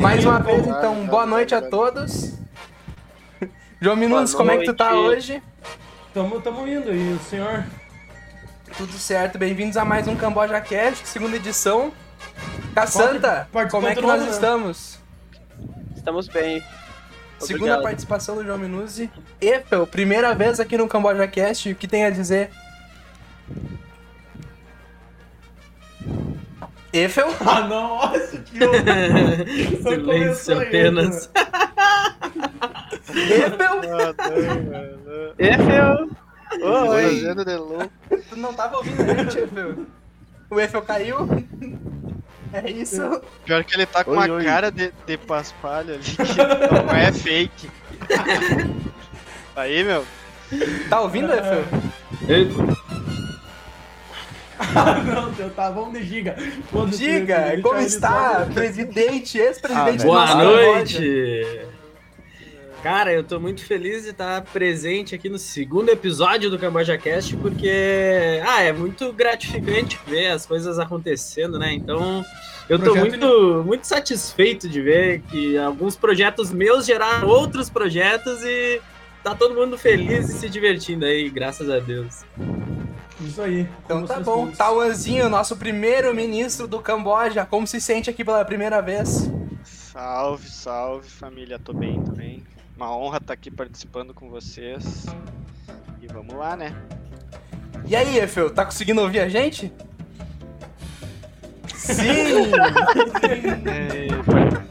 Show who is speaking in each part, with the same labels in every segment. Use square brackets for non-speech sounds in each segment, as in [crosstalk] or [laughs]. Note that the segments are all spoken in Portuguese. Speaker 1: Mais uma vez, então, boa noite a todos. João Minunos, como é que tu tá hoje?
Speaker 2: Tamo, tamo indo, e o
Speaker 3: [laughs]
Speaker 2: senhor?
Speaker 1: Tudo certo, bem-vindos a mais um Camboja Cast, segunda edição. Cassanta,
Speaker 2: Participou
Speaker 1: como é que
Speaker 2: todo
Speaker 1: nós
Speaker 2: mundo, né?
Speaker 1: estamos?
Speaker 4: Estamos bem.
Speaker 1: Segunda
Speaker 4: Obrigado.
Speaker 1: participação do João Minuzzi. Eiffel, primeira vez aqui no Camboja Cast, o que tem a dizer? Eiffel?
Speaker 2: Ah, não, nossa, que horror! Só começou
Speaker 5: Silêncio
Speaker 2: aí,
Speaker 5: apenas.
Speaker 2: né?
Speaker 1: [laughs] Eiffel?
Speaker 4: Esse é o...
Speaker 6: Oi.
Speaker 4: Oi.
Speaker 6: Fazendo
Speaker 3: é
Speaker 6: de louco.
Speaker 1: Tu não tava ouvindo a gente, Eiffel. O Eiffel caiu? [laughs] É isso?
Speaker 6: Pior que ele tá com
Speaker 3: Oi,
Speaker 6: uma
Speaker 3: oi.
Speaker 6: cara de, de paspalho ali que não é fake. Aí, meu.
Speaker 1: Tá ouvindo, Eiffel?
Speaker 2: [laughs] Ah, não, teu, tá, vamos de giga. Foda-se,
Speaker 1: Diga, é
Speaker 2: deixa
Speaker 1: como
Speaker 2: eu
Speaker 1: está?
Speaker 2: avisar.
Speaker 1: Presidente, ex-presidente do
Speaker 5: [laughs] Ah, Boa
Speaker 1: nosso Camboja.
Speaker 5: noite! Cara, eu tô muito feliz de estar presente aqui no segundo episódio do Camboja Cast, porque ah, é muito gratificante ver as coisas acontecendo, né? Então, eu tô
Speaker 2: Projeto
Speaker 5: muito, muito satisfeito de ver que alguns projetos meus geraram outros projetos e tá todo mundo feliz e se divertindo aí, graças a Deus.
Speaker 2: Isso aí.
Speaker 1: Então
Speaker 2: com
Speaker 1: tá
Speaker 2: vocês
Speaker 1: bom,
Speaker 2: todos.
Speaker 1: Tauanzinho, nosso primeiro-ministro do Camboja, como se sente aqui pela primeira vez?
Speaker 6: Salve, salve família. Tô bem, tô bem. Uma honra estar aqui participando com vocês. E vamos lá, né?
Speaker 1: E aí, Efeu, tá conseguindo ouvir a gente? [laughs] Sim!
Speaker 6: É,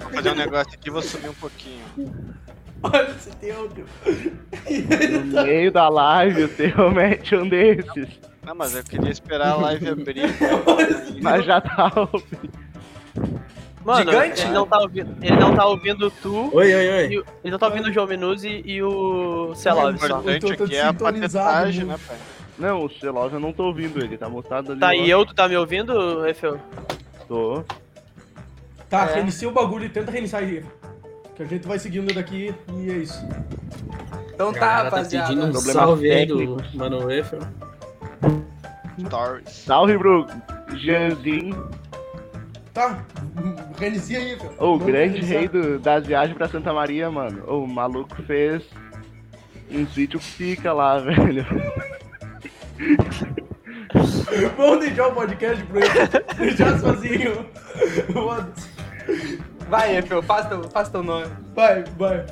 Speaker 6: vou fazer um negócio aqui, vou subir um pouquinho.
Speaker 2: Olha esse teu, teu.
Speaker 3: No meio da live, o teu [laughs] mete um desses.
Speaker 6: Não, mas eu queria esperar a live abrir.
Speaker 3: Mas já tá.
Speaker 4: Mano,
Speaker 1: Gigante?
Speaker 4: Ele, não tá ouvindo, ele não tá ouvindo tu,
Speaker 5: Oi, oi, oi.
Speaker 4: e o- ele não tá ouvindo o João Minuzzi e o Celov
Speaker 6: O
Speaker 4: só.
Speaker 6: importante
Speaker 2: Eu tô- tô
Speaker 6: aqui é a
Speaker 2: sintonizado,
Speaker 6: patetagem,
Speaker 2: meu.
Speaker 6: né, pai?
Speaker 3: Não, o Celov eu não tô ouvindo ele, tá mostrado ali.
Speaker 4: Tá,
Speaker 3: ó.
Speaker 4: e eu, tu tá me ouvindo, Efeu?
Speaker 3: Tô.
Speaker 2: Tá,
Speaker 4: É.
Speaker 2: reinicia o bagulho e tenta reiniciar aí. Que a gente vai seguindo daqui e é isso.
Speaker 1: Então
Speaker 5: A
Speaker 1: tá,
Speaker 5: galera tá
Speaker 1: rapaziada.
Speaker 5: pedindo um
Speaker 3: Problemas
Speaker 5: salve aí do
Speaker 3: técnicos.
Speaker 5: Mano Weffel.
Speaker 6: Stories.
Speaker 3: Salve, Bruno. Janzin,
Speaker 2: Tá, reinicia aí, cara.
Speaker 3: o
Speaker 2: Vamos
Speaker 3: grande
Speaker 2: reiniciar.
Speaker 3: rei do- das viagens pra Santa Maria, mano. O maluco fez um sítio pica lá, [laughs] velho.
Speaker 2: Vamos deixar o podcast pra
Speaker 1: [laughs]
Speaker 2: ele. deixar sozinho. Foda-se.
Speaker 1: Vai, Efeu, faz teu, faz teu nome.
Speaker 2: Vai, vai.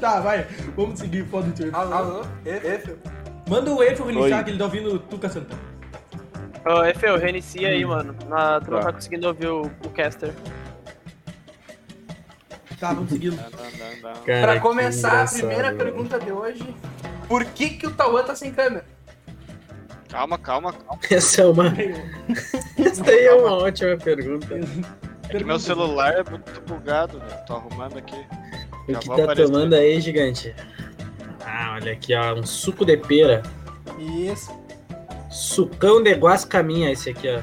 Speaker 2: Tá, vai. Vamos seguir, pode ter.
Speaker 1: Alô? Efeu?
Speaker 2: Manda o Efo reiniciar,
Speaker 3: Oi.
Speaker 2: que ele tá ouvindo Tuca Santana.
Speaker 4: Ô, Efeu, reinicia aí, mano. Na- tu não
Speaker 3: Tá.
Speaker 4: tá conseguindo ouvir o, o caster.
Speaker 2: Tá, vamos seguindo.
Speaker 6: Dá, dá, dá, dá.
Speaker 5: Cara,
Speaker 1: Pra
Speaker 5: que
Speaker 1: começar a
Speaker 5: engraçado,
Speaker 1: primeira
Speaker 5: mano.
Speaker 1: pergunta de hoje, por que que o Tauan tá sem câmera?
Speaker 6: Calma, calma, calma.
Speaker 5: Essa é uma. Essa daí é uma ótima pergunta.
Speaker 6: É que meu celular é muito bugado, velho. Tô arrumando aqui.
Speaker 5: O
Speaker 6: Já
Speaker 5: que
Speaker 6: vou
Speaker 5: tá
Speaker 6: aparecer.
Speaker 5: tomando aí, gigante? Ah, olha aqui, ó. Um suco de pera.
Speaker 1: Isso.
Speaker 5: Sucão de guascaminha, esse aqui, ó.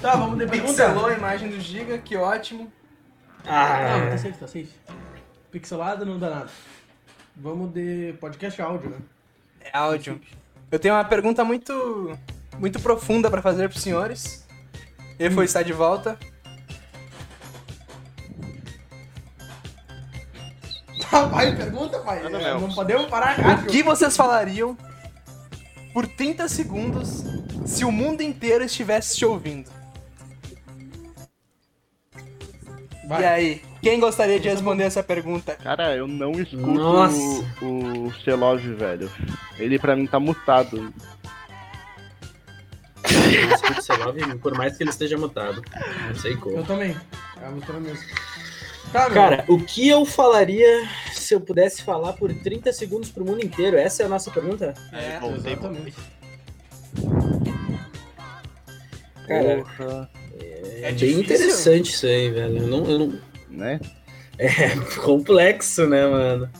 Speaker 2: Tá, vamos de pergunta.
Speaker 1: Pixelou a imagem do Giga, que ótimo.
Speaker 2: Não, tá
Speaker 5: Ah,
Speaker 2: safe, tá safe. Pixelado não dá nada. Vamos de podcast áudio, né?
Speaker 1: É áudio. Eu tenho uma pergunta muito muito profunda pra fazer pros senhores. Efeu está de volta.
Speaker 2: Tá, vai, pergunta, pai.
Speaker 6: Manda,
Speaker 2: É,
Speaker 6: Léo.
Speaker 2: não podemos parar,
Speaker 1: O
Speaker 2: cara.
Speaker 1: que vocês falariam por 30 segundos se o mundo inteiro estivesse te ouvindo?
Speaker 2: Vai.
Speaker 1: E aí, quem gostaria de responder essa pergunta?
Speaker 3: Cara, eu não escuto
Speaker 5: Nossa.
Speaker 3: o, o Celov, velho. Ele pra mim tá mutado.
Speaker 5: eu escuto o celular, por mais que ele esteja mutado. Não sei como.
Speaker 2: Eu também. É a mistura mesmo. Tá, meu.
Speaker 5: Cara, o que eu falaria se eu pudesse falar por 30 segundos pro mundo inteiro? Essa é a nossa pergunta?
Speaker 1: É,
Speaker 6: Voltei,
Speaker 2: Exatamente.
Speaker 5: Cara,
Speaker 1: é
Speaker 5: bem
Speaker 1: difícil.
Speaker 5: interessante isso aí, velho. Eu não- eu não... [laughs]
Speaker 3: né?
Speaker 5: É complexo, né, mano?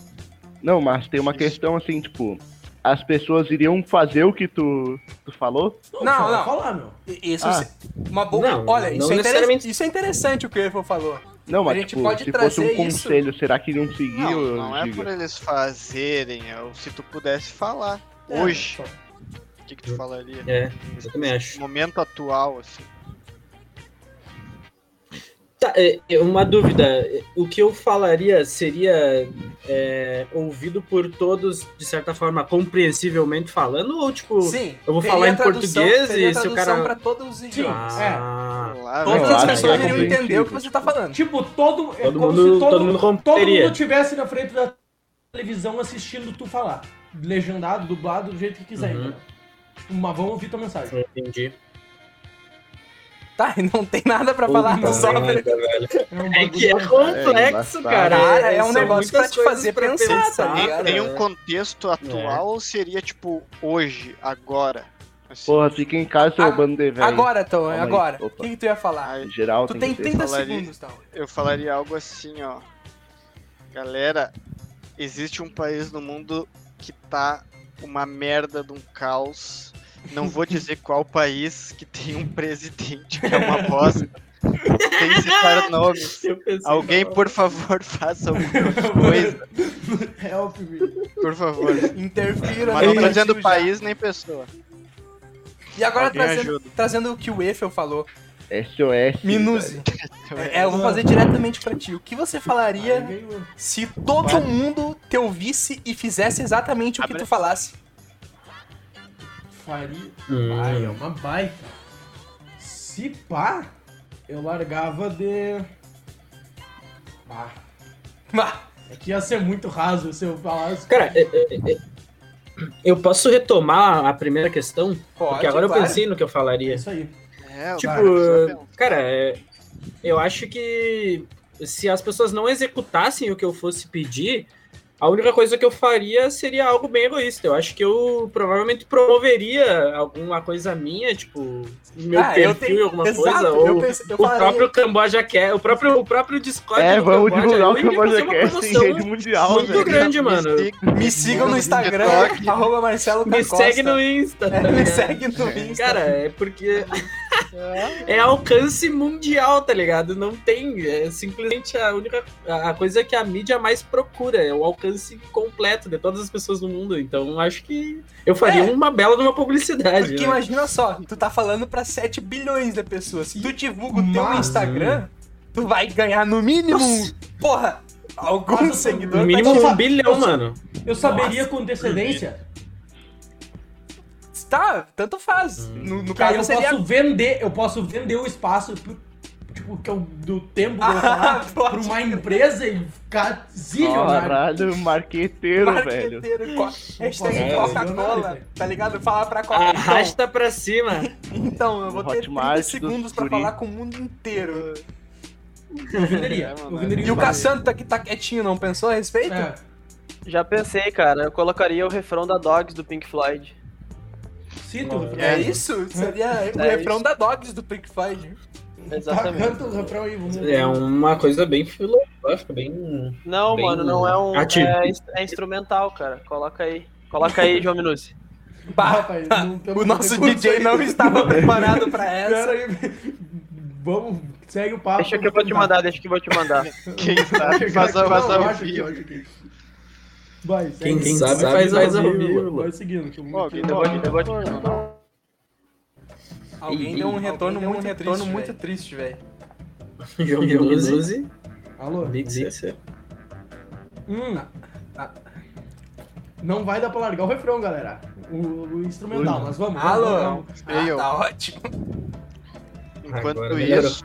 Speaker 3: Não, mas tem uma questão assim, tipo, as pessoas iriam fazer o que tu, tu falou?
Speaker 1: Não,
Speaker 2: cara,
Speaker 1: não.
Speaker 2: Fala, meu.
Speaker 1: Isso
Speaker 3: Ah.
Speaker 1: se- uma boa.
Speaker 5: Não,
Speaker 1: Olha,
Speaker 5: não
Speaker 1: isso, é intere-
Speaker 5: necessariamente-
Speaker 1: isso é interessante o que o Efo falou.
Speaker 3: Não,
Speaker 1: A
Speaker 3: mas
Speaker 1: gente
Speaker 3: tipo,
Speaker 1: pode
Speaker 3: se fosse
Speaker 1: trazer
Speaker 3: um
Speaker 1: isso.
Speaker 3: conselho, será que iriam seguir
Speaker 6: Não,
Speaker 3: o
Speaker 6: não é
Speaker 3: Giga?
Speaker 6: por eles fazerem, é o- se tu pudesse falar.
Speaker 2: É,
Speaker 6: Hoje.
Speaker 2: só-
Speaker 6: que, que tu falaria?
Speaker 5: É, eu também acho.
Speaker 6: Momento atual, assim.
Speaker 5: Tá, é, é, uma dúvida. é, O que eu falaria seria é, ouvido por todos, de certa forma, compreensivelmente falando, ou tipo.
Speaker 1: Sim.
Speaker 5: eu vou
Speaker 1: teria
Speaker 5: falar em
Speaker 1: tradução-
Speaker 5: português
Speaker 1: teria
Speaker 5: e se o
Speaker 1: tradução
Speaker 5: cara-
Speaker 1: pra todos os idiomas.
Speaker 5: Ah,
Speaker 6: Lá,
Speaker 3: Não,
Speaker 1: Todas
Speaker 3: eu
Speaker 1: as
Speaker 3: acho
Speaker 1: pessoas
Speaker 3: que é
Speaker 1: iriam entender o que você tá falando.
Speaker 2: Tipo, todo. É
Speaker 5: Todo
Speaker 2: como
Speaker 5: mundo-
Speaker 2: se todo,
Speaker 5: todo mundo
Speaker 2: todo
Speaker 5: romperia.
Speaker 2: mundo tivesse na frente da televisão assistindo tu falar. Legendado, dublado, do jeito que quiser,
Speaker 5: Uhum.
Speaker 2: entendeu? Tipo, Mas vamos ouvir tua mensagem.
Speaker 5: entendi.
Speaker 1: Tá, [laughs] e não tem nada pra falar no
Speaker 5: Puta
Speaker 1: software.
Speaker 5: merda, velho.
Speaker 2: É um
Speaker 5: É
Speaker 2: bagulho-
Speaker 5: que é complexo,
Speaker 3: embaçado.
Speaker 5: cara.
Speaker 1: Cara, é um
Speaker 5: são
Speaker 1: negócio pra
Speaker 5: muitas
Speaker 1: te fazer
Speaker 5: coisas pra
Speaker 1: pensar, tá ligado?
Speaker 6: Tem
Speaker 5: cara.
Speaker 6: um contexto atual ou seria tipo hoje, agora? Assim,
Speaker 3: Porra, fica em casa, seu
Speaker 1: A-
Speaker 3: bando de velho.
Speaker 1: Agora, então,
Speaker 3: Calma aí.
Speaker 1: agora. O
Speaker 3: Opa.
Speaker 1: que, que tu ia falar?
Speaker 6: aí
Speaker 3: Geral,
Speaker 1: Tu tem
Speaker 3: que
Speaker 1: 30
Speaker 6: falar ali.
Speaker 1: segundos, então.
Speaker 6: eu falaria algo assim, ó. Galera, existe um país no mundo que tá uma merda de um caos.
Speaker 5: [laughs]
Speaker 6: Não vou dizer qual país que tem um presidente que
Speaker 5: [laughs]
Speaker 6: é uma bosta. Sem citar nomes.
Speaker 5: Eu pensei,
Speaker 6: Alguém,
Speaker 5: não.
Speaker 6: por favor, [laughs]
Speaker 5: [laughs]
Speaker 6: faça alguma coisa.
Speaker 5: É
Speaker 2: Help me.
Speaker 6: Por favor.
Speaker 1: Interfira.
Speaker 6: Mas não
Speaker 1: né,
Speaker 6: trazendo
Speaker 1: já.
Speaker 6: país nem pessoa.
Speaker 1: E agora
Speaker 6: Alguém
Speaker 1: trazendo,
Speaker 6: ajuda.
Speaker 1: trazendo o que o Eiffel falou.
Speaker 3: SOS.
Speaker 1: Minuzi. É, eu vou fazer diretamente pra ti. O que você falaria se todo mundo te ouvisse e fizesse exatamente o que
Speaker 6: Abre-
Speaker 1: tu falasse? [laughs]
Speaker 2: Faria.
Speaker 5: Hum.
Speaker 2: Ai, é uma baita. Se pá, eu largava de. Ah,
Speaker 1: Ah,
Speaker 2: é que ia ser muito raso se eu falasse.
Speaker 5: Cara, é- é- é- eu posso retomar a primeira questão? Porque agora eu
Speaker 1: claro.
Speaker 5: pensei no que eu
Speaker 2: É
Speaker 5: falaria.
Speaker 2: isso aí.
Speaker 6: É,
Speaker 5: Tipo,
Speaker 6: cara, precisa
Speaker 1: um.
Speaker 6: pensar.
Speaker 5: Cara, é, eu acho que se as pessoas não executassem o que eu fosse pedir, a única coisa que eu faria seria algo bem egoísta. Eu acho que eu provavelmente promoveria alguma coisa minha, tipo, meu
Speaker 1: Ah, eu
Speaker 5: perfil,
Speaker 1: tenho-
Speaker 5: alguma
Speaker 1: Exato,
Speaker 5: coisa,
Speaker 1: eu
Speaker 5: ou
Speaker 1: pensei, eu
Speaker 5: o
Speaker 1: falaria-
Speaker 5: próprio Camboja quer, o próprio, o próprio Discord.
Speaker 3: É,
Speaker 5: do
Speaker 3: vamos
Speaker 5: Camboja,
Speaker 3: divulgar
Speaker 5: eu
Speaker 3: o
Speaker 5: ia fazer
Speaker 3: Camboja
Speaker 5: uma
Speaker 3: Cast em
Speaker 5: promoção.
Speaker 3: rede mundial,
Speaker 5: muito
Speaker 3: velho.
Speaker 5: grande,
Speaker 6: Me
Speaker 5: mano.
Speaker 6: siga,
Speaker 1: Me sigam no
Speaker 5: [laughs]
Speaker 1: Instagram,
Speaker 6: TikTok.
Speaker 1: arroba Marcelo
Speaker 5: Me
Speaker 1: Cacosta.
Speaker 5: segue no Insta.
Speaker 1: É,
Speaker 5: tá
Speaker 1: [laughs] me
Speaker 5: ligado?
Speaker 1: segue no Insta.
Speaker 5: Cara, é porque [laughs] é alcance mundial, tá ligado? Não tem. É simplesmente a única. A a coisa que a mídia mais procura é o alcance completo de todas as pessoas do mundo. Então acho que eu faria
Speaker 1: É.
Speaker 5: uma bela de uma publicidade.
Speaker 1: Porque
Speaker 5: né?
Speaker 1: É imagina só, tu tá falando pra 7 bilhões de pessoas. Se tu divulga o teu
Speaker 2: Mas-
Speaker 1: Instagram, tu vai ganhar no mínimo, um,
Speaker 5: Nossa.
Speaker 1: porra, alguns
Speaker 2: Nossa,
Speaker 1: seguidores.
Speaker 5: No mínimo
Speaker 2: eu
Speaker 5: um
Speaker 2: só- eu
Speaker 5: bilhão,
Speaker 1: Então,
Speaker 2: só-
Speaker 5: mano.
Speaker 2: Eu saberia com antecedência.
Speaker 1: Tá, tanto faz. No, no
Speaker 2: Cara, eu
Speaker 1: caso seria.
Speaker 2: posso vender, eu posso vender o espaço pro- tipo, que eu, do tempo que eu
Speaker 1: [laughs] Ah,
Speaker 2: falar
Speaker 1: [laughs] pode
Speaker 2: pra uma empresa e ficar né? zilionário.
Speaker 3: Caralho, marqueteiro, velho.
Speaker 1: Marqueteiro, co- hashtag
Speaker 2: É,
Speaker 1: Coca-Cola,
Speaker 2: é.
Speaker 1: tá ligado? Falar pra Coca. Então,
Speaker 5: Arrasta pra cima.
Speaker 1: então, eu vou ter 30
Speaker 3: Hotmart dos
Speaker 1: segundos pra
Speaker 3: guri.
Speaker 1: falar com o mundo inteiro.
Speaker 2: Eu venderia.
Speaker 6: É, mano,
Speaker 2: Eu venderia
Speaker 1: E o
Speaker 2: espaço.
Speaker 1: Cassandra tá que tá quietinho, não pensou a respeito?
Speaker 2: É.
Speaker 4: Já pensei, cara. Eu colocaria o refrão da Dogs do Pink Floyd.
Speaker 2: Cita o refrão.
Speaker 1: É isso? Seria o
Speaker 4: É
Speaker 1: refrão da Dogs do Pink Floyd.
Speaker 2: Tá,
Speaker 4: Exatamente.
Speaker 2: canta o refrão aí, vamos
Speaker 5: É
Speaker 1: um
Speaker 5: uma coisa bem filosófica, bem.
Speaker 4: Não,
Speaker 5: Bem
Speaker 4: mano, não é um.
Speaker 5: ativo.
Speaker 4: É, ins- é instrumental, cara. Coloca aí. Coloca aí, João
Speaker 2: [laughs]
Speaker 4: Minucci.
Speaker 2: Ah,
Speaker 1: Bah,
Speaker 2: rapaz, não temos
Speaker 1: o nosso
Speaker 2: recurso
Speaker 1: DJ
Speaker 2: aí. [laughs]
Speaker 1: não estava preparado pra essa.
Speaker 2: Pera aí. Vamos, segue o papo.
Speaker 4: Deixa que eu vou te mandar, deixa que eu vou te mandar.
Speaker 6: Quem
Speaker 5: [laughs]
Speaker 6: sabe faz a faz
Speaker 2: Não, eu um
Speaker 6: ao
Speaker 2: acho que- eu
Speaker 6: vivo.
Speaker 2: acho que- Vai, segue.
Speaker 5: Quem
Speaker 2: Vai,
Speaker 5: sabe faz ao
Speaker 2: vai,
Speaker 5: vivo.
Speaker 2: Vai seguindo. que eu-
Speaker 6: Pô, alguém
Speaker 2: que eu-
Speaker 6: deu aqui, deu aqui.
Speaker 1: Alguém
Speaker 5: Ih,
Speaker 1: deu um
Speaker 2: alguém
Speaker 1: retorno
Speaker 2: deu um
Speaker 1: muito,
Speaker 2: retorno
Speaker 1: triste,
Speaker 2: muito
Speaker 1: velho. triste, velho.
Speaker 5: [laughs] João Minuzi,
Speaker 2: Alô?
Speaker 5: Big Zixer.
Speaker 2: Hum. Não vai dar pra largar o refrão, galera. O, o instrumental, mas vamos. vamos,
Speaker 1: Alô?
Speaker 2: vamos.
Speaker 1: Ah,
Speaker 6: Eu.
Speaker 1: tá ótimo.
Speaker 6: Enquanto
Speaker 5: tá. Agora melhorou.
Speaker 6: isso,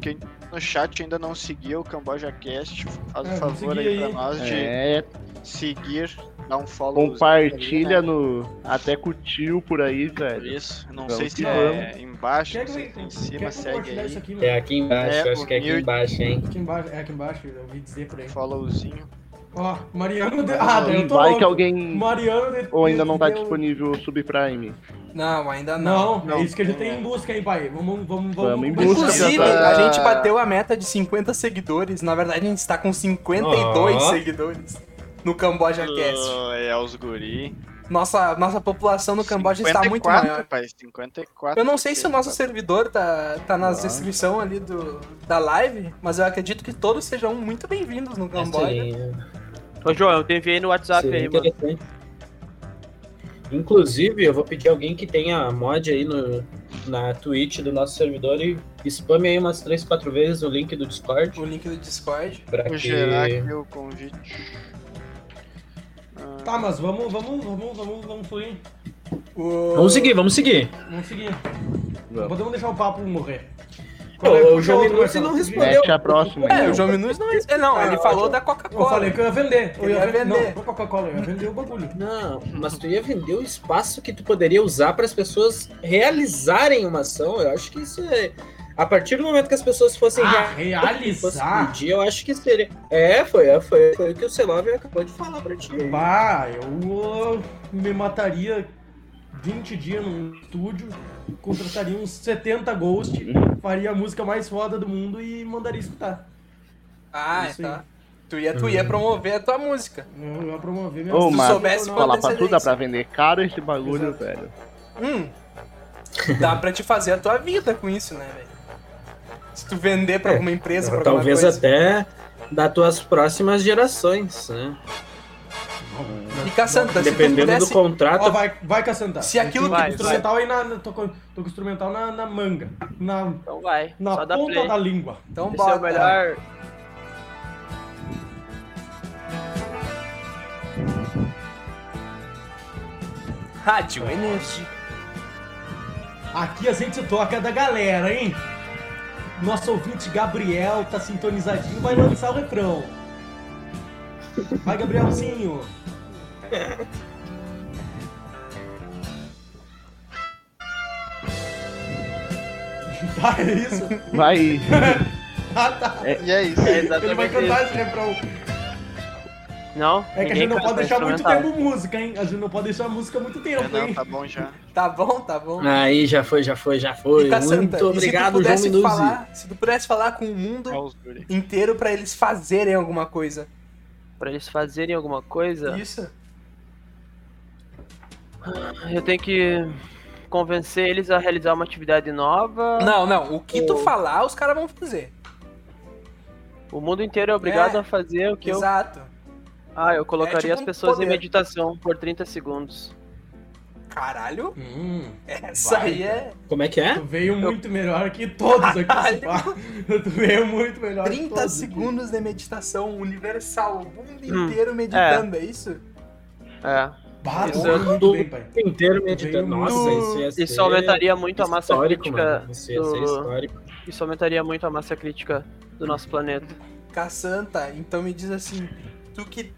Speaker 6: quem no chat ainda não seguiu o Camboja Cast, faz
Speaker 2: É,
Speaker 6: o favor
Speaker 2: segui
Speaker 6: aí pra
Speaker 2: aí.
Speaker 6: nós de
Speaker 3: É,
Speaker 6: seguir, dar um follow.
Speaker 3: compartilha no. Até curtiu por aí, velho.
Speaker 6: Isso, não
Speaker 3: Vamos
Speaker 6: sei se
Speaker 3: que
Speaker 6: é embaixo,
Speaker 2: Quer
Speaker 6: não
Speaker 2: que
Speaker 6: sei
Speaker 2: eu-
Speaker 6: se é em
Speaker 2: quer
Speaker 6: cima,
Speaker 2: que eu
Speaker 6: segue
Speaker 2: compartilhar
Speaker 6: aí.
Speaker 2: isso aqui, meu?
Speaker 5: É aqui embaixo,
Speaker 6: É,
Speaker 5: eu acho que é aqui
Speaker 6: humilde.
Speaker 5: embaixo, hein?
Speaker 2: Aqui embaixo, é aqui embaixo, eu ouvi dizer por aí.
Speaker 6: Followzinho.
Speaker 2: Ó, Mariano... De... Ah, daí eu tô
Speaker 3: Vai
Speaker 2: louco.
Speaker 3: que alguém.
Speaker 2: Mariano... De...
Speaker 3: Ou ainda não tá
Speaker 2: deu-
Speaker 3: disponível o Subprime.
Speaker 1: Não, ainda não.
Speaker 2: Não, é isso que a gente tem em busca aí, pai. Vamos, vamos, vamos.
Speaker 3: Vamos em busca,
Speaker 1: Inclusive,
Speaker 3: tá-
Speaker 1: a gente bateu a meta de 50 seguidores. Na verdade, a gente está com 52
Speaker 5: Ó.
Speaker 1: seguidores no Camboja Cast.
Speaker 6: Ah, É os guri.
Speaker 1: Nossa, nossa população no Camboja está muito
Speaker 6: 54,
Speaker 1: maior.
Speaker 6: pai, 54.
Speaker 1: Eu não sei se o nosso
Speaker 6: 54.
Speaker 1: servidor tá, tá na
Speaker 3: Ah.
Speaker 1: descrição ali do, da live, mas eu acredito que todos sejam muito bem-vindos no
Speaker 5: É,
Speaker 1: Camboja.
Speaker 5: seria-
Speaker 4: Ô, João, eu te enviei no WhatsApp
Speaker 5: seria
Speaker 4: aí, mano.
Speaker 5: interessante. é Inclusive, eu vou pedir alguém que tenha mod aí no, na Twitch do nosso servidor e spame aí umas 3, 4 vezes o link do Discord.
Speaker 1: O link do Discord.
Speaker 5: Pra
Speaker 6: Vou
Speaker 5: que...
Speaker 6: gerar aqui o convite.
Speaker 2: Tá, mas vamos, vamos, vamos, vamos, vamos fluir.
Speaker 1: O-
Speaker 5: Vamos seguir, vamos seguir.
Speaker 2: Vamos seguir. Podemos deixar o papo morrer.
Speaker 5: Pô,
Speaker 2: é-
Speaker 5: o
Speaker 2: é
Speaker 5: João
Speaker 2: outro
Speaker 5: Minucci
Speaker 2: Marcelo?
Speaker 5: não respondeu.
Speaker 3: Mete a próxima.
Speaker 1: É, o
Speaker 3: então.
Speaker 1: João Minus não. é- Não, ele falou da
Speaker 2: Eu falei
Speaker 1: Coca-Cola.
Speaker 2: que eu ia vender. Eu
Speaker 1: Ele
Speaker 2: ia
Speaker 1: ia
Speaker 2: vender.
Speaker 1: vender.
Speaker 2: Não, não Coca-Cola, eu ia vender o bagulho.
Speaker 5: Não, mas tu ia vender o espaço que tu poderia usar para as pessoas realizarem uma ação. Eu acho que isso é. A partir do momento que as pessoas fossem
Speaker 2: Ah,
Speaker 5: fossem
Speaker 2: realizar.
Speaker 5: pedir, eu acho que seria. É, foi, foi, foi o que o Celov acabou de falar pra ti.
Speaker 2: Bah, eu uh, me mataria 20 dias num estúdio, contrataria uns 70 Ghost, faria a música mais foda do mundo e mandaria escutar.
Speaker 1: Ah,
Speaker 2: Isso
Speaker 1: tá. Tu ia, tu ia promover a tua música.
Speaker 2: Eu ia promover minha
Speaker 3: Ô,
Speaker 2: música.
Speaker 1: Se tu
Speaker 3: mas-
Speaker 1: soubesse
Speaker 2: Não,
Speaker 1: qual
Speaker 3: Falar
Speaker 1: é
Speaker 3: pra tudo, dá pra vender caro esse bagulho,
Speaker 2: Exato.
Speaker 3: velho.
Speaker 1: Hum. Dá pra te fazer a tua vida com isso, né, velho? Se tu vender pra
Speaker 5: É,
Speaker 1: alguma empresa, pra alguma
Speaker 5: Talvez
Speaker 1: coisa.
Speaker 5: até das tuas próximas gerações, né?
Speaker 1: E Cassandra, Então, se tu
Speaker 5: Dependendo do
Speaker 1: pudesse.
Speaker 5: contrato.
Speaker 2: Ó, vai, vai caçantar.
Speaker 1: Se aquilo
Speaker 4: Vai,
Speaker 1: que tu
Speaker 4: vai.
Speaker 2: Instrumental aí na. na- Tô com, tô com instrumental na, na manga. Na,
Speaker 4: Então vai.
Speaker 2: na
Speaker 4: Só dá
Speaker 2: ponta
Speaker 4: play.
Speaker 2: da língua.
Speaker 1: Então
Speaker 4: Esse é o
Speaker 1: bota.
Speaker 4: melhor.
Speaker 1: Rádio Energia.
Speaker 2: Aqui a gente toca da galera, hein? Nosso ouvinte Gabriel tá sintonizadinho, vai lançar o refrão. Vai, Gabrielzinho. [laughs] Tá, é isso?
Speaker 3: Vai.
Speaker 2: Ah, tá.
Speaker 6: E é isso.
Speaker 4: É
Speaker 2: Ele vai
Speaker 4: exatamente
Speaker 2: cantar
Speaker 4: isso.
Speaker 2: esse refrão.
Speaker 4: Não,
Speaker 2: É que a
Speaker 4: ninguém
Speaker 2: gente não
Speaker 4: canta,
Speaker 2: pode
Speaker 4: é
Speaker 2: deixar muito
Speaker 4: instrumental.
Speaker 2: tempo música, hein? A gente não pode deixar a música muito
Speaker 6: É,
Speaker 2: tempo,
Speaker 6: não,
Speaker 2: hein?
Speaker 6: tá bom já.
Speaker 1: Tá bom, tá bom.
Speaker 5: Aí já foi, já foi, já foi.
Speaker 1: E Cassandra,
Speaker 5: Muito obrigado,
Speaker 1: e
Speaker 5: João
Speaker 1: se tu pudesse
Speaker 5: Minuzzi.
Speaker 1: falar, se tu pudesse falar com o mundo
Speaker 6: Ó os guri.
Speaker 1: inteiro pra eles fazerem alguma coisa.
Speaker 4: Pra eles fazerem alguma coisa,
Speaker 1: Isso?
Speaker 4: eu tenho que convencer eles a realizar uma atividade nova.
Speaker 1: Não, não. O que tu falar, os caras vão fazer.
Speaker 4: O mundo inteiro é obrigado
Speaker 1: É,
Speaker 4: a fazer o que eu.
Speaker 1: Exato.
Speaker 4: Ah, eu colocaria
Speaker 2: é
Speaker 1: tipo
Speaker 4: as
Speaker 1: um
Speaker 4: pessoas
Speaker 1: poder.
Speaker 4: em meditação por 30 segundos.
Speaker 1: Caralho,
Speaker 2: Hum,
Speaker 1: essa
Speaker 2: Vai,
Speaker 1: aí é
Speaker 5: Como é que é?
Speaker 2: tu veio muito melhor que todos
Speaker 4: [laughs]
Speaker 2: aqui. se pá. Tu veio muito melhor que
Speaker 1: 30
Speaker 2: todos aqui.
Speaker 1: segundos de meditação universal, o mundo
Speaker 4: Hum,
Speaker 1: inteiro meditando, é, isso?
Speaker 4: É.
Speaker 2: Bah,
Speaker 4: Isso
Speaker 2: porra,
Speaker 5: é
Speaker 2: muito
Speaker 5: tudo.
Speaker 2: bem, pai.
Speaker 5: O inteiro meditando.
Speaker 2: Veio
Speaker 5: Nossa,
Speaker 2: muito-
Speaker 5: isso ia ser
Speaker 4: Isso aumentaria muito a massa
Speaker 5: é histórico,
Speaker 4: crítica.
Speaker 5: mano. Isso ia ser
Speaker 4: do-
Speaker 5: histórico.
Speaker 4: Isso aumentaria muito a massa crítica do nosso planeta.
Speaker 1: Cassanta, então me diz assim, tu que.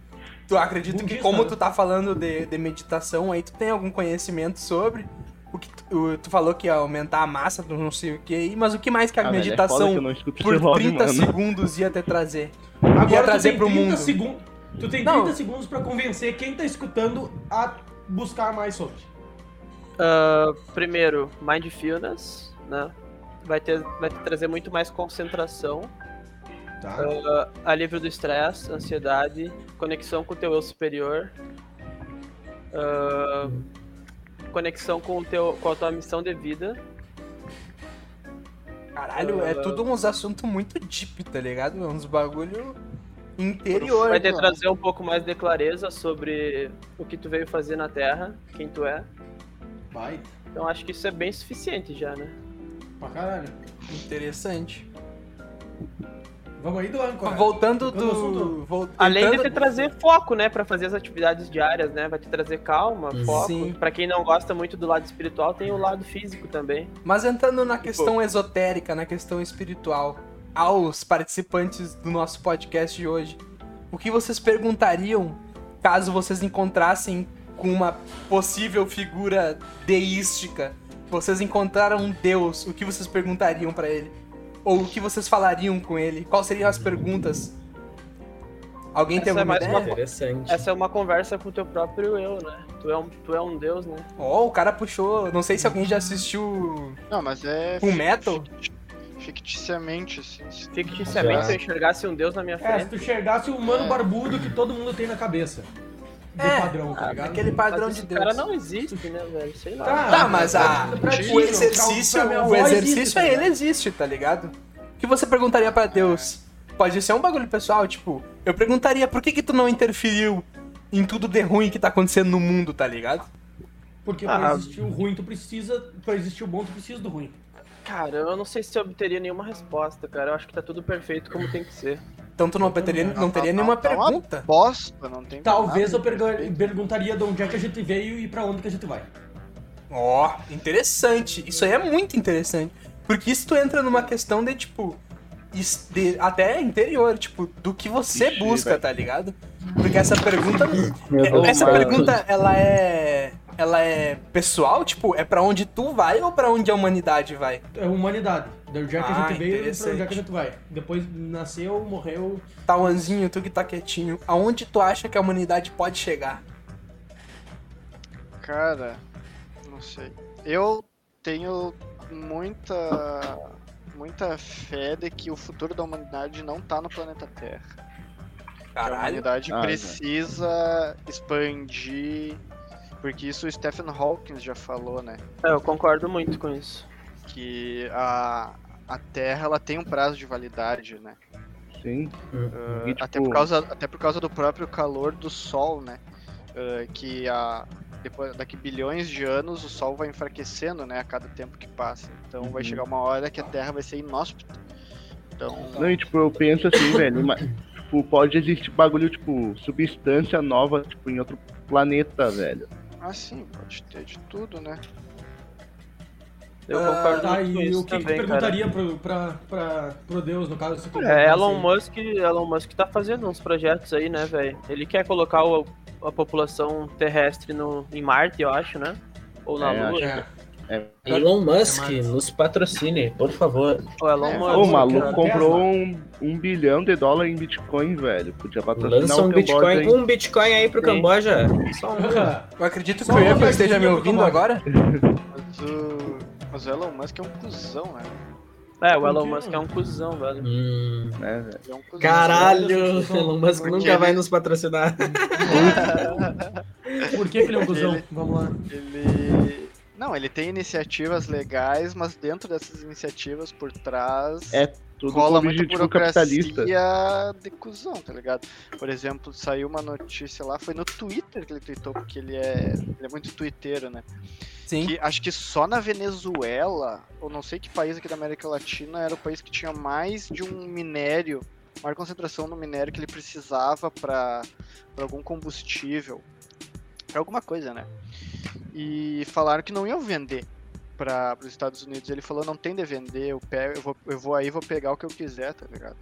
Speaker 1: Tu acredito que
Speaker 2: Budista,
Speaker 1: como
Speaker 2: né?
Speaker 1: tu tá falando de, de meditação, aí tu tem algum conhecimento sobre. O que tu, o- tu falou que ia aumentar a massa do não sei o que aí, mas o que mais que a
Speaker 3: Ah, velho, é foda que eu
Speaker 1: meditação
Speaker 3: não
Speaker 6: [laughs]
Speaker 3: escuto
Speaker 1: por
Speaker 3: esse lobby,
Speaker 1: 30
Speaker 3: mano.
Speaker 1: segundos ia te trazer?
Speaker 2: Agora
Speaker 1: Ia
Speaker 2: tu
Speaker 1: trazer
Speaker 2: tem
Speaker 1: pro
Speaker 2: 30
Speaker 1: mundo.
Speaker 2: segun- Tu tem
Speaker 1: Não.
Speaker 2: 30 segundos pra convencer quem tá escutando a buscar mais sobre.
Speaker 4: Primeiro, mindfulness, né? Vai ter, vai te trazer muito mais concentração,
Speaker 2: Tá.
Speaker 1: Então.
Speaker 4: alívio do estresse, ansiedade, conexão com o teu eu superior, ah, conexão com o teu, com a tua missão de vida.
Speaker 1: Caralho, é tudo uns assuntos muito deep, tá ligado? É uns bagulho interior.
Speaker 4: Vai te
Speaker 1: mano.
Speaker 4: trazer um pouco mais de clareza sobre o que tu veio fazer na Terra, quem tu é.
Speaker 2: Vai.
Speaker 4: Então acho que isso é bem suficiente já, né?
Speaker 2: Pra caralho.
Speaker 1: Interessante.
Speaker 2: Vamos aí, Duan, é? cara.
Speaker 1: Voltando
Speaker 2: Tocando no assunto.
Speaker 1: do. Vol...
Speaker 4: Além de
Speaker 1: entrando-
Speaker 4: te trazer foco, né, Pra fazer as atividades diárias, né? Vai te trazer calma,
Speaker 5: Sim.
Speaker 4: foco. Pra quem não gosta muito do lado espiritual, tem o lado físico também.
Speaker 1: Mas entrando na questão esotérica, na questão espiritual, aos participantes do nosso podcast de hoje, o que vocês perguntariam caso vocês encontrassem com uma possível figura deística? Vocês encontraram um deus, o que vocês perguntariam pra ele? Ou o que vocês falariam com ele? Quais seriam as perguntas? Alguém tem
Speaker 4: Essa é
Speaker 1: alguma
Speaker 4: mais uma
Speaker 1: ideia?
Speaker 5: Interessante.
Speaker 4: Essa é uma conversa com o teu próprio eu, né? Tu é um, tu é um deus, né?
Speaker 1: Ó, o cara puxou. Não sei se alguém já assistiu
Speaker 6: Não, mas é
Speaker 1: Full Metal.
Speaker 6: ficticiamente, assim. se-
Speaker 4: Ficticiamente,
Speaker 5: Já.
Speaker 4: se eu enxergasse um deus na minha
Speaker 2: É, se
Speaker 4: frente,
Speaker 2: tu enxergasse o mano barbudo que todo mundo tem na cabeça. Do
Speaker 1: É,
Speaker 2: padrão, tá ligado?
Speaker 1: Aquele padrão
Speaker 4: mas
Speaker 1: de
Speaker 4: esse
Speaker 1: Deus.
Speaker 4: cara não existe, né, velho? Sei lá.
Speaker 1: Tá, mas a-
Speaker 2: Ah, é pra ti,
Speaker 1: O
Speaker 2: pra-
Speaker 1: exercício,
Speaker 2: pra minha
Speaker 1: o
Speaker 2: avó
Speaker 1: exercício
Speaker 2: existe, tá
Speaker 1: ele
Speaker 2: ligado?
Speaker 1: existe, tá ligado? O que você perguntaria pra Deus? Pode ser um bagulho pessoal, tipo, eu perguntaria por que que tu não interferiu em tudo de ruim que tá acontecendo no mundo, tá ligado?
Speaker 2: Porque
Speaker 6: Ah.
Speaker 2: pra existir o ruim, tu precisa. Pra existir o bom, tu precisa do ruim.
Speaker 4: Cara, eu não sei se eu obteria nenhuma resposta, cara. Eu acho que tá tudo perfeito como tem que ser.
Speaker 1: Então tu não teria, não teria nenhuma
Speaker 6: Tá uma
Speaker 1: pergunta.
Speaker 6: Bosta, não tem
Speaker 1: Ah.
Speaker 2: Talvez eu
Speaker 6: nada.
Speaker 2: pergu- perguntaria de onde é que a gente veio e pra onde que a gente vai.
Speaker 1: Ó, interessante. Isso aí é muito interessante. Porque isso tu entra numa questão de, tipo, is- de- até interior, tipo, do que você
Speaker 3: Ixi,
Speaker 1: busca,
Speaker 3: vai.
Speaker 1: tá ligado? Porque essa
Speaker 3: [laughs]
Speaker 1: pergunta.
Speaker 5: Deus,
Speaker 1: essa
Speaker 5: mano.
Speaker 1: pergunta, ela é. Ela é pessoal? Tipo, é pra onde tu vai ou pra onde a humanidade vai?
Speaker 2: É humanidade. De onde é que
Speaker 1: Ah,
Speaker 2: a gente veio e pra
Speaker 1: interessante.
Speaker 2: onde é que a gente vai. Depois nasceu, morreu.
Speaker 1: Tauanzinho, tu que tá quietinho, aonde tu acha que a humanidade pode chegar?
Speaker 6: Cara, não sei. Eu tenho muita muita fé de que o futuro da humanidade não tá no planeta Terra. Que A
Speaker 1: Caralho.
Speaker 6: humanidade
Speaker 3: Ah, já.
Speaker 6: precisa expandir, porque isso o Stephen Hawking já falou, né?
Speaker 4: É, eu concordo muito com isso.
Speaker 6: Que a, a Terra ela tem um prazo de validade, né?
Speaker 3: Sim.
Speaker 6: Ah,
Speaker 3: E, tipo,
Speaker 6: até, por causa, até por causa do próprio calor do Sol, né? Ah, que a, depois, daqui bilhões de anos o Sol vai enfraquecendo, né? A cada tempo que passa. Então vai
Speaker 3: Uhum.
Speaker 6: chegar uma hora que a Terra vai ser inóspita. Então,
Speaker 3: Não, e tipo, eu
Speaker 6: [coughs]
Speaker 3: penso assim, velho, mas, tipo, pode existir bagulho, tipo, substância nova, tipo, em outro planeta, velho.
Speaker 6: assim, pode ter de tudo, né?
Speaker 4: Eu
Speaker 1: Ah,
Speaker 4: concordo
Speaker 2: Tá,
Speaker 4: muito com
Speaker 2: e
Speaker 4: isso
Speaker 2: o que, que tu
Speaker 4: também, cara.
Speaker 2: perguntaria pro, pra, pra, pro Deus, no caso? se tu
Speaker 4: É, Elon
Speaker 2: perguntasse?
Speaker 4: Musk, Elon Musk tá fazendo uns projetos aí, né, velho? Ele quer colocar o- a população terrestre no, em Marte, eu acho, né? Ou na
Speaker 3: É,
Speaker 4: Lua.
Speaker 3: acho.
Speaker 2: É.
Speaker 5: Elon Musk,
Speaker 2: É, mas-
Speaker 5: nos patrocine, por favor.
Speaker 4: O Elon
Speaker 6: É,
Speaker 4: Musk.
Speaker 3: Ô, o maluco
Speaker 2: cara,
Speaker 3: comprou
Speaker 2: Tesla.
Speaker 3: um, um bilhão de dólar em Bitcoin, velho. Podia patrocinar
Speaker 5: Lança um
Speaker 3: o Camboja,
Speaker 5: Bitcoin,
Speaker 3: hein?
Speaker 5: um Bitcoin aí pro
Speaker 4: Sim.
Speaker 5: Camboja. Só um.
Speaker 2: É.
Speaker 1: Eu acredito que
Speaker 2: Só
Speaker 1: o
Speaker 2: uma
Speaker 1: Evan esteja me
Speaker 2: perguntinha
Speaker 1: ouvindo
Speaker 2: pro
Speaker 1: agora.
Speaker 6: Mas o, mas o Elon Musk é um cuzão, né?
Speaker 4: É, o Elon Musk é um cuzão, velho.
Speaker 5: Hum.
Speaker 3: É, velho.
Speaker 6: Ele é um cuzão.
Speaker 5: Caralho, Elon Musk
Speaker 6: Porque
Speaker 5: nunca vai
Speaker 6: ele-
Speaker 5: nos patrocinar.
Speaker 2: [laughs] Por que que ele é um cuzão? Vamos lá.
Speaker 6: Ele. Não, ele tem iniciativas legais, mas dentro dessas iniciativas por trás.
Speaker 3: É Tudo
Speaker 6: rola
Speaker 3: com
Speaker 6: muita
Speaker 3: objetivo
Speaker 6: burocracia
Speaker 3: capitalista.
Speaker 6: de cuzão, tá ligado? Por exemplo, saiu uma notícia lá, foi no Twitter que ele tweetou, porque ele é, ele é muito twitteiro, né?
Speaker 1: Sim.
Speaker 6: Que acho que só na Venezuela, ou não sei que país aqui da América Latina, era o país que tinha mais de um minério, maior concentração no minério que ele precisava pra pra algum combustível, pra alguma coisa, né? E falaram que não iam vender para os Estados Unidos. Ele falou: não tem de vender, eu, pego, eu, vou, eu vou aí, vou pegar o que eu quiser, tá ligado?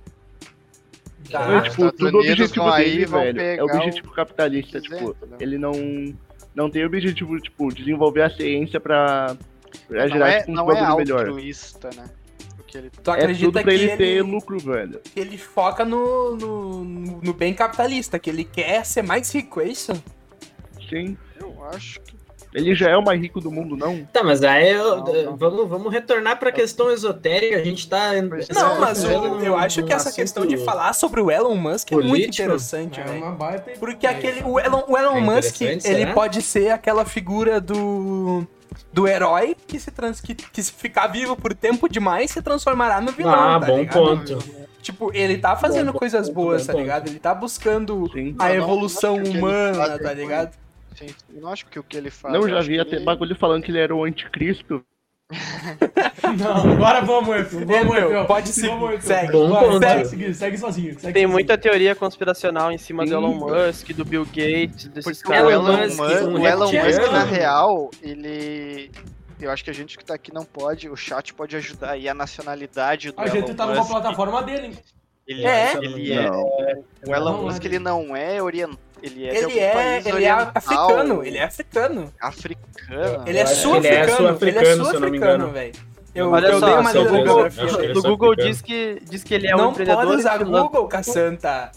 Speaker 1: Tá.
Speaker 3: É, tipo,
Speaker 6: Estados
Speaker 3: tudo
Speaker 6: Unidos
Speaker 3: objetivo
Speaker 6: Ah, vão aí,
Speaker 3: dele,
Speaker 6: vão
Speaker 3: velho. É
Speaker 6: pegar
Speaker 3: o objetivo capitalista,
Speaker 6: Quiser,
Speaker 3: tipo,
Speaker 6: entendeu?
Speaker 3: ele não, não tem o objetivo, tipo, desenvolver a ciência pra, pra
Speaker 6: não
Speaker 3: gerar
Speaker 6: é,
Speaker 3: tipo, um
Speaker 6: não é
Speaker 3: bagulho melhor.
Speaker 6: altruísta, né? O que ele
Speaker 1: Tu
Speaker 3: É
Speaker 1: acredita
Speaker 3: tudo pra
Speaker 1: que
Speaker 3: ele ter
Speaker 1: ele
Speaker 3: lucro, velho.
Speaker 1: que ele foca no, no, no bem capitalista, que ele quer ser mais rico, é isso?
Speaker 3: Sim.
Speaker 6: Eu acho que.
Speaker 3: Ele já é o mais rico do mundo, não?
Speaker 5: Tá, mas aí eu-
Speaker 6: Não, não. Tá.
Speaker 5: Vamos, vamos retornar pra questão esotérica. A gente tá.
Speaker 6: Pois é.
Speaker 1: Não, mas
Speaker 6: eu-
Speaker 1: eu, eu acho que essa questão de falar sobre o Elon Musk é muito
Speaker 5: político.
Speaker 1: interessante,
Speaker 2: É
Speaker 1: velho.
Speaker 2: uma baita.
Speaker 1: Porque aquele, o Elon, o Elon
Speaker 5: É
Speaker 1: Musk,
Speaker 5: interessante,
Speaker 1: ele
Speaker 5: será?
Speaker 1: pode ser aquela figura do, do herói que se, trans, que, que se ficar vivo por tempo demais se transformará no vilão,
Speaker 5: Ah,
Speaker 1: tá
Speaker 5: bom
Speaker 1: ligado?
Speaker 5: ponto.
Speaker 1: Tipo, ele tá fazendo
Speaker 5: Bom, bom
Speaker 1: coisas
Speaker 5: ponto,
Speaker 1: boas,
Speaker 5: bom
Speaker 1: tá
Speaker 5: ponto.
Speaker 1: ligado? Ele tá buscando
Speaker 3: Sim.
Speaker 1: a
Speaker 6: não,
Speaker 1: evolução
Speaker 6: não acho que ele
Speaker 1: humana,
Speaker 6: faz
Speaker 1: tá
Speaker 6: bem.
Speaker 1: ligado?
Speaker 6: Sim, eu não acho que o que ele faz.
Speaker 3: Não,
Speaker 6: eu
Speaker 3: já
Speaker 6: acho
Speaker 3: vi
Speaker 6: que
Speaker 3: até
Speaker 6: ele-
Speaker 3: bagulho falando que ele era o anticristo.
Speaker 2: [laughs] Não, agora vamos, Efeu. Vamos,
Speaker 1: Meu,
Speaker 2: Efeu.
Speaker 1: pode seguir,
Speaker 2: Vamos, Efeu.
Speaker 1: segue.
Speaker 5: Bom
Speaker 2: Vai,
Speaker 5: ponto.
Speaker 2: segue, segue, segue sozinho. segue
Speaker 4: Tem
Speaker 2: sozinho.
Speaker 4: muita teoria conspiracional em cima do
Speaker 3: Sim.
Speaker 4: Elon Musk, do Bill Gates, desses
Speaker 6: Porque o
Speaker 4: caras.
Speaker 6: Elon
Speaker 5: Musk,
Speaker 6: Musk,
Speaker 5: um
Speaker 6: o Elon
Speaker 5: reptiliano.
Speaker 6: Musk, na real, ele. Eu acho que a gente que tá aqui não pode, o chat pode ajudar aí a nacionalidade do
Speaker 2: A
Speaker 6: Elon
Speaker 2: gente tá numa
Speaker 6: Musk.
Speaker 2: plataforma dele.
Speaker 6: Ele
Speaker 1: É.
Speaker 6: ele é.
Speaker 3: Não.
Speaker 6: O Elon
Speaker 2: Não,
Speaker 6: Musk
Speaker 2: é.
Speaker 6: ele não é oriental. Ele é, de
Speaker 1: Ele
Speaker 6: algum
Speaker 1: é,
Speaker 6: país
Speaker 1: ele é
Speaker 6: oriental,
Speaker 1: africano, ele é africano.
Speaker 6: africano.
Speaker 1: Ele é
Speaker 5: acho que
Speaker 1: sul-africano, ele
Speaker 5: ele é
Speaker 1: é
Speaker 5: sul-africano, se eu não me
Speaker 1: sul-africano,
Speaker 5: engano.
Speaker 1: velho. Eu,
Speaker 4: Olha
Speaker 1: eu
Speaker 4: só,
Speaker 1: dei uma
Speaker 4: se eu
Speaker 1: lida no
Speaker 4: ver-
Speaker 1: Google.
Speaker 5: acho que ele é
Speaker 4: O Google
Speaker 5: sul-africano.
Speaker 4: diz que, diz que ele é um
Speaker 1: Não
Speaker 4: empreendedor.
Speaker 1: pode usar
Speaker 4: filó-
Speaker 1: Google, Cassanta.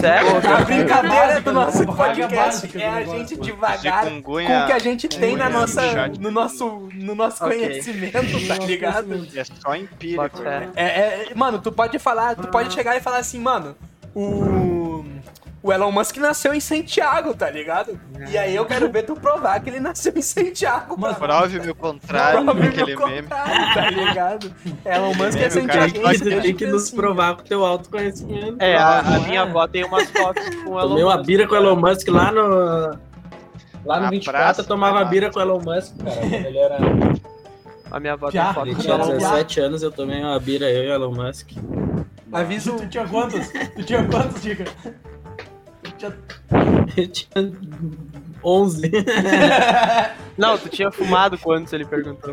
Speaker 4: Sério?
Speaker 1: A brincadeira do
Speaker 2: básica,
Speaker 1: nosso
Speaker 2: né? Vaga
Speaker 1: podcast
Speaker 2: básica do
Speaker 1: é a
Speaker 2: negócio.
Speaker 1: gente devagar com
Speaker 6: Chikungunya
Speaker 1: o que a gente tem na
Speaker 6: Cunha,
Speaker 1: nossa,
Speaker 6: chat.
Speaker 1: no nosso, no nosso
Speaker 4: Ok.
Speaker 1: conhecimento, tá
Speaker 2: Nosso
Speaker 1: ligado?
Speaker 2: conhecimento.
Speaker 6: é só empírico.
Speaker 4: Bota fé.
Speaker 6: né?
Speaker 1: É, é- mano, tu pode falar, tu pode chegar e falar assim, mano, o... O Elon Musk nasceu em Santiago, tá ligado? E aí eu quero ver tu provar que ele nasceu em Santiago, mano.
Speaker 6: Prove-me o contrário
Speaker 1: Prove-me o
Speaker 6: aquele meme.
Speaker 1: contrário, tá ligado?
Speaker 6: [laughs]
Speaker 1: Elon Musk é
Speaker 6: Meme, o cara
Speaker 1: Santiago.
Speaker 6: que é
Speaker 5: Você tem que
Speaker 6: assim.
Speaker 5: nos provar com o teu autoconhecimento.
Speaker 4: É, a, a minha avó tem umas fotos com o Elon
Speaker 5: Tomei uma
Speaker 4: Musk.
Speaker 5: bira com o Elon Musk lá no. Lá no
Speaker 6: Na
Speaker 5: 24
Speaker 6: praça,
Speaker 5: eu tomava
Speaker 6: vai lá.
Speaker 5: bira com o Elon Musk, cara. Ele era.
Speaker 4: A minha avó
Speaker 2: Já,
Speaker 4: tem foto
Speaker 5: Ele
Speaker 4: do
Speaker 5: tinha
Speaker 2: Elon
Speaker 4: Elon Musk.
Speaker 5: 17 anos, eu tomei uma bira, eu e o Elon Musk. [laughs]
Speaker 1: Avisa
Speaker 2: Tu
Speaker 1: o.
Speaker 2: tinha quantos? Tu tinha quantos, Dica? Tu tinha-
Speaker 5: Eu tinha 11.
Speaker 4: Não, tu tinha fumado quantos, ele perguntou.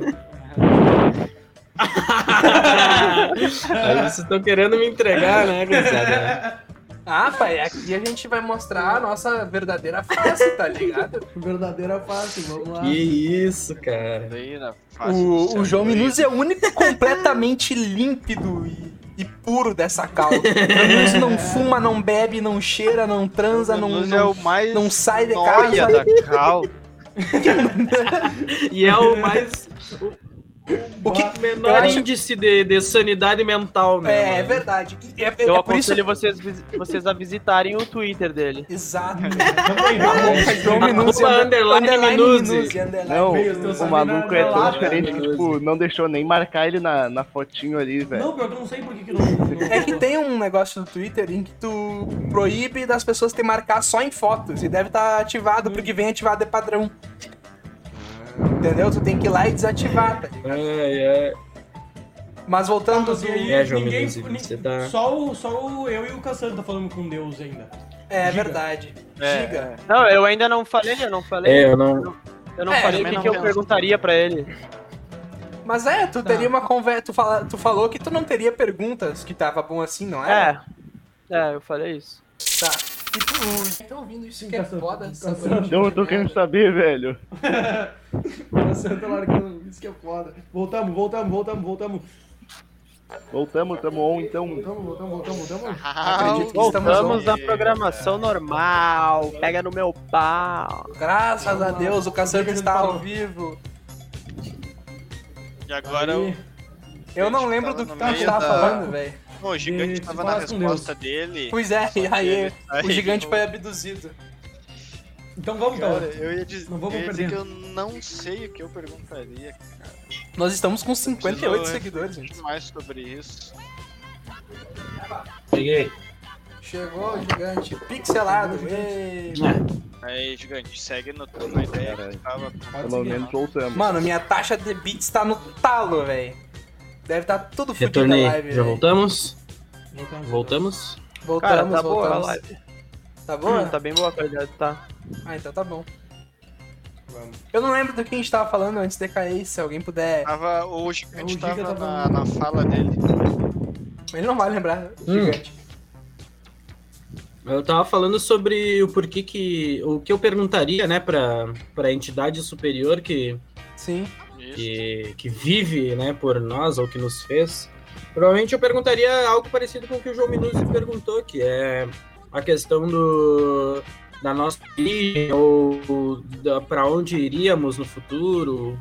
Speaker 5: [laughs] Aí vocês estão querendo me entregar, né,
Speaker 1: [laughs]
Speaker 5: gurizada?
Speaker 1: Ah, pai, aqui a gente vai mostrar a nossa verdadeira face, tá
Speaker 6: [laughs]
Speaker 1: ligado?
Speaker 2: Verdadeira fácil, vamos lá.
Speaker 5: Que isso, cara.
Speaker 6: Leira,
Speaker 1: O, o João
Speaker 6: Minuto.
Speaker 1: Minuzzi é o único completamente límpido e, e puro dessa causa. O João Minuzzi não fuma, não bebe, não cheira, não transa, não,
Speaker 6: Minuzzi é
Speaker 1: não,
Speaker 6: o mais
Speaker 1: não sai de
Speaker 6: noia
Speaker 1: casa.
Speaker 6: da Cal.
Speaker 5: E é o mais. O,
Speaker 1: O que-
Speaker 5: que
Speaker 1: eu
Speaker 5: menor
Speaker 1: acho-
Speaker 5: índice de, de sanidade mental, né?
Speaker 1: É, é
Speaker 5: mano?
Speaker 1: verdade. E É, é,
Speaker 4: Eu
Speaker 1: é por isso.
Speaker 4: aconselho vocês, vis- vocês a visitarem o Twitter dele.
Speaker 1: Exato.
Speaker 2: Também, vamos.
Speaker 1: João Minuzzi, é
Speaker 5: Arroba underline Minuzzi.
Speaker 1: underline.
Speaker 3: Não,
Speaker 2: Veio, teu
Speaker 3: o
Speaker 2: sangue
Speaker 3: maluco
Speaker 2: na-
Speaker 3: é
Speaker 2: na
Speaker 3: tão
Speaker 2: lata,
Speaker 3: diferente que,
Speaker 5: né?
Speaker 3: tipo, não deixou nem marcar ele na, na fotinho ali, velho.
Speaker 2: Não, pior que eu não sei por que que não. não-
Speaker 1: É que tem um negócio do Twitter em que tu proíbe das pessoas te marcar só em fotos. E deve estar ativado, porque vem ativado é padrão. Entendeu? Tu tem que ir lá e desativar, tá ligado?
Speaker 5: Ai, ai.
Speaker 1: Mas voltando
Speaker 2: Ah, Mas
Speaker 1: do.
Speaker 2: e aí,
Speaker 5: É, João
Speaker 2: ninguém,
Speaker 5: Mendes,
Speaker 2: ni-
Speaker 5: você tá-
Speaker 2: só, o, só o eu e o Cassandro tá falando com Deus ainda.
Speaker 1: É
Speaker 2: Giga.
Speaker 1: verdade.
Speaker 6: É.
Speaker 1: Giga.
Speaker 4: Não, eu ainda não falei, eu não falei.
Speaker 5: É, eu não.
Speaker 4: Eu não
Speaker 1: É,
Speaker 4: falei o
Speaker 6: também
Speaker 4: que,
Speaker 6: não
Speaker 4: que eu
Speaker 6: penso.
Speaker 4: perguntaria pra ele.
Speaker 1: Mas é, tu teria uma conversa. Tu, fala- tu falou que tu não teria perguntas, que tava bom assim, não era?
Speaker 4: É. É, eu falei isso.
Speaker 1: Tá. E tu, tá ouvindo isso que é
Speaker 2: Cassandra,
Speaker 1: foda?
Speaker 2: Cassandra.
Speaker 1: sabe?
Speaker 3: Não, eu tô querendo saber, velho.
Speaker 2: Cassandro largando, isso que é foda. Voltamos, voltamos, voltamos, voltamos.
Speaker 3: Voltamos, tamo on, então.
Speaker 2: Voltamos, voltamos, voltamos, voltamos.
Speaker 1: Acredito que estamos
Speaker 4: Voltamos
Speaker 1: on.
Speaker 4: à programação normal. Pega no meu pau.
Speaker 1: Graças a Deus, o Cassandra
Speaker 2: Giga
Speaker 1: está
Speaker 2: falou.
Speaker 1: ao vivo.
Speaker 6: E agora
Speaker 2: Aí,
Speaker 6: o.
Speaker 1: Eu não lembro do que tu estava falando, velho.
Speaker 6: Não, o gigante
Speaker 2: E
Speaker 6: tava
Speaker 2: fala
Speaker 6: na
Speaker 2: com
Speaker 6: resposta dele.
Speaker 1: Pois é, e aí o
Speaker 6: Aí, tipo,
Speaker 1: gigante foi abduzido.
Speaker 2: Então vamos, então.
Speaker 6: Cara, eu ia dizer,
Speaker 2: Não vamos
Speaker 6: eu ia dizer
Speaker 2: perder.
Speaker 6: que eu não sei o que eu perguntaria
Speaker 1: Nós estamos com 58
Speaker 6: Precisou, hein?
Speaker 1: seguidores, gente.
Speaker 6: mais sobre isso.
Speaker 5: Cheguei.
Speaker 1: Chegou o gigante pixelado. ê.
Speaker 6: Aí, gigante, segue no, na ideia que
Speaker 3: Caralho.
Speaker 6: tu tava.
Speaker 2: Pode
Speaker 3: Pelo
Speaker 2: seguir.
Speaker 3: menos voltamos.
Speaker 1: Mano, minha taxa de bits tá no talo, velho. Deve tá tudo fudido na
Speaker 5: Retornei.
Speaker 1: live.
Speaker 5: Já
Speaker 1: véi.
Speaker 5: voltamos?
Speaker 2: Voltamos,
Speaker 5: Voltamos?
Speaker 1: Voltamos,
Speaker 4: Cara, tá boa a
Speaker 1: voltamos.
Speaker 4: live.
Speaker 1: Tá boa?
Speaker 4: Hum, tá bem boa a qualidade, tá?
Speaker 1: Ah, então tá bom.
Speaker 2: Vamos.
Speaker 1: Eu não lembro do que a gente tava falando antes de cair, se alguém puder.
Speaker 6: Tava, o gigante
Speaker 2: O Giga
Speaker 6: tava
Speaker 2: tava-
Speaker 6: na, na fala dele.
Speaker 1: Ele não vai lembrar, o
Speaker 5: Hum.
Speaker 1: gigante.
Speaker 5: Eu tava falando sobre o porquê que. O que eu perguntaria, né, pra, pra entidade superior que,
Speaker 1: Sim.
Speaker 6: Isso.
Speaker 5: que, que vive, né, por nós ou que nos fez. Provavelmente eu perguntaria algo parecido com o que o João Minuzzi perguntou, que é a questão do da nossa origem ou para onde iríamos no futuro.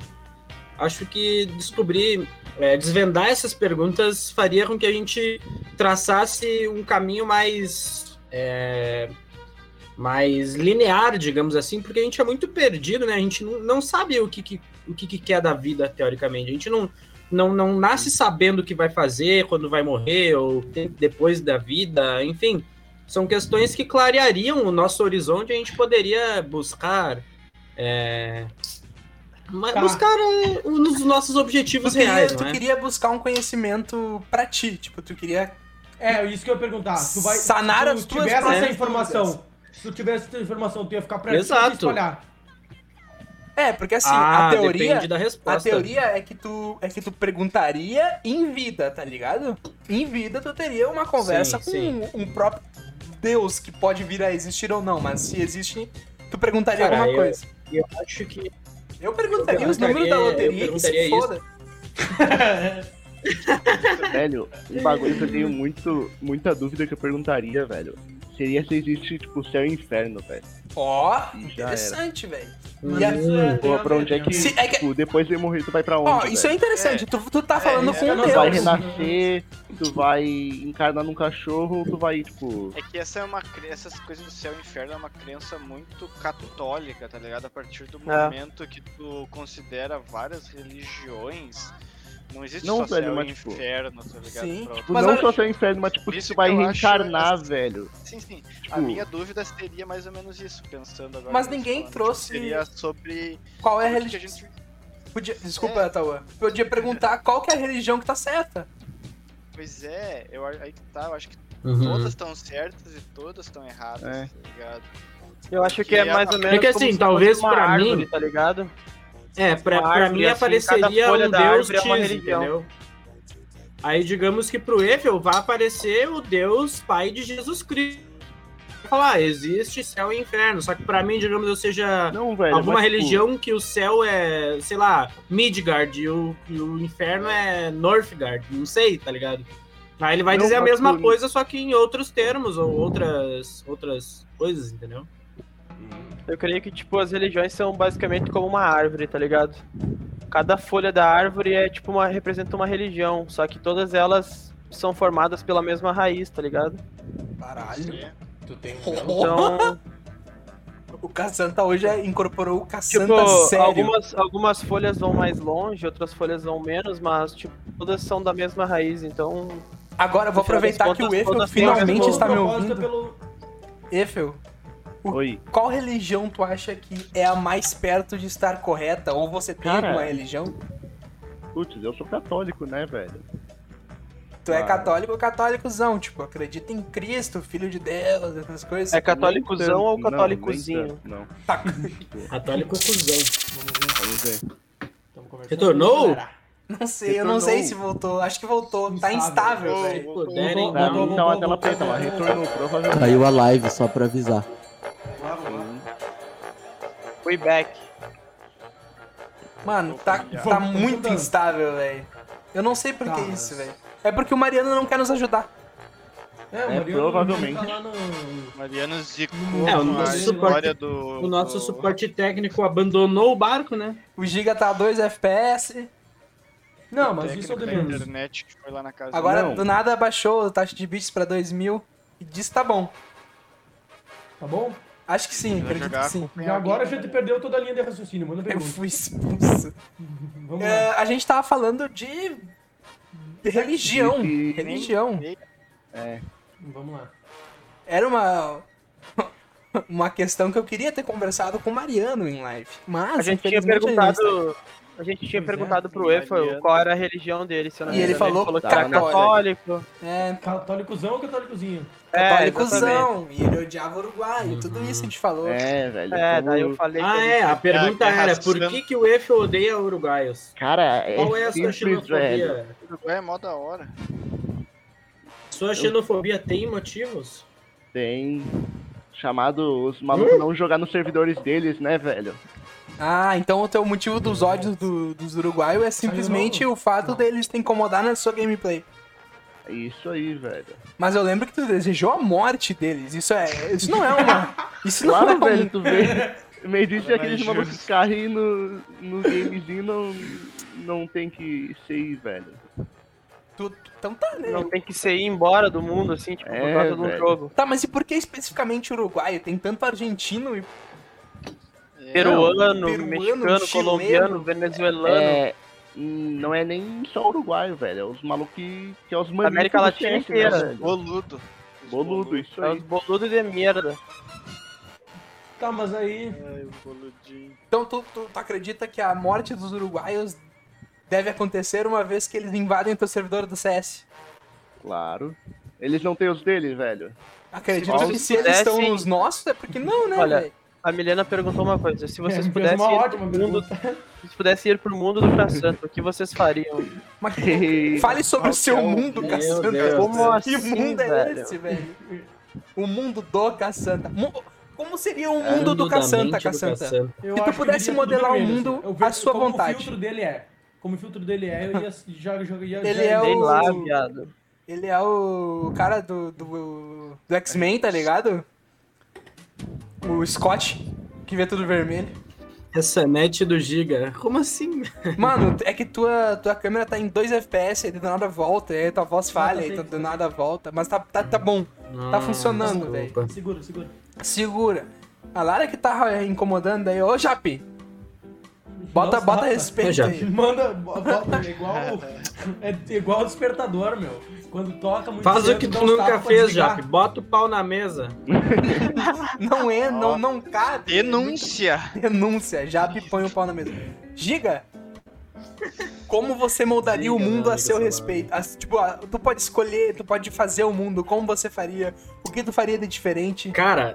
Speaker 5: Acho que descobrir, é, desvendar essas perguntas faria com que a gente traçasse um caminho mais é, mais linear, digamos assim, porque a gente é muito perdido, né? A gente não, não sabe o que, que- o que, que quer da vida, teoricamente. A gente não, não, não nasce sabendo o que vai fazer, quando vai morrer, ou tem- depois da vida, enfim. São questões que clareariam o nosso horizonte e a gente poderia buscar. é, ma-
Speaker 2: Tá.
Speaker 5: Buscar é, um dos nossos
Speaker 1: Tu
Speaker 5: objetivos
Speaker 1: queria,
Speaker 5: reais,
Speaker 1: tu
Speaker 5: né?
Speaker 1: queria buscar um conhecimento pra ti. Tipo, tu queria
Speaker 2: É, isso que eu ia perguntar. Tu vai,
Speaker 1: Sanar
Speaker 2: se
Speaker 1: as
Speaker 2: tu
Speaker 1: tuas
Speaker 2: tivesse essa
Speaker 1: próprias
Speaker 2: informação.
Speaker 1: dúvidas.
Speaker 2: Se tu tivesse essa informação, tu ia ficar pra ti, tu ia
Speaker 5: Exato.
Speaker 2: espalhar.
Speaker 1: É, porque assim,
Speaker 5: ah,
Speaker 1: a teoria.
Speaker 5: depende da
Speaker 1: A
Speaker 5: resposta.
Speaker 1: teoria é que tu é que tu perguntaria em vida, tá ligado? Em vida tu teria uma conversa
Speaker 5: Sim,
Speaker 1: com
Speaker 5: sim.
Speaker 1: Um, um próprio Deus que pode vir a existir ou não, mas se existe, tu perguntaria
Speaker 5: Cara,
Speaker 1: alguma
Speaker 5: eu-
Speaker 1: coisa.
Speaker 5: Eu acho que
Speaker 1: Eu perguntaria
Speaker 5: eu
Speaker 1: os números da
Speaker 5: perguntaria-
Speaker 1: loteria
Speaker 5: eu
Speaker 1: e se
Speaker 5: perguntaria isso.
Speaker 1: foda.
Speaker 3: Velho, um bagulho que eu tenho muito, muita dúvida que eu perguntaria, velho. Seria se existe, tipo, céu e inferno, velho.
Speaker 1: Ó,
Speaker 3: Já
Speaker 1: interessante, velho.
Speaker 5: Hum.
Speaker 1: E a-
Speaker 3: Pô, pra onde é que,
Speaker 1: Se- é que-
Speaker 3: tipo, depois de morrer, tu vai pra onde,
Speaker 1: Ó, isso é
Speaker 3: velho?
Speaker 1: interessante, tu, tu tá falando
Speaker 6: isso
Speaker 1: com
Speaker 6: é
Speaker 1: um
Speaker 3: Tu vai
Speaker 1: Deus.
Speaker 3: renascer, tu vai encarnar num cachorro, tu vai, tipo...
Speaker 6: É que essa é uma cre- essas coisas do céu e inferno é uma crença muito católica, tá ligado? A partir do
Speaker 4: É.
Speaker 6: momento que tu considera várias religiões, Não existe
Speaker 3: Não,
Speaker 6: só
Speaker 3: velho,
Speaker 6: céu
Speaker 3: mas,
Speaker 6: e
Speaker 3: tipo,
Speaker 6: inferno, tá ligado?
Speaker 1: sim.
Speaker 6: Pra
Speaker 3: Tipo,
Speaker 1: Mas
Speaker 3: não
Speaker 1: olha-
Speaker 3: só ser o inferno, mas tipo,
Speaker 6: Isso
Speaker 3: se tu
Speaker 6: que
Speaker 3: vai
Speaker 6: eu acho,
Speaker 3: reencarnar,
Speaker 6: assim-
Speaker 3: velho.
Speaker 6: Sim, sim. A
Speaker 3: Tipo-
Speaker 6: minha dúvida seria mais ou menos isso, pensando agora.
Speaker 1: Mas
Speaker 6: que eu tô
Speaker 1: ninguém
Speaker 6: falando,
Speaker 1: trouxe-
Speaker 6: Seria sobre.
Speaker 1: Qual é a
Speaker 6: como que a
Speaker 1: religião?
Speaker 6: gente...
Speaker 1: Podia... Desculpa, Tauan. Podia perguntar qual que é a religião que tá certa.
Speaker 6: Pois é, eu, a- aí que tá, eu acho que todas
Speaker 5: Uhum.
Speaker 6: estão certas e todas estão erradas,
Speaker 3: É.
Speaker 6: tá ligado?
Speaker 4: Eu acho que é
Speaker 6: Que é
Speaker 4: mais
Speaker 6: a-
Speaker 4: ou menos.
Speaker 5: É que
Speaker 4: como
Speaker 5: assim,
Speaker 4: se
Speaker 5: talvez
Speaker 4: fosse uma
Speaker 5: pra mim-
Speaker 4: árvore, Tá ligado?
Speaker 5: É, pra,
Speaker 4: Uma
Speaker 5: pra
Speaker 4: árvore,
Speaker 5: mim
Speaker 4: assim,
Speaker 5: apareceria
Speaker 4: cada folha
Speaker 5: um
Speaker 4: da
Speaker 5: deus
Speaker 4: árvore é uma
Speaker 5: Tis,
Speaker 4: religião.
Speaker 5: entendeu? Aí digamos que pro Eiffel vai aparecer o deus pai de Jesus Cristo. Vai Falar, "Ah, existe céu e inferno. Só que pra mim, digamos, eu seja
Speaker 3: Não, velho.
Speaker 5: alguma
Speaker 3: mas, tipo,
Speaker 5: religião que o céu é, sei lá, Midgard e o, e o inferno é Northgard, não sei, tá ligado? Aí ele vai
Speaker 3: Não,
Speaker 5: dizer a
Speaker 3: mas
Speaker 5: mesma
Speaker 3: por-
Speaker 5: coisa, só que em outros termos ou outras, outras coisas, entendeu?
Speaker 4: Eu creio que, tipo, as religiões são basicamente como uma árvore, tá ligado? Cada folha da árvore é, tipo, uma, representa uma religião. Só que todas elas são formadas pela mesma raiz, tá ligado?
Speaker 1: Caralho.
Speaker 6: É.
Speaker 2: Tu tem um
Speaker 4: Então,
Speaker 1: O Cassanta hoje é- incorporou o Cassanta
Speaker 4: tipo,
Speaker 1: sério.
Speaker 4: algumas, algumas folhas vão mais longe, outras folhas vão menos, mas, tipo, todas são da mesma raiz, então...
Speaker 1: Agora eu vou
Speaker 4: No final das
Speaker 1: aproveitar que o
Speaker 4: contas,
Speaker 1: Eiffel
Speaker 4: todas têm o
Speaker 1: finalmente
Speaker 4: mesmo
Speaker 1: está me
Speaker 2: propósito
Speaker 1: ouvindo.
Speaker 2: Pelo...
Speaker 1: Eiffel, o-
Speaker 3: Oi.
Speaker 1: qual religião tu acha que é a mais perto de estar correta? Ou você tem
Speaker 3: Cara,
Speaker 1: alguma religião?
Speaker 3: Putz, eu sou católico, né, velho?
Speaker 1: Tu é
Speaker 3: ah.
Speaker 1: católico ou católicozão? Tipo, acredita em Cristo, filho de Deus, essas coisas.
Speaker 4: É católicozão
Speaker 3: Então, Não,
Speaker 4: ou
Speaker 3: nem
Speaker 4: católicozinho?
Speaker 3: tanto, Não,
Speaker 1: Tá. [laughs]
Speaker 5: Católico fusão.
Speaker 3: vamos ver.
Speaker 2: Tamo conversando.
Speaker 5: Retornou?
Speaker 1: Não sei, eu não sei se voltou. Acho que voltou. Tá instável,
Speaker 6: Ô,
Speaker 1: velho.
Speaker 6: ô, ô,
Speaker 5: Puderem,
Speaker 3: Pra
Speaker 5: Voltou,
Speaker 3: mim tá uma tela preta, mas retornou, provavelmente.
Speaker 7: Caiu a live, só pra avisar.
Speaker 4: Way back.
Speaker 1: Mano, tá, tá
Speaker 2: Voltou.
Speaker 1: muito instável, velho. Eu não sei por
Speaker 2: Tá,
Speaker 1: que
Speaker 2: mas-
Speaker 1: isso, velho. É porque o Mariano não quer nos ajudar.
Speaker 2: É, o
Speaker 3: É,
Speaker 2: Mariano
Speaker 3: provavelmente.
Speaker 2: tá lá no-
Speaker 6: Mariano zicou
Speaker 5: É, o
Speaker 6: com a
Speaker 5: nosso
Speaker 6: história
Speaker 5: suporte-
Speaker 6: do.
Speaker 5: O nosso
Speaker 6: do-
Speaker 5: suporte técnico abandonou o barco, né?
Speaker 1: O Giga tá 2 FPS.
Speaker 2: Não,
Speaker 6: do
Speaker 2: mas
Speaker 6: técnico
Speaker 2: isso é o de
Speaker 6: da
Speaker 2: menos.
Speaker 6: internet que foi lá na casa.
Speaker 1: Agora,
Speaker 3: Não.
Speaker 1: do nada, baixou a taxa de bits pra 2 mil. E disse tá bom.
Speaker 2: Tá bom?
Speaker 1: Acho que sim,
Speaker 6: Vai
Speaker 1: acredito
Speaker 6: jogar
Speaker 1: que sim.
Speaker 6: com-
Speaker 2: E agora a gente perdeu toda a linha de raciocínio. Manda [laughs]
Speaker 1: Eu
Speaker 2: pergunta.
Speaker 1: fui expulso.
Speaker 2: Vamos lá.
Speaker 1: É, a gente tava falando de religião.
Speaker 3: E-
Speaker 1: Religião.
Speaker 2: Vamos lá.
Speaker 1: Era uma. [laughs] Uma questão que eu queria ter conversado com o Mariano em live. Mas
Speaker 4: A gente tinha
Speaker 1: infelizmente, é ele não está.
Speaker 4: perguntado. A gente tinha
Speaker 2: Pois é,
Speaker 4: perguntado pro
Speaker 6: tem
Speaker 4: Eiffel
Speaker 6: variante.
Speaker 4: qual era a religião dele, se eu não
Speaker 1: E
Speaker 4: me
Speaker 1: ele
Speaker 4: engano.
Speaker 1: falou
Speaker 4: que era
Speaker 1: católico.
Speaker 4: católico.
Speaker 1: É,
Speaker 2: Católicozão ou católicozinho?
Speaker 4: É,
Speaker 1: católicozão. E ele odiava o Uruguai. e Tudo isso a gente falou.
Speaker 3: É, velho.
Speaker 4: É,
Speaker 3: como-
Speaker 4: daí eu falei.
Speaker 5: Ah,
Speaker 4: que ele-
Speaker 5: é. A pergunta
Speaker 6: é
Speaker 5: era: por
Speaker 6: racismo.
Speaker 5: que, que o Eiffel odeia uruguaios?
Speaker 3: Cara, é,
Speaker 5: Qual é a sua
Speaker 3: simples, velho.
Speaker 5: xenofobia?
Speaker 6: Ué, é mó da hora.
Speaker 5: Sua xenofobia tem motivos?
Speaker 3: Tem chamado os malucos não jogar nos servidores deles, né, velho?
Speaker 1: Ah, então o teu motivo dos ódios do- dos uruguaios é simplesmente o fato
Speaker 2: Não.
Speaker 1: deles te incomodar na sua gameplay.
Speaker 3: É isso aí, velho.
Speaker 1: Mas eu lembro que tu desejou a morte deles. Isso é. Isso não é
Speaker 3: [laughs]
Speaker 1: uma. Isso não é
Speaker 3: Claro,
Speaker 1: uma.
Speaker 4: um.
Speaker 3: velho, tu vê. Me disse
Speaker 6: Cara,
Speaker 3: aqueles
Speaker 6: mas é
Speaker 3: malucos
Speaker 6: justo.
Speaker 3: carros no, no gamezinho não, não tem que ser, velho.
Speaker 1: tu- tu- então tá, né?
Speaker 4: Não tem que ser ir embora do mundo, assim, tipo, por
Speaker 3: É,
Speaker 4: causa de um
Speaker 3: velho.
Speaker 4: jogo.
Speaker 1: Tá, mas e por que especificamente uruguaio? Tem tanto argentino e
Speaker 6: É,
Speaker 4: Peruano,
Speaker 1: peruano,
Speaker 4: mexicano,
Speaker 1: chileno.
Speaker 4: colombiano, venezuelano.
Speaker 3: É, hum, não é nem só uruguaio, velho. É os malucos que, que é os maníacos
Speaker 4: América
Speaker 3: do
Speaker 4: Latina
Speaker 3: CS, né,
Speaker 4: inteira.
Speaker 3: velho?
Speaker 6: Boludo.
Speaker 3: Boludo, isso
Speaker 4: É os
Speaker 3: aí.
Speaker 4: boludos de merda.
Speaker 2: Tá, mas aí.
Speaker 6: Ai, o boludinho.
Speaker 1: Então tu, tu- tu acredita que a morte dos uruguaios deve acontecer uma vez que eles invadem teu servidor do CS?
Speaker 3: Claro. Eles não têm os deles, velho. [laughs]
Speaker 1: Acredito
Speaker 4: Se
Speaker 1: que
Speaker 4: vocês
Speaker 1: se eles estão
Speaker 4: pudessem-
Speaker 1: nos nossos é porque não, né,
Speaker 4: Olha,
Speaker 1: velho?
Speaker 4: A Milena perguntou uma coisa: se vocês
Speaker 2: É, fez
Speaker 4: pudessem
Speaker 2: uma
Speaker 4: ir pro
Speaker 2: ótima
Speaker 4: mundo,
Speaker 2: pergunta.
Speaker 4: se pudessem ir pro mundo do Caçanto, o que vocês fariam?
Speaker 1: Mas
Speaker 3: Ei,
Speaker 1: Fale sobre o seu
Speaker 6: Qual que é o-
Speaker 1: mundo,
Speaker 5: Meu
Speaker 1: Cassandra.
Speaker 5: Deus.
Speaker 4: Como
Speaker 1: que
Speaker 4: assim,
Speaker 1: mundo é
Speaker 4: velho?
Speaker 1: esse, velho? O mundo do Cassandra. Mu- Como seria o
Speaker 5: É,
Speaker 1: mundo do
Speaker 5: da
Speaker 1: Cassandra,
Speaker 5: mente do
Speaker 1: Cassandra?
Speaker 5: Cassandra.
Speaker 2: Eu
Speaker 1: Se tu
Speaker 2: acho que
Speaker 1: pudesse
Speaker 2: iria tudo
Speaker 1: modelar o
Speaker 2: vermelho,
Speaker 1: mundo
Speaker 2: assim. Eu
Speaker 1: à
Speaker 2: vejo
Speaker 1: sua
Speaker 2: como
Speaker 1: vontade.
Speaker 2: O filtro dele é. Como o filtro dele é,
Speaker 1: [laughs]
Speaker 2: eu ia já jogar.
Speaker 1: Ele é
Speaker 4: Sei
Speaker 1: o-
Speaker 4: lá, viado.
Speaker 1: Ele é o cara do, do, do X-Men, tá ligado? O Scott, que vê tudo vermelho.
Speaker 5: Essa net do Giga. Como assim?
Speaker 1: Mano, é que tua, tua câmera tá em 2 FPS, aí do nada volta, aí tua voz falha, aí
Speaker 2: sei.
Speaker 1: do nada volta. Mas tá, tá, tá bom,
Speaker 5: Nossa,
Speaker 1: funcionando,
Speaker 5: desculpa.
Speaker 2: Segura, segura.
Speaker 1: segura. A Lara que tá incomodando aí, ô Japi, Bota,
Speaker 2: Nossa,
Speaker 1: bota
Speaker 2: [laughs] rapaz.
Speaker 1: respeito
Speaker 5: Já.
Speaker 1: aí.
Speaker 2: Manda. bo- bota- é igual. É igual o despertador, meu. Quando toca muito
Speaker 5: Faz o
Speaker 2: cedo,
Speaker 5: que
Speaker 2: dá
Speaker 5: tu
Speaker 2: uns
Speaker 5: nunca
Speaker 2: tapas pra
Speaker 5: fez,
Speaker 2: desligar.
Speaker 5: Jap. Bota o pau na mesa.
Speaker 1: Não é, não, não cabe.
Speaker 6: Denúncia!
Speaker 1: Denúncia, já põe o pau na mesa. Giga! Como você moldaria o
Speaker 5: Giga,
Speaker 1: mundo
Speaker 5: não,
Speaker 1: a
Speaker 5: diga
Speaker 1: seu
Speaker 5: essa
Speaker 1: respeito? As- tipo, ah, tu pode escolher, tu pode fazer o mundo, como você faria, o que tu faria de diferente.
Speaker 5: Cara,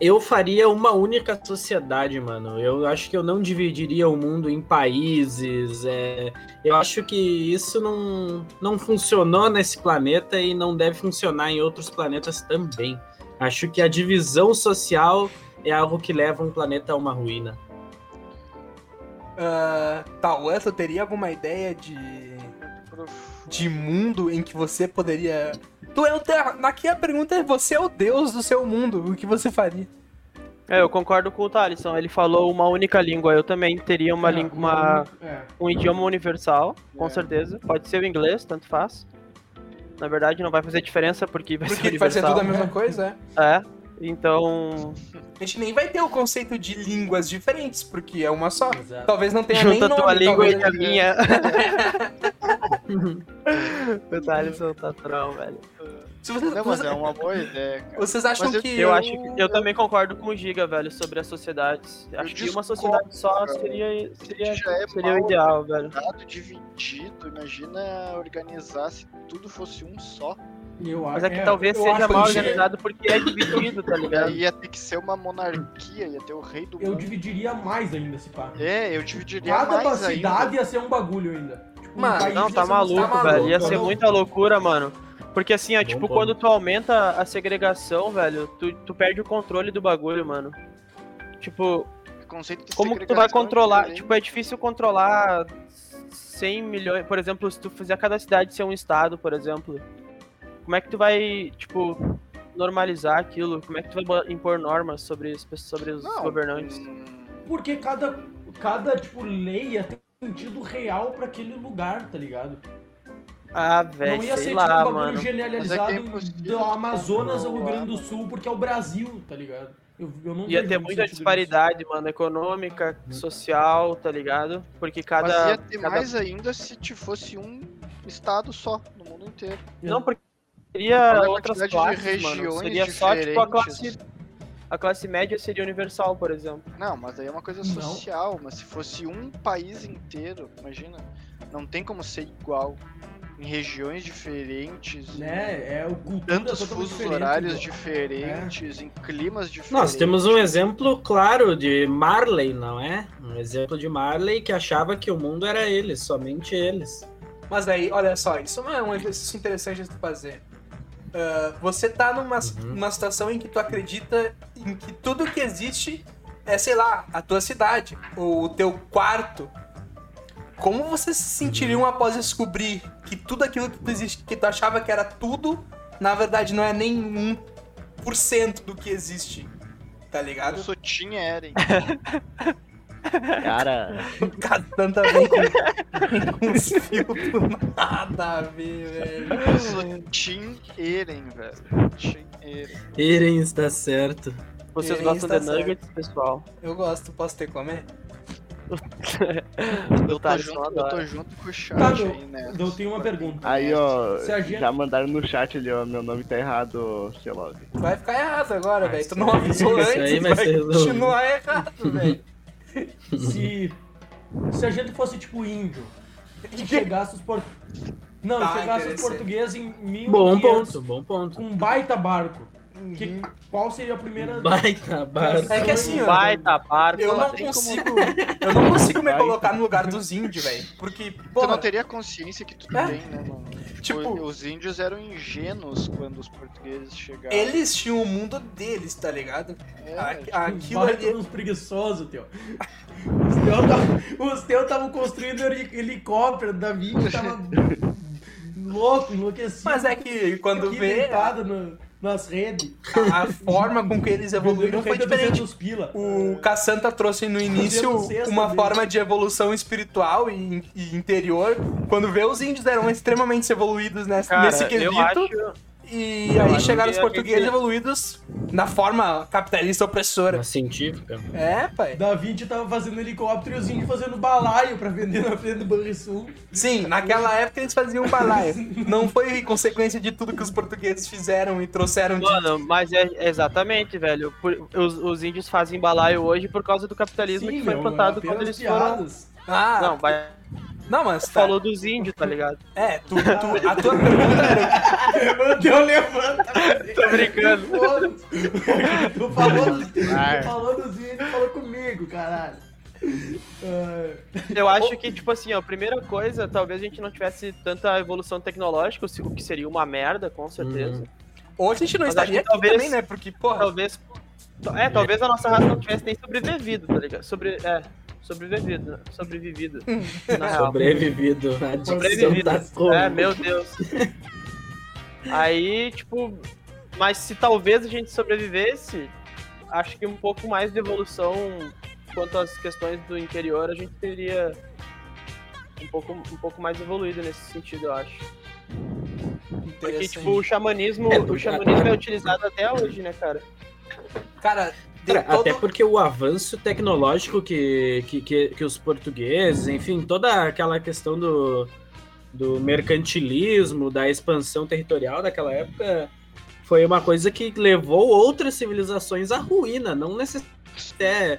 Speaker 5: eu faria uma única sociedade, mano. Eu acho que eu não dividiria o mundo em países. é, Eu acho que isso não, não funcionou nesse planeta e não deve funcionar em outros planetas também. Acho que a divisão social é algo que leva um planeta a uma ruína.
Speaker 1: Ah, Tauã, tu teria alguma ideia de. de mundo em que você poderia. Tu é o. terra- Aqui a pergunta é: você é o deus do seu mundo, o que você faria?
Speaker 4: É, eu concordo com o Thalisson. Ele falou uma única língua. Eu também teria uma
Speaker 2: É,
Speaker 4: língua, uma,
Speaker 2: É.
Speaker 4: um idioma universal, com
Speaker 2: É.
Speaker 4: certeza. Pode ser o inglês, tanto faz. Na verdade, não vai fazer diferença porque vai ser
Speaker 1: Porque vai ser
Speaker 4: é universal.
Speaker 1: tudo a mesma coisa, é?
Speaker 4: É. Então,
Speaker 1: A gente nem vai ter o conceito de línguas diferentes, porque é uma só.
Speaker 2: Exato.
Speaker 1: Talvez não tenha nem
Speaker 4: junta
Speaker 1: nome.
Speaker 4: tua língua
Speaker 1: talvez
Speaker 4: e a
Speaker 1: não tenha- [laughs]
Speaker 4: minha. o Thalisson tá troll, velho.
Speaker 1: Se vocês,
Speaker 6: Não, mas é uma boa ideia, cara.
Speaker 1: vocês acham
Speaker 6: Mas eu-
Speaker 1: que.
Speaker 4: Eu, acho que eu também concordo com o Giga, velho, sobre as sociedades. Acho que uma
Speaker 6: discordo,
Speaker 4: sociedade só
Speaker 6: cara.
Speaker 4: seria, seria,
Speaker 6: já é
Speaker 4: seria o
Speaker 6: mal
Speaker 4: ideal, velho.
Speaker 6: Dado dividido, imagina organizar se tudo fosse um só.
Speaker 2: Eu
Speaker 4: Mas
Speaker 2: acho-
Speaker 4: é que talvez
Speaker 2: eu
Speaker 4: seja
Speaker 2: acho
Speaker 4: mal
Speaker 2: que-
Speaker 4: organizado porque é dividido, tá ligado?
Speaker 6: Daí ia ter que ser uma monarquia, ia ter o rei do
Speaker 2: Eu
Speaker 6: mundo.
Speaker 2: dividiria mais ainda esse pá.
Speaker 6: É, eu dividiria
Speaker 2: Cada
Speaker 6: mais
Speaker 2: cidade
Speaker 6: ainda.
Speaker 2: ia ser um bagulho ainda. Tipo, um
Speaker 1: Mano,
Speaker 2: país
Speaker 4: Não,
Speaker 2: ia
Speaker 4: tá
Speaker 2: ser um-
Speaker 4: maluco, velho. Ia ser
Speaker 2: Não,
Speaker 4: muita loucura, mano. Porque assim, ó,
Speaker 5: Bom
Speaker 4: tipo,
Speaker 5: ponto.
Speaker 4: quando tu aumenta a segregação, velho, tu, tu perde o controle do bagulho, mano. Tipo,
Speaker 6: O conceito de
Speaker 4: como que tu
Speaker 6: segregação
Speaker 4: vai controlar?
Speaker 6: também.
Speaker 4: Tipo, é difícil controlar 100 milhões. Por exemplo, se tu fizer cada cidade ser um estado, por exemplo, como é que tu vai, tipo, normalizar aquilo? Como é que tu vai bo- impor normas sobre, as pe- sobre os
Speaker 6: Não,
Speaker 4: governantes?
Speaker 6: hum,
Speaker 2: Porque cada, cada tipo, lei ia ter um sentido real pra aquele lugar, tá ligado?
Speaker 4: Ah,
Speaker 2: não
Speaker 4: velho,
Speaker 2: ia
Speaker 4: sei
Speaker 2: ser
Speaker 4: lá,
Speaker 2: tipo um bagulho
Speaker 4: mano.
Speaker 2: generalizado
Speaker 6: Mas é que é impossível
Speaker 2: do Amazonas ao Rio
Speaker 6: controlar,
Speaker 2: Grande do Sul, porque é o Brasil, tá ligado? Eu, eu não
Speaker 4: Ia
Speaker 2: vejo tipo
Speaker 4: ter
Speaker 2: muito
Speaker 4: muita
Speaker 2: sentido
Speaker 4: disparidade, mano, econômica, social, tá ligado? Porque
Speaker 6: Mas
Speaker 4: cada.
Speaker 6: ia ter
Speaker 4: cada-
Speaker 6: mais ainda se te fosse um estado só, no mundo inteiro.
Speaker 2: nisso.
Speaker 4: Não, porque seria
Speaker 6: Olha a
Speaker 4: outras
Speaker 6: quantidade de
Speaker 4: classes, mano.
Speaker 6: regiões
Speaker 4: Seria só, tipo, a
Speaker 6: diferentes.
Speaker 4: classe. A classe média seria universal, por exemplo.
Speaker 6: Não, mas aí é uma coisa
Speaker 2: Não.
Speaker 6: social, mas se fosse um país inteiro, imagina, não tem como ser igual. Em regiões diferentes,
Speaker 2: Né? É o cultura
Speaker 6: tantos
Speaker 2: totalmente
Speaker 6: fusos
Speaker 2: diferente, né?
Speaker 6: horários
Speaker 2: pô.
Speaker 6: diferentes, em climas diferentes.
Speaker 5: Nós temos um exemplo claro de Marley, não é? Um exemplo de Marley que achava que o mundo era eles, somente eles.
Speaker 1: Mas aí, olha só, isso é um exercício interessante de tu fazer. Ah, você tá numa
Speaker 5: Uhum.
Speaker 1: numa situação em que tu acredita em que tudo que existe é, sei lá, a tua cidade, ou o teu quarto. Como você se
Speaker 6: Uhum.
Speaker 1: sentiriam após descobrir que tudo aquilo que tu, existe, que tu achava que era tudo, na verdade não é nem 1% do que existe? Tá
Speaker 6: Eu
Speaker 1: ligado?
Speaker 6: sou Tim Eren.
Speaker 3: Cara,
Speaker 1: Catan também com, com os filtros. Nada a ver, velho.
Speaker 6: Eu sou Tim Eren, velho. Tim Eren.
Speaker 5: Irem está certo.
Speaker 4: Vocês
Speaker 1: Ele
Speaker 4: gostam
Speaker 1: está
Speaker 4: de nuggets, pessoal?
Speaker 1: Eu gosto, posso ter que comer?
Speaker 6: Eu tô,
Speaker 4: Thales
Speaker 6: junto,
Speaker 4: não
Speaker 6: eu tô
Speaker 4: adora.
Speaker 6: junto com o
Speaker 2: Tá,
Speaker 6: chat
Speaker 2: meu.
Speaker 6: aí, né?
Speaker 2: Eu tenho uma pergunta.
Speaker 3: aí ó,
Speaker 2: Se a gente-
Speaker 3: já mandaram no chat ali, ó, meu nome tá errado, sei lá.
Speaker 1: Tu vai ficar errado agora,
Speaker 5: Ah,
Speaker 1: velho. Tu
Speaker 5: isso
Speaker 1: não
Speaker 5: aí-
Speaker 1: avisou
Speaker 5: isso
Speaker 1: antes,
Speaker 5: aí vai
Speaker 1: vai,
Speaker 5: ser resolvido.
Speaker 1: continuar errado, velho.
Speaker 6: [laughs]
Speaker 2: Se, se a gente fosse tipo índio e chegasse os por... Não,
Speaker 1: Tá,
Speaker 2: e chegasse os
Speaker 1: interessante.
Speaker 2: portugueses em 1500
Speaker 5: Bom ponto, bom ponto.
Speaker 2: com um baita barco,
Speaker 6: Uhum.
Speaker 2: que, qual seria a primeira...
Speaker 5: Baita barco.
Speaker 1: É que assim, ó,
Speaker 4: Vai, tabar,
Speaker 1: eu não
Speaker 4: tem
Speaker 1: consigo, eu não consigo me
Speaker 3: Vai.
Speaker 1: colocar no lugar dos índios, velho. Porque,
Speaker 6: Tu não
Speaker 1: porra,
Speaker 6: teria a consciência que tu
Speaker 1: É?
Speaker 6: tem, né, mano?
Speaker 1: tipo,
Speaker 6: Os índios eram ingênuos quando os portugueses chegaram.
Speaker 1: eles tinham o mundo deles, tá ligado?
Speaker 6: É,
Speaker 1: A-
Speaker 6: tipo,
Speaker 1: Aquilo
Speaker 2: baita
Speaker 1: ali.
Speaker 2: uns preguiçosos, teu. Os teus tavam- Os teus estavam construindo heli- helicóptero da Vinci, tava louco, enlouquecido.
Speaker 1: Mas é que quando
Speaker 2: aqui
Speaker 1: vê, a,
Speaker 2: deitado no- nas redes.
Speaker 1: a forma com que eles evoluíram Tá foi
Speaker 2: Vendendo
Speaker 1: diferente.
Speaker 2: 200 pila.
Speaker 1: O Cassanta trouxe no início
Speaker 2: Fazendo cesta
Speaker 1: uma
Speaker 2: dele.
Speaker 1: forma de evolução espiritual e, e interior. Quando vê, os índios eram extremamente evoluídos nessa-
Speaker 4: Cara,
Speaker 1: nesse
Speaker 4: eu
Speaker 1: quesito.
Speaker 4: acho,
Speaker 1: E
Speaker 4: Eu
Speaker 1: aí
Speaker 4: acho
Speaker 1: chegaram os
Speaker 4: que é a
Speaker 1: portugueses
Speaker 4: gente-
Speaker 1: evoluídos na forma capitalista opressora.
Speaker 5: Uma científica.
Speaker 1: É, pai.
Speaker 2: Da Vinci tava fazendo helicóptero e o Zinho fazendo balaio pra vender na frente do Banrisul.
Speaker 1: Sim, naquela época eles faziam um balaio. Não foi consequência de tudo que os portugueses fizeram e trouxeram de...
Speaker 4: Mano, mas é é exatamente, velho. Por- os, os índios fazem balaio hoje por causa do capitalismo que foi
Speaker 2: meu, é
Speaker 4: implantado
Speaker 2: apenas
Speaker 4: quando eles foram.
Speaker 2: piadas. [laughs]
Speaker 1: Ah,
Speaker 4: Não,
Speaker 1: não,
Speaker 4: vai-
Speaker 1: mas tá.
Speaker 4: falou dos índios, tá ligado?
Speaker 1: É, tu, tu- a tua pergunta era...
Speaker 2: Deu levanta.
Speaker 4: Tô brincando.
Speaker 2: Foda-se. [laughs] Tu falou dos
Speaker 6: Ah.
Speaker 3: é.
Speaker 2: tu falou dos vídeos e falou comigo, caralho. Ah,
Speaker 4: [laughs] Eu acho que, tipo assim, ó, primeira coisa, talvez a gente não tivesse tanta evolução tecnológica, o se- o que seria uma merda, com certeza.
Speaker 1: Hoje a gente não
Speaker 4: Mas
Speaker 1: estaria
Speaker 4: acho
Speaker 1: aqui
Speaker 4: que talvez-
Speaker 1: também, né? Porque, porra,
Speaker 4: Talvez. É, talvez a nossa raça não tivesse nem sobrevivido, tá ligado? Sobre, é, sobrevivido, né? sobrevivido. Na real.
Speaker 5: Sobrevivido. A dicção
Speaker 4: é, Sobrevivido.
Speaker 5: tá como?
Speaker 4: É, meu Deus. Aí, tipo, mas se talvez a gente sobrevivesse, acho que um pouco mais de evolução quanto às questões do interior, a gente teria um pouco, um pouco mais evoluído nesse sentido, eu acho. Porque,
Speaker 1: interessante.
Speaker 4: tipo, o xamanismo,
Speaker 5: É,
Speaker 4: o
Speaker 5: porque
Speaker 4: xamanismo
Speaker 5: agora-
Speaker 4: é utilizado até hoje, né, cara? tipo,
Speaker 1: Cara, de
Speaker 5: Cara,
Speaker 1: todo...
Speaker 5: Até porque o avanço tecnológico que, que, que, que os portugueses, enfim, toda aquela questão do, do mercantilismo, da expansão territorial daquela época, foi uma coisa que levou outras civilizações à ruína, não necessariamente é,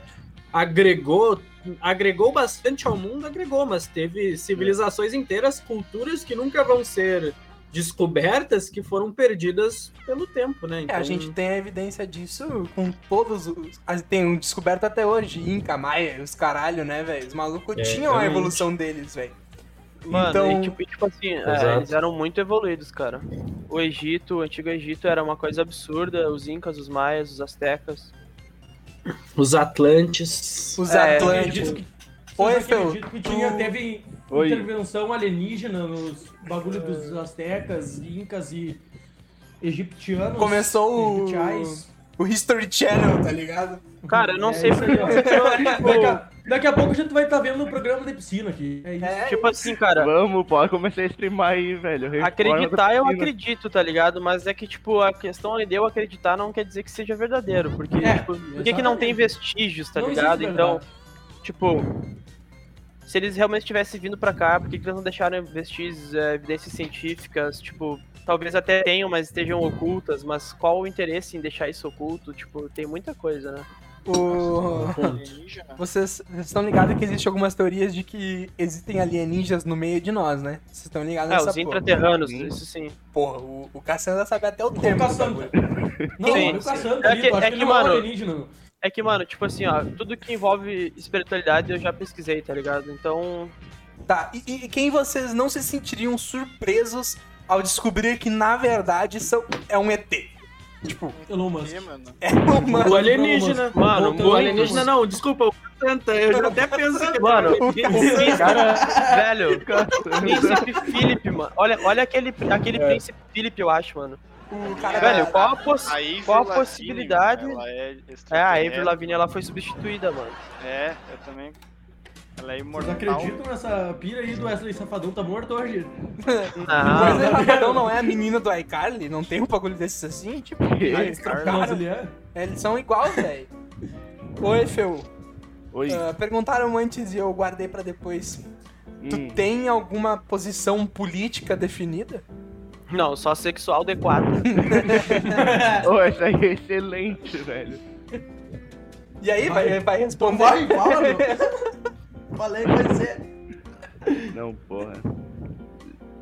Speaker 5: agregou, agregou bastante ao mundo, agregou, mas teve civilizações inteiras, culturas que nunca vão ser descobertas, que foram perdidas pelo tempo, né?
Speaker 1: É, a gente tem a evidência disso com todos os. as- Tem um descoberto até hoje, Inca, Maia, os caralho, né, velho? Os malucos
Speaker 5: É,
Speaker 1: tinham a
Speaker 5: realmente.
Speaker 1: evolução deles, velho.
Speaker 4: Mano,
Speaker 1: Então-
Speaker 4: e, tipo, e, tipo assim, é,
Speaker 5: Exato.
Speaker 4: eles eram muito evoluídos, cara. O Egito, o antigo Egito era uma coisa absurda, os Incas, os Maias, os Aztecas.
Speaker 5: Os Atlantes.
Speaker 1: Os
Speaker 4: É,
Speaker 1: Atlânticos. é
Speaker 2: acredito
Speaker 1: Oi,
Speaker 2: vocês
Speaker 1: Fel,
Speaker 2: acreditam que tinha,
Speaker 1: tu-
Speaker 2: teve
Speaker 3: Oi.
Speaker 2: intervenção alienígena nos bagulho dos astecas, incas e egiptianos.
Speaker 1: Começou o-
Speaker 2: egipciais.
Speaker 1: O History Channel, tá ligado?
Speaker 4: Cara, eu não
Speaker 2: É
Speaker 4: sei
Speaker 2: isso
Speaker 4: porque
Speaker 2: aí, ó.
Speaker 4: tipo,
Speaker 2: Daqui a, daqui a pouco a gente vai estar vendo o programa da piscina aqui. É isso.
Speaker 4: Tipo assim, cara,
Speaker 3: Vamos, pode começar a streamar aí, velho. Reforma
Speaker 4: acreditar eu
Speaker 3: da piscina.
Speaker 4: acredito, tá ligado? Mas é que, tipo, a questão de eu acreditar não quer dizer que seja verdadeiro. Porque,
Speaker 2: É,
Speaker 4: tipo, por que, que não tem vestígios, tá
Speaker 2: Não existe
Speaker 4: ligado? Então,
Speaker 2: verdade.
Speaker 4: tipo. Se eles realmente tivessem vindo pra cá, por que, que eles não deixaram vestígios, é, evidências científicas? Tipo, talvez até tenham, mas estejam ocultas. Mas qual o interesse em deixar isso oculto? Tipo, tem muita coisa, né?
Speaker 6: é
Speaker 1: O...
Speaker 6: Alienígena?
Speaker 1: Vocês vocês estão ligados que existem algumas teorias de que existem alienígenas no meio de nós, né? Vocês estão ligados
Speaker 4: Ah,
Speaker 1: nessa
Speaker 4: os
Speaker 1: porra.
Speaker 4: intraterranos,
Speaker 3: Sim.
Speaker 4: isso sim.
Speaker 1: Porra, o, o Cassandra sabe até o
Speaker 2: O
Speaker 1: tempo. do
Speaker 2: Cassandra.
Speaker 1: bagulho.
Speaker 2: Não,
Speaker 4: Então, Sim,
Speaker 2: olha o
Speaker 4: sim.
Speaker 2: Cassandra
Speaker 4: É
Speaker 2: ali,
Speaker 4: que-
Speaker 2: tu acha
Speaker 4: é
Speaker 2: que
Speaker 4: que,
Speaker 2: ele não é um
Speaker 4: mano,
Speaker 2: alienígena.
Speaker 4: É que, mano, tipo assim, ó, tudo que envolve espiritualidade eu já pesquisei, tá ligado? Então,
Speaker 1: Tá, e, e quem vocês não se sentiriam surpresos ao descobrir que, na verdade, são, é um ET? Tipo,
Speaker 2: Elon Musk.
Speaker 6: Ih, mano.
Speaker 1: é uma...
Speaker 5: O alienígena.
Speaker 4: Mano,
Speaker 5: o
Speaker 4: muito.
Speaker 5: alienígena não, desculpa, o Santa. Eu já até penso que
Speaker 4: Mano,
Speaker 5: [laughs] o
Speaker 4: Velho, Príncipe Philip, mano. Olha, olha aquele, aquele
Speaker 1: É.
Speaker 4: Príncipe Philip, eu acho, mano.
Speaker 1: O um cara,
Speaker 4: Velho, qual a
Speaker 6: A
Speaker 4: possibilidade?
Speaker 6: Avril
Speaker 4: qual a
Speaker 6: Lavigne,
Speaker 4: possibilidade?
Speaker 6: mano, Ela é
Speaker 4: É, a Avril
Speaker 6: extraterrestre.
Speaker 4: Lavigne, ela foi substituída, mano.
Speaker 6: É, eu também. Ela é
Speaker 2: Vocês
Speaker 6: imortal.
Speaker 2: acreditam nessa pira aí do Wesley Safadão tá morto hoje?
Speaker 1: Mas
Speaker 4: Ah, Não,
Speaker 1: o Rabadão não é a menina do iCarly? Não tem um bagulho desses assim? Tipo,
Speaker 3: Ei,
Speaker 1: eles trocaram.
Speaker 2: Mas ele é.
Speaker 1: Eles são igual, velho. Oi, Feu.
Speaker 3: Oi.
Speaker 1: Ah, perguntaram antes e eu guardei pra depois.
Speaker 3: hum.
Speaker 1: Tu tem alguma posição política definida?
Speaker 4: não, só sexual adequado.
Speaker 3: Oh, essa aí é excelente, velho.
Speaker 1: E aí, vai, vai
Speaker 2: Então
Speaker 1: responder.
Speaker 2: vai,
Speaker 1: [laughs]
Speaker 2: fala, meu. Falei, vai ser.
Speaker 3: Não, porra.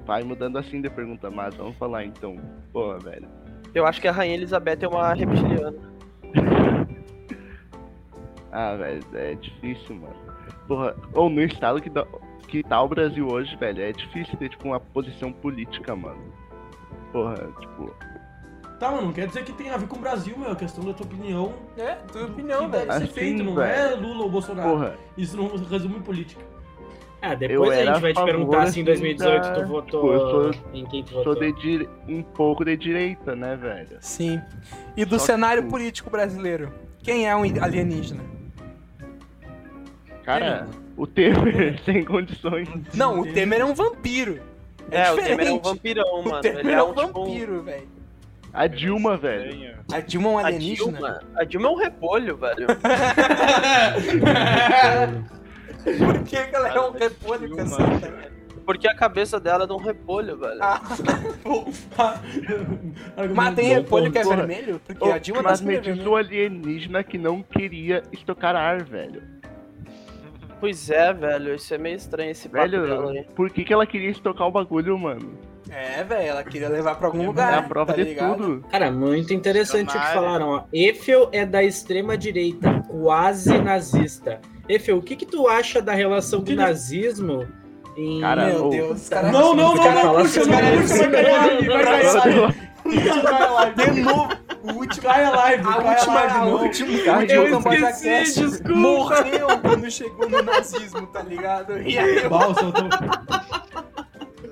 Speaker 3: Vai mudando assim de pergunta, mas vamos falar então. Porra, velho.
Speaker 4: Eu acho que a Rainha Elizabeth é uma reptiliana.
Speaker 3: Ah, velho, é difícil, mano. Porra, ou no estado que, dá- que tá o Brasil hoje, velho, é difícil ter, tipo, uma posição política, mano. Porra, tipo,
Speaker 2: Tá, mano, não quer dizer que tem a ver com o Brasil, meu. É questão da tua opinião.
Speaker 1: É, tua
Speaker 2: que
Speaker 1: opinião,
Speaker 2: deve
Speaker 1: velho.
Speaker 2: ser
Speaker 3: Assim,
Speaker 2: feito, não
Speaker 3: velho.
Speaker 2: é Lula ou Bolsonaro.
Speaker 3: porra.
Speaker 2: Isso não resume política.
Speaker 5: Ah,
Speaker 3: Eu
Speaker 5: depois a
Speaker 3: era
Speaker 5: gente vai
Speaker 3: a
Speaker 5: te
Speaker 3: favor,
Speaker 5: perguntar se em 2018
Speaker 3: assim, da-
Speaker 5: tu votou
Speaker 3: Pô, eu
Speaker 5: em quem tu
Speaker 3: Sou
Speaker 5: votou.
Speaker 3: de dire... um pouco de direita, né, velho?
Speaker 1: Sim. E do
Speaker 3: Só que
Speaker 1: cenário
Speaker 3: tu-
Speaker 1: político brasileiro, quem é um alienígena?
Speaker 3: Cara, o Temer [laughs] sem condições.
Speaker 1: Não, o Temer é um vampiro. É,
Speaker 4: É, o
Speaker 1: diferente.
Speaker 4: Temer é um vampirão,
Speaker 1: O
Speaker 4: mano.
Speaker 1: Temer
Speaker 4: Ele
Speaker 1: é
Speaker 4: é
Speaker 1: um
Speaker 4: um, tipo, um-
Speaker 1: vampiro, velho.
Speaker 3: A Dilma, velho.
Speaker 7: Estranho.
Speaker 1: A Dilma é um
Speaker 4: A
Speaker 1: alienígena?
Speaker 4: Dilma, a Dilma é um repolho, velho.
Speaker 1: Por que que ela é um repolho com essa
Speaker 7: Dilma.
Speaker 4: Porque a cabeça dela é de um repolho, velho.
Speaker 1: Ah, Mas tem repolho que é
Speaker 3: Porra.
Speaker 1: vermelho? Porque
Speaker 3: Ô,
Speaker 1: a Dilma tá
Speaker 3: mas
Speaker 1: sempre
Speaker 3: me diz
Speaker 1: vermelha.
Speaker 3: um alienígena que não queria estocar ar, velho.
Speaker 4: Pois é, velho. Isso é meio estranho esse papo dela aí.
Speaker 3: Velho, por que, que ela queria estocar o bagulho, mano?
Speaker 1: É, velho, ela queria levar pra algum
Speaker 3: É
Speaker 1: lugar.
Speaker 3: a prova
Speaker 1: tá
Speaker 3: de
Speaker 1: ligado?
Speaker 3: tudo.
Speaker 5: Cara, muito interessante o que
Speaker 6: Visionária.
Speaker 5: falaram. Ó. Eiffel é da extrema direita, quase nazista. Eiffel, o que, que tu acha da relação do nazismo em.
Speaker 3: Cara,
Speaker 1: Meu
Speaker 3: ô.
Speaker 1: Deus, os caras.
Speaker 2: Não, não, não,
Speaker 5: Cara,
Speaker 2: não,
Speaker 5: fala
Speaker 2: puxa,
Speaker 5: assim,
Speaker 2: não,
Speaker 5: cara,
Speaker 2: puxa, vai cair a live, vai cair a live. Isso, cai a live.
Speaker 1: De novo, o último.
Speaker 2: Cai a live,
Speaker 1: A
Speaker 2: cai a
Speaker 1: última,
Speaker 2: live,
Speaker 1: a
Speaker 2: não.
Speaker 1: última carta
Speaker 5: Eu
Speaker 1: do Camboja
Speaker 5: esqueci,
Speaker 1: Cast
Speaker 5: desculpa.
Speaker 1: morreu quando chegou no nazismo, tá ligado? E aí, eu-
Speaker 2: Balsa, eu tô...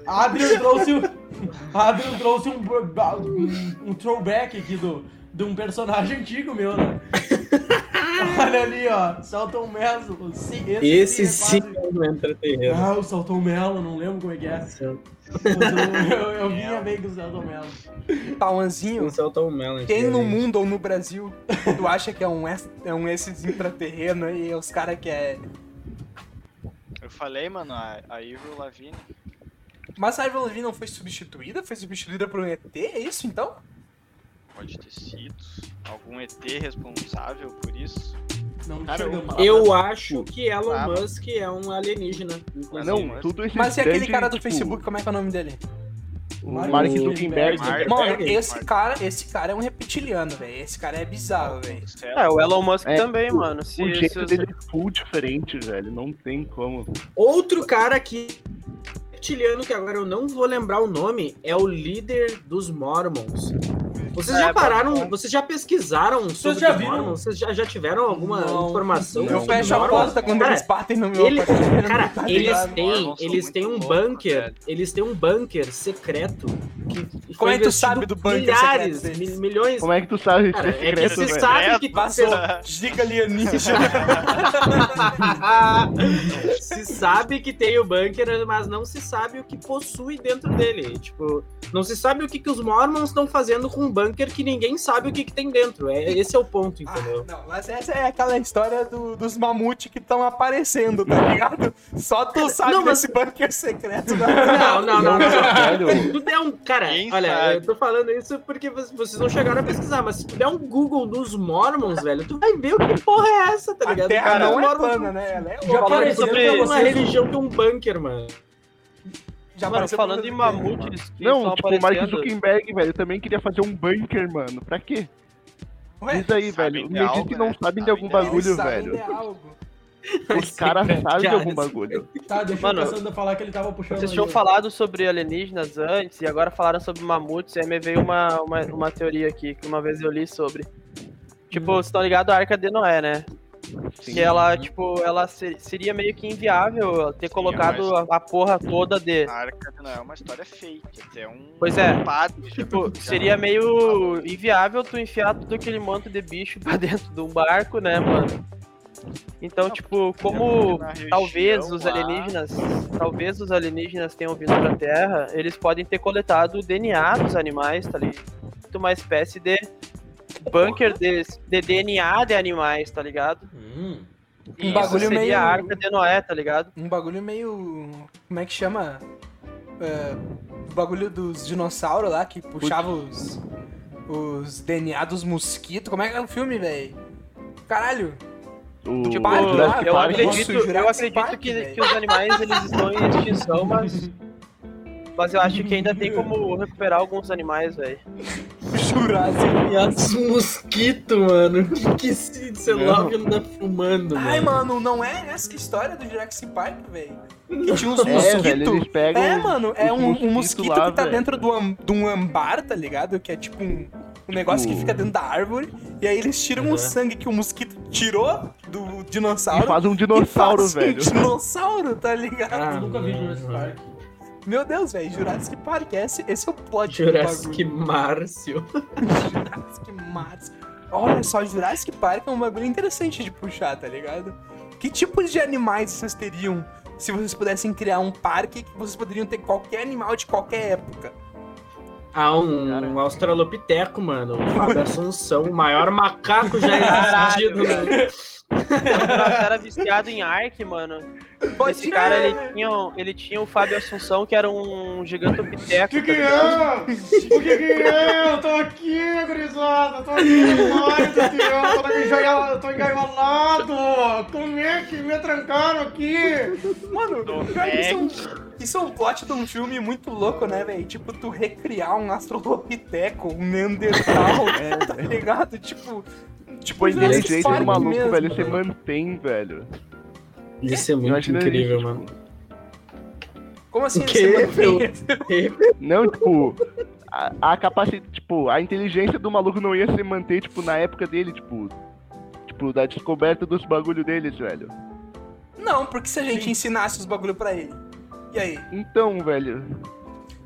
Speaker 2: Adrian trouxe, o- Adrian trouxe um, um throwback aqui do, de um personagem antigo meu,
Speaker 1: [laughs]
Speaker 2: né? Olha ali, ó. Salton Melo. Sim,
Speaker 5: Esse sim
Speaker 2: é
Speaker 5: é um
Speaker 2: quase-
Speaker 5: entretenimento.
Speaker 2: Ah, o Salton Melo, não lembro como é que é. Mas Eu, eu, eu vinha bem com o Salton Melo.
Speaker 1: Tauanzinho,
Speaker 5: Não soltou o Melon.
Speaker 1: quem no mundo ou no Brasil tu acha que é um, es- é um esses intraterreno e os caras que é.
Speaker 6: Eu falei, mano, a, a Ivo Lavigne.
Speaker 1: Mas a Avril Lavigne não foi substituída? Foi substituída por um ET? É isso então?
Speaker 6: Pode ter sido algum ET responsável por isso.
Speaker 2: Não
Speaker 6: Cara,
Speaker 2: chegamos lá.
Speaker 5: Eu acho que Elon
Speaker 6: Ah.
Speaker 5: Musk é um alienígena. inclusive.
Speaker 3: Não,
Speaker 6: mas-
Speaker 3: tudo isso
Speaker 1: Mas e aquele cara do Facebook, como é que é o nome dele?
Speaker 3: O Mark Zuckerberg.
Speaker 6: Mark-
Speaker 1: Mano,
Speaker 5: Zuckerberg?
Speaker 1: esse cara, esse cara é um reptiliano, velho. Esse cara é bizarro, velho.
Speaker 4: É, o Elon Musk
Speaker 3: É,
Speaker 4: também, mano. Se,
Speaker 3: O
Speaker 4: se
Speaker 3: jeito
Speaker 4: você-
Speaker 3: dele é full diferente, velho. Não tem como.
Speaker 5: Outro cara que reptiliano que agora eu não vou lembrar o nome é o líder dos Mormons. Vocês
Speaker 4: É,
Speaker 5: já
Speaker 4: pode
Speaker 5: pararam?
Speaker 4: ser.
Speaker 5: Vocês já pesquisaram sobre
Speaker 2: já
Speaker 5: os
Speaker 2: viram?
Speaker 5: Mormons? Vocês já, já tiveram alguma
Speaker 2: Não.
Speaker 5: informação?
Speaker 2: Não.
Speaker 1: Eu
Speaker 5: sobre
Speaker 1: fecho a
Speaker 5: Mormons?
Speaker 1: porta quando
Speaker 5: um Cara,
Speaker 1: eles batem no meu
Speaker 5: Ele,
Speaker 1: apartamento,
Speaker 5: cara,
Speaker 1: tá
Speaker 5: eles
Speaker 1: ligado?
Speaker 5: têm,
Speaker 6: Mormons são
Speaker 5: eles têm um
Speaker 6: muito
Speaker 5: bunker,
Speaker 6: loucos,
Speaker 5: eles têm um bunker secreto que
Speaker 1: Como é que tu
Speaker 5: investido
Speaker 1: sabe do bunker
Speaker 5: milhares,
Speaker 1: secreto deles?
Speaker 5: mi- milhões.
Speaker 3: Como é que tu sabe isso
Speaker 5: Cara,
Speaker 3: é
Speaker 5: é que
Speaker 3: secreto,
Speaker 5: se
Speaker 3: velho?
Speaker 5: sabe que
Speaker 1: Passou. Diga alienígena.
Speaker 5: Ah, se sabe que tem o bunker, mas não se sabe o que possui dentro dele. Tipo, não se sabe o que, que os Mormons estão fazendo com um bunker que ninguém sabe o que, que tem dentro. É, esse é o ponto,
Speaker 1: [laughs] Ah,
Speaker 5: entendeu?
Speaker 1: não, mas essa é aquela história do- dos mamute que estão aparecendo, tá ligado? Só tu sabe
Speaker 5: Não, mas-
Speaker 1: desse bunker secreto. né?
Speaker 5: Não, não, não, não.
Speaker 3: Velho,
Speaker 5: Tu der um. Cara,
Speaker 6: Quem
Speaker 5: olha,
Speaker 6: sabe?
Speaker 5: eu tô falando isso porque vo- vocês não chegaram a pesquisar, mas se tu der um Google dos Mormons, velho, tu vai ver o que porra é essa, tá
Speaker 1: A
Speaker 5: ligado?
Speaker 1: terra
Speaker 5: Cara,
Speaker 1: não
Speaker 5: os
Speaker 1: é
Speaker 5: Mormons-
Speaker 1: plana, né? Ela é
Speaker 2: Já
Speaker 1: oca.
Speaker 5: Falando
Speaker 2: apareceu
Speaker 5: sobre
Speaker 2: pra
Speaker 5: uma
Speaker 2: vocês.
Speaker 5: religião que é um bunker, mano.
Speaker 1: Já
Speaker 4: Mano,
Speaker 1: apareceu
Speaker 4: falando
Speaker 1: pra-
Speaker 4: em mamute, eles eles
Speaker 3: Não,
Speaker 4: estão
Speaker 3: tipo, o Mark
Speaker 4: aparecendo.
Speaker 3: Zuckerberg, velho, também queria fazer um bunker, mano. Pra quê?
Speaker 1: Ué,
Speaker 3: Diz
Speaker 6: sabem
Speaker 3: aí, velho.
Speaker 6: de
Speaker 3: Me diz
Speaker 6: algo,
Speaker 3: que não
Speaker 6: né?
Speaker 3: sabem de
Speaker 6: Sabem
Speaker 3: algum
Speaker 6: de algo.
Speaker 3: bagulho,
Speaker 1: Eles sabem
Speaker 3: velho.
Speaker 1: de algo.
Speaker 6: [laughs]
Speaker 3: Os caras sabem de
Speaker 5: cara,
Speaker 3: algum
Speaker 5: esse
Speaker 3: bagulho.
Speaker 2: Tá, deixa
Speaker 4: Mano,
Speaker 2: o Cassandra falar que ele tava puxando.
Speaker 4: Vocês
Speaker 2: ali,
Speaker 4: tinham
Speaker 2: ó.
Speaker 4: falado sobre alienígenas antes e agora falaram sobre mamutes, e aí me veio uma, uma, uma teoria aqui que uma vez eu li sobre.
Speaker 3: Hum.
Speaker 4: Tipo, vocês estão ligados à Arca de Noé, né? Que ela, tipo, ela se- seria meio que inviável ter colocado a, a porra toda de.
Speaker 6: A Arca não é uma história fake, até um
Speaker 4: Pois é,
Speaker 6: padre. já-
Speaker 4: Tipo,
Speaker 6: [laughs] já-
Speaker 4: seria meio inviável tu enfiar todo aquele manto de bicho pra [laughs] dentro de um barco, né, mano? Então, tipo, como
Speaker 6: Na região
Speaker 4: talvez os
Speaker 6: lá,
Speaker 4: alienígenas, talvez os alienígenas tenham vindo pra Terra, eles podem ter coletado o DNA dos animais, tá ligado? Uma espécie de bunker de, de DNA de animais, tá ligado?
Speaker 2: Hum.
Speaker 4: E
Speaker 1: Um bagulho
Speaker 4: isso seria
Speaker 1: meio-
Speaker 4: a arca de Noé, tá ligado?
Speaker 1: Um bagulho meio. Como é que chama? É, o bagulho dos dinossauros lá que puxava os. Os DNA dos mosquitos. Como é que é o filme, velho?
Speaker 3: [laughs]
Speaker 1: Caralho!
Speaker 3: O
Speaker 4: Tipo,
Speaker 1: Parque, Jurassic
Speaker 4: eu
Speaker 1: Park.
Speaker 4: acredito,
Speaker 1: Nossa,
Speaker 4: eu
Speaker 1: Jurassic
Speaker 4: acredito
Speaker 1: Park,
Speaker 4: que,
Speaker 1: velho.
Speaker 4: que os animais eles estão em extinção, mas. Mas eu acho que ainda tem como recuperar alguns animais, velho.
Speaker 1: Jurassic.
Speaker 5: E as mosquito, mano. Que que esse celular
Speaker 3: Não.
Speaker 5: anda fumando,
Speaker 1: Ai,
Speaker 5: mano?
Speaker 1: mano, não é essa a história do Jurassic Park, velho. Que tinha uns
Speaker 3: [laughs] É, velho,
Speaker 1: mosquitos.
Speaker 3: eles pegam.
Speaker 1: É, mano, é
Speaker 3: os
Speaker 1: um, um
Speaker 3: mosquito
Speaker 1: mosquito
Speaker 3: lá,
Speaker 1: que tá
Speaker 3: velho.
Speaker 1: dentro do am- de um ambar, tá ligado? Que é tipo um, um negócio que
Speaker 3: Tipo-
Speaker 1: fica dentro da árvore. E aí eles tiram
Speaker 5: Uhum.
Speaker 1: o sangue que o mosquito tirou do
Speaker 3: E
Speaker 1: dinossauro.
Speaker 3: faz um
Speaker 1: e
Speaker 3: dinossauro,
Speaker 1: faz um
Speaker 3: velho.
Speaker 1: dinossauro, tá ligado?
Speaker 5: Ah,
Speaker 2: Eu nunca vi
Speaker 5: mano.
Speaker 3: Hum.
Speaker 2: Jurassic Park.
Speaker 1: Meu Deus, velho, Jurassic Park, esse, esse é o plot
Speaker 5: Jurassic
Speaker 1: do
Speaker 5: Márcio.
Speaker 1: bagulho. Jurassic Mars. Olha só, Jurassic Park é um bagulho interessante de puxar, tá ligado? Que tipos de animais vocês teriam se vocês pudessem criar um parque que vocês poderiam ter qualquer animal de qualquer época?
Speaker 5: a um
Speaker 3: Cara.
Speaker 5: australopiteco, mano. Da Assunção, o maior macaco já existido. né?
Speaker 4: era viciado em Ark, mano. Esse cara, ele tinha, um- ele tinha o Fábio Assunção, que era um gigantopiteco.
Speaker 2: Que é?
Speaker 4: tá ligado?
Speaker 2: O que que é? Eu tô aqui, gurizada, tô aqui, ai, meu Deus, tô engaio- tô engaiolado, como é que me trancaram aqui?
Speaker 1: Mano,
Speaker 6: Do
Speaker 1: pior que isso, é um, isso é um plot de um filme muito louco, né, velho? Tipo, tu recriar um astrolopiteco, um
Speaker 3: [laughs]
Speaker 1: Neandertal,
Speaker 3: É,
Speaker 1: tá ligado? Tipo. Tipo,
Speaker 3: Pois é,
Speaker 1: esse
Speaker 3: esse jeito
Speaker 1: parque
Speaker 3: do maluco,
Speaker 1: mesmo, né?
Speaker 3: velho, você mantém, velho.
Speaker 5: Isso é muito
Speaker 3: Imagina
Speaker 5: incrível,
Speaker 3: isso,
Speaker 5: mano.
Speaker 3: tipo,
Speaker 1: Como assim?
Speaker 5: Que,
Speaker 1: você mantém esse-
Speaker 3: Não, tipo, a, a capacidade, tipo, a inteligência do maluco não ia se manter, tipo, na época dele, tipo, tipo, da descoberta dos bagulho deles, velho.
Speaker 1: Não, porque se a gente ensinasse os bagulho pra ele. E aí?
Speaker 3: Então, velho,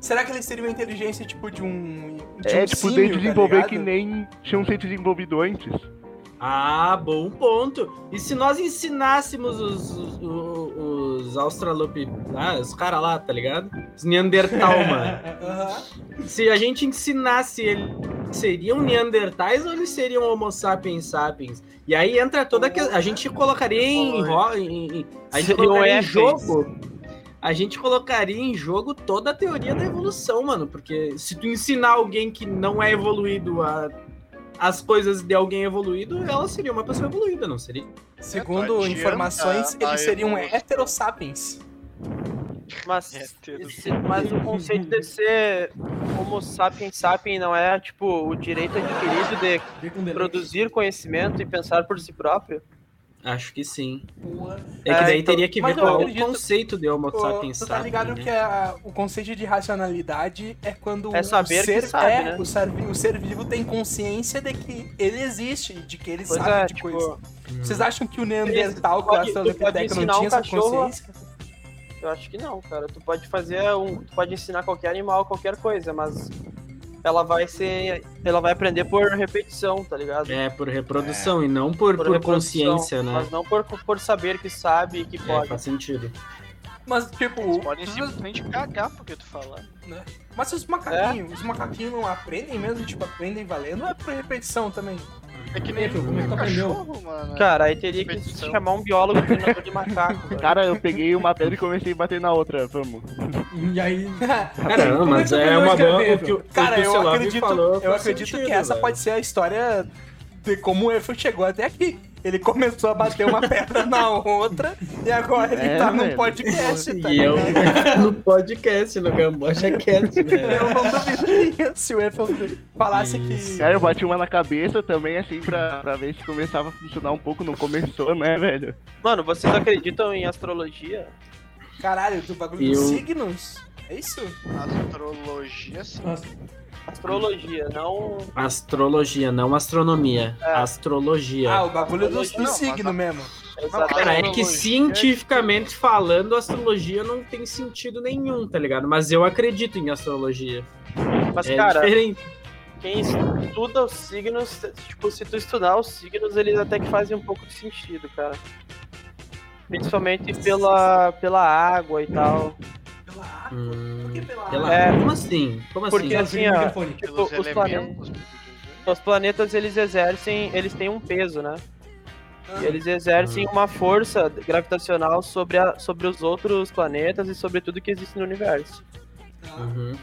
Speaker 1: Será que ele seria uma inteligência tipo de um. De
Speaker 3: é
Speaker 1: um
Speaker 3: tipo,
Speaker 1: símio,
Speaker 3: de
Speaker 1: tá
Speaker 3: desenvolver
Speaker 1: ligado?
Speaker 3: que nem um tinham se desenvolvido antes.
Speaker 5: Ah, bom ponto. E se nós ensinássemos os, os, os, os australop... Ah, os caras lá, tá ligado? Os Neandertal, mano.
Speaker 1: Aham.
Speaker 5: Se a gente ensinasse ele, seriam Neandertais ou eles seriam Homo sapiens sapiens? E aí entra toda a que... A gente colocaria em... ro- em- em- A gente
Speaker 4: Seriam
Speaker 5: colocaria em
Speaker 4: éteis.
Speaker 5: jogo... A gente colocaria em jogo toda a teoria da evolução, mano. Porque se tu ensinar alguém que não é evoluído a... As coisas de alguém evoluído, ela seria uma pessoa evoluída, não seria?
Speaker 1: Segundo
Speaker 6: adianta
Speaker 1: informações,
Speaker 6: a
Speaker 1: eles seriam
Speaker 6: evolução.
Speaker 1: heterosapiens.
Speaker 4: Mas,
Speaker 6: Hétero.
Speaker 4: esse- mas o conceito de ser homo sapiens sapiens não é, tipo, o direito adquirido de produzir conhecimento e pensar por si próprio?
Speaker 5: Acho que sim. É
Speaker 4: É,
Speaker 5: que daí
Speaker 4: então-
Speaker 5: teria que
Speaker 1: mas
Speaker 5: ver
Speaker 1: eu
Speaker 5: qual é o
Speaker 1: acredito-
Speaker 5: conceito de Homo sapiens
Speaker 1: Você tá
Speaker 5: sapiens.
Speaker 1: ligado
Speaker 5: né?
Speaker 1: que a- o conceito de racionalidade é quando
Speaker 4: É saber
Speaker 1: o ser
Speaker 4: que sabe,
Speaker 1: é,
Speaker 4: né?
Speaker 1: o, ser, vi- o ser vivo tem consciência de que ele existe, de que ele
Speaker 4: Pois
Speaker 1: sabe
Speaker 4: é,
Speaker 1: de
Speaker 4: tipo,
Speaker 1: coisa.
Speaker 5: Hum.
Speaker 1: Vocês acham que o Neandertal, que o
Speaker 4: pode- tu pode
Speaker 1: Australopithecus não
Speaker 4: ensinar
Speaker 1: tinha
Speaker 4: um
Speaker 1: essa
Speaker 4: cachorro a-
Speaker 1: consciência?
Speaker 4: Eu acho que não, cara. Tu pode fazer um. Tu pode ensinar qualquer animal qualquer coisa, mas ela vai ser. Ela vai aprender por repetição, tá ligado?
Speaker 5: É, por reprodução e não por, por,
Speaker 4: reprodução,
Speaker 5: consciência, né?
Speaker 4: Mas não por, por saber que sabe e que
Speaker 5: É,
Speaker 4: pode.
Speaker 5: faz sentido.
Speaker 1: Mas, tipo,
Speaker 6: Eles podem
Speaker 1: os-
Speaker 6: simplesmente cagar porque tu falar.
Speaker 1: mas se os macaquinhos, os macaquinhos não aprendem mesmo, tipo, aprendem valendo, é por repetição também.
Speaker 6: É que nem
Speaker 2: Pedro, como é que tu
Speaker 6: um
Speaker 2: aprendeu?
Speaker 6: cachorro, mano.
Speaker 4: Cara, aí teria que
Speaker 6: Repetição.
Speaker 4: chamar um biólogo treinador
Speaker 5: [laughs]
Speaker 4: de macaco. velho.
Speaker 3: Cara, eu peguei uma pedra e comecei a bater na outra, vamos.
Speaker 2: E aí,
Speaker 5: Caramba,
Speaker 2: Como é que
Speaker 5: mas
Speaker 2: tu
Speaker 5: é
Speaker 2: aprendeu a
Speaker 5: uma boa.
Speaker 2: escrever,
Speaker 5: O que, o- o que
Speaker 1: Cara,
Speaker 5: o
Speaker 1: eu
Speaker 5: Celovi
Speaker 1: acredito,
Speaker 5: falou
Speaker 1: eu
Speaker 5: faz
Speaker 1: acredito
Speaker 5: sentido, né?
Speaker 1: que essa
Speaker 5: velho.
Speaker 1: pode ser a história de como o Eiffel chegou até aqui. Ele começou a bater uma pedra na outra e agora ele
Speaker 3: É,
Speaker 1: tá num
Speaker 3: velho.
Speaker 1: podcast, tá [laughs]
Speaker 5: E eu
Speaker 1: ligado?
Speaker 5: no podcast, no Gambocha Cast, né?
Speaker 1: [laughs] Eu não duvidaria se o Eiffel falasse
Speaker 5: Isso. É.
Speaker 1: que.
Speaker 3: Cara, eu bati uma na cabeça também, assim, pra, pra ver se começava a funcionar um pouco. Não começou, né, velho?
Speaker 4: Mano, vocês acreditam em astrologia?
Speaker 1: Caralho, do bagulho
Speaker 5: Eu-
Speaker 1: dos signos? É isso?
Speaker 6: Astrologia, sim.
Speaker 4: Astrologia, não.
Speaker 5: Astrologia, não astronomia. Astrologia.
Speaker 1: É. Ah, o bagulho dos,
Speaker 6: Não,
Speaker 1: do
Speaker 6: mas
Speaker 1: signo
Speaker 6: a-
Speaker 1: mesmo.
Speaker 4: Exatamente.
Speaker 5: Cara, é que
Speaker 6: astrologia-
Speaker 5: cientificamente falando, astrologia não tem sentido nenhum, tá ligado? Mas eu acredito em astrologia.
Speaker 4: Mas,
Speaker 5: é
Speaker 4: cara,
Speaker 5: diferente.
Speaker 4: quem estuda os signos, tipo, se tu estudar os signos, eles até que fazem um pouco de sentido, cara. Principalmente pela, pela água e tal.
Speaker 1: Pela água? Por
Speaker 5: Hum,
Speaker 1: que pela água?
Speaker 5: ela-
Speaker 4: É.
Speaker 5: Como assim? Como assim?
Speaker 4: Porque assim,
Speaker 2: o
Speaker 4: ó,
Speaker 2: microfone.
Speaker 4: tipo,
Speaker 6: Pelos
Speaker 4: os planetas,
Speaker 6: elementos.
Speaker 4: os planetas, eles exercem, eles têm um peso, né?
Speaker 1: Ah,
Speaker 4: E eles exercem uma força gravitacional sobre, a, sobre os outros planetas e sobre tudo que existe no universo.
Speaker 1: tá.
Speaker 5: Uhum.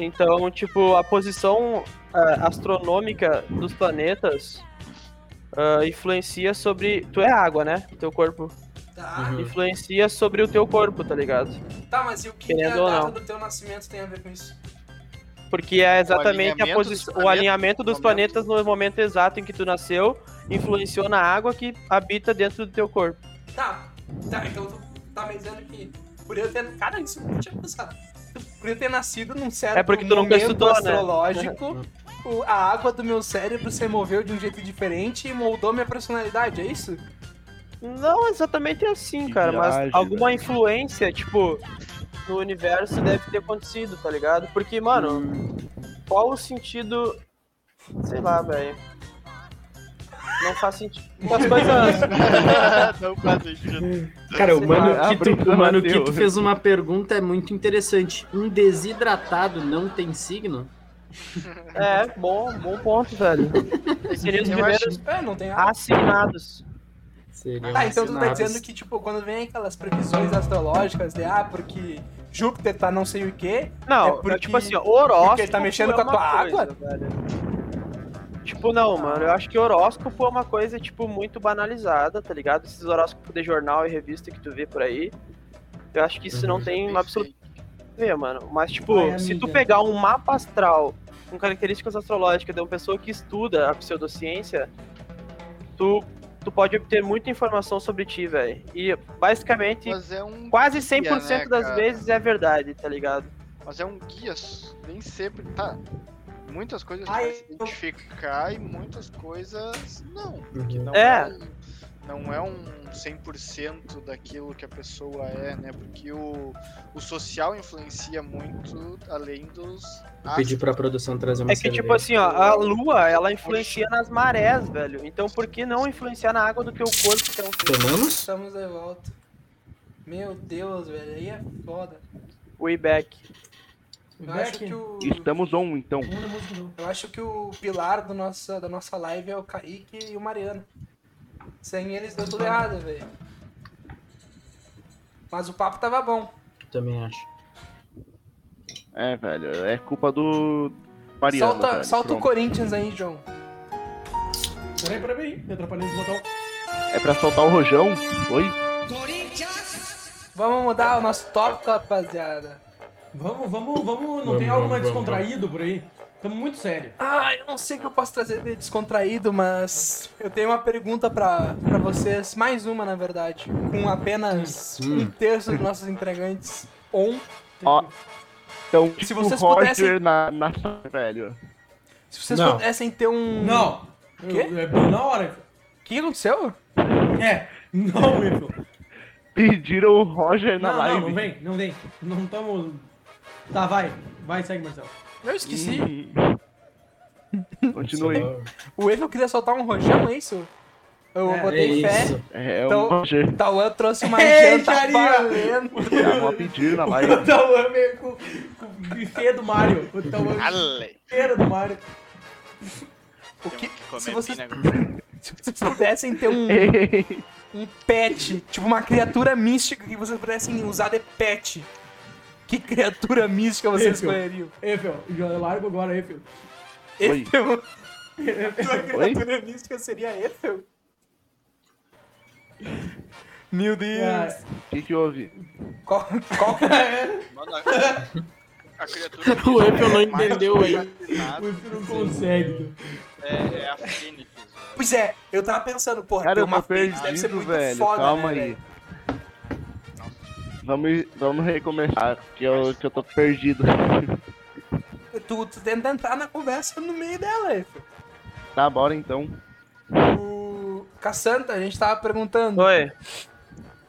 Speaker 4: Então, tipo, a posição ah, astronômica dos planetas ah, influencia sobre. Tu é água, né? Teu corpo.
Speaker 1: Tá.
Speaker 3: Hum.
Speaker 5: Uhum.
Speaker 4: Influencia sobre o teu corpo, tá ligado?
Speaker 1: Tá, mas e o que que a
Speaker 4: Querendo ou
Speaker 1: data
Speaker 4: não.
Speaker 1: do teu nascimento tem a ver com isso?
Speaker 4: Porque é exatamente a
Speaker 6: alinhamento dos
Speaker 4: posição. O
Speaker 6: planetas,
Speaker 4: alinhamento dos
Speaker 6: momento.
Speaker 4: planetas no momento exato em que tu nasceu influenciou na água que habita dentro do teu corpo.
Speaker 1: Tá, tá, então tu tá me dizendo que por eu ter. Cara, isso eu não tinha pensado. Por eu ter nascido num certo
Speaker 4: É porque tu nunca
Speaker 1: momento
Speaker 4: estudou, né?
Speaker 1: astrológico, o- a água do meu cérebro se moveu de um jeito diferente e moldou minha personalidade, é isso?
Speaker 4: Não exatamente assim,
Speaker 3: Que
Speaker 4: cara, mas
Speaker 3: viagem,
Speaker 4: alguma
Speaker 3: velho.
Speaker 4: influência, tipo, no universo deve ter acontecido, tá ligado? Porque, mano,
Speaker 3: Hum.
Speaker 4: qual o sentido. Sei lá, velho. Não faz sentido.
Speaker 6: [laughs]
Speaker 4: As coisas.
Speaker 6: Não faz sentido.
Speaker 5: Cara, o Mano,
Speaker 3: Ah,
Speaker 5: Quito,
Speaker 3: Bruna
Speaker 5: o Mano
Speaker 3: bateu.
Speaker 5: é Quito fez uma pergunta muito interessante. Um desidratado não tem signo?
Speaker 4: É, bom, bom ponto, velho. Seriam os
Speaker 6: Eu
Speaker 4: primeiros
Speaker 1: É, não tem
Speaker 4: Ah,
Speaker 1: nada.
Speaker 4: assinados.
Speaker 5: Seriam
Speaker 1: Ah, então tu tá
Speaker 5: assinados.
Speaker 1: dizendo que, tipo, quando vem aquelas previsões astrológicas de, ah, porque Júpiter tá não sei o quê,
Speaker 4: Não,
Speaker 1: É
Speaker 4: é
Speaker 1: porque-
Speaker 4: tipo assim, ó, horóscopo.
Speaker 1: porque ele tá mexendo
Speaker 4: é
Speaker 1: com a
Speaker 4: uma
Speaker 1: tua
Speaker 4: coisa,
Speaker 1: água?
Speaker 4: velho. Tipo, não,
Speaker 1: Ah.
Speaker 4: mano, eu acho que horóscopo é uma coisa, tipo, muito banalizada, tá ligado? Esses horóscopos de jornal e revista que tu vê por aí. Eu acho que isso não tem absolutamente a ver, mano. Mas, tipo,
Speaker 2: Vai,
Speaker 4: se tu
Speaker 2: amiga.
Speaker 4: pegar um mapa astral com características astrológicas de uma pessoa que estuda a pseudociência, tu, tu pode obter muita informação sobre ti, velho. E, basicamente,
Speaker 6: Mas é um
Speaker 4: quase
Speaker 6: guia,
Speaker 4: 100%
Speaker 6: né,
Speaker 4: das
Speaker 6: cara?
Speaker 4: vezes é verdade, tá ligado?
Speaker 6: Mas é um guia, s- nem sempre tá. Muitas coisas tu
Speaker 2: Ah,
Speaker 6: vai
Speaker 2: eu-
Speaker 6: se identificar e muitas coisas não.
Speaker 5: Uhum.
Speaker 6: Não
Speaker 4: É.
Speaker 6: um- não é um 100% daquilo que a pessoa é, né? Porque o, o social influencia muito além dos.
Speaker 5: Eu pedi pra produção trazer uma
Speaker 4: É que, tipo
Speaker 5: cerveja.
Speaker 4: assim, ó, a lua, ela influencia nas marés, velho. Então, por que não influenciar na água do teu corpo, que é um
Speaker 1: assim,
Speaker 5: Tomamos?
Speaker 1: estamos de volta. Meu Deus, velho, aí é foda.
Speaker 4: way back?
Speaker 1: Eu acho
Speaker 2: Beck,
Speaker 1: que o.
Speaker 3: Estamos on, então.
Speaker 2: manda a música não.
Speaker 1: Eu acho que o pilar do nossa, da nossa live é o Kaique e o Mariano. Sem eles deu tudo errado, velho. Mas o papo tava bom.
Speaker 5: Também acho.
Speaker 3: É, velho, é culpa do Mariano,
Speaker 1: solta
Speaker 3: velho.
Speaker 1: solta o
Speaker 3: Pronto.
Speaker 1: Corinthians aí, John.
Speaker 2: Peraí, peraí, eu atrapalhei esse botão.
Speaker 3: É pra soltar o rojão? Oi?
Speaker 1: Vamos mudar o nosso tópico, rapaziada.
Speaker 2: Vamos, vamos, vamos. Não
Speaker 5: Vamos,
Speaker 2: tem algo
Speaker 5: vamos,
Speaker 2: mais
Speaker 5: vamos,
Speaker 2: descontraído por aí? Tamo muito sério.
Speaker 1: Ah, eu não sei o que eu posso trazer de descontraído, mas eu tenho uma pergunta pra pra vocês, mais uma na verdade, com apenas
Speaker 5: Hum.
Speaker 1: um terço dos nossos entregantes. On.
Speaker 3: Ó. Então,
Speaker 1: Se
Speaker 3: tipo,
Speaker 1: vocês
Speaker 3: Roger
Speaker 1: pudessem-
Speaker 3: na, na velho.
Speaker 1: Se vocês
Speaker 5: Não.
Speaker 1: pudessem ter um.
Speaker 2: Não!
Speaker 1: Quê?
Speaker 2: Eu- É bem na hora.
Speaker 1: O que aconteceu?
Speaker 2: É, não, Wilton.
Speaker 3: Pediram o Roger na
Speaker 2: Não, não,
Speaker 3: live.
Speaker 2: não vem, não vem. Não estamos. Tá, vai. Vai, segue, Marcelo.
Speaker 1: Eu esqueci.
Speaker 3: [laughs] Hum. Continue.
Speaker 1: O Evel queria soltar um rojão, é isso? Eu
Speaker 2: É,
Speaker 5: É
Speaker 1: botei fé.
Speaker 5: isso.
Speaker 3: É,
Speaker 1: Então-
Speaker 3: o Roger.
Speaker 1: Tauan trouxe
Speaker 2: [laughs]
Speaker 1: uma
Speaker 2: Ei,
Speaker 1: janta
Speaker 2: Jaria!
Speaker 1: valendo.
Speaker 3: Já vão pedir na live.
Speaker 2: O Tauan veio com, com o buffet do Mario. O Tauan
Speaker 6: Ale!
Speaker 2: inteiro do Mario.
Speaker 1: O
Speaker 6: Temos
Speaker 1: que,
Speaker 6: que comer
Speaker 1: se, vocês,
Speaker 6: bem, né?
Speaker 1: se vocês pudessem ter um, um pet, tipo uma criatura mística que vocês pudessem usar de pet, que criatura mística vocês
Speaker 2: Evil.
Speaker 1: escolheriam?
Speaker 2: Eiffel, já largo agora, Eiffel.
Speaker 1: [laughs]
Speaker 3: Oi.
Speaker 1: Efeu. Tua criatura mística seria Efeu? Meu Deus.
Speaker 2: É,
Speaker 3: O que, que houve?
Speaker 1: Qual, qual que
Speaker 6: Mano, a, a criatura.
Speaker 5: [laughs] O Apple não
Speaker 6: é mais
Speaker 5: entendeu aí.
Speaker 6: assassinada,
Speaker 2: o Eiffel não consegue.
Speaker 6: É, é a Fênix. velho.
Speaker 1: Pois é, eu tava pensando, porra,
Speaker 3: Cara,
Speaker 1: ter
Speaker 3: eu
Speaker 1: uma
Speaker 3: tô
Speaker 1: Fênix deve ser
Speaker 3: perdido,
Speaker 1: muito
Speaker 3: velho.
Speaker 1: foda,
Speaker 3: Calma
Speaker 1: né,
Speaker 3: aí.
Speaker 1: velho?
Speaker 3: Vamos, vamos recomeçar, que eu, que eu tô perdido.
Speaker 1: Tu, tu tenta entrar na conversa no meio dela, aí. filho.
Speaker 3: tá, bora então.
Speaker 1: O Cassandra, a gente tava perguntando,
Speaker 4: Oi.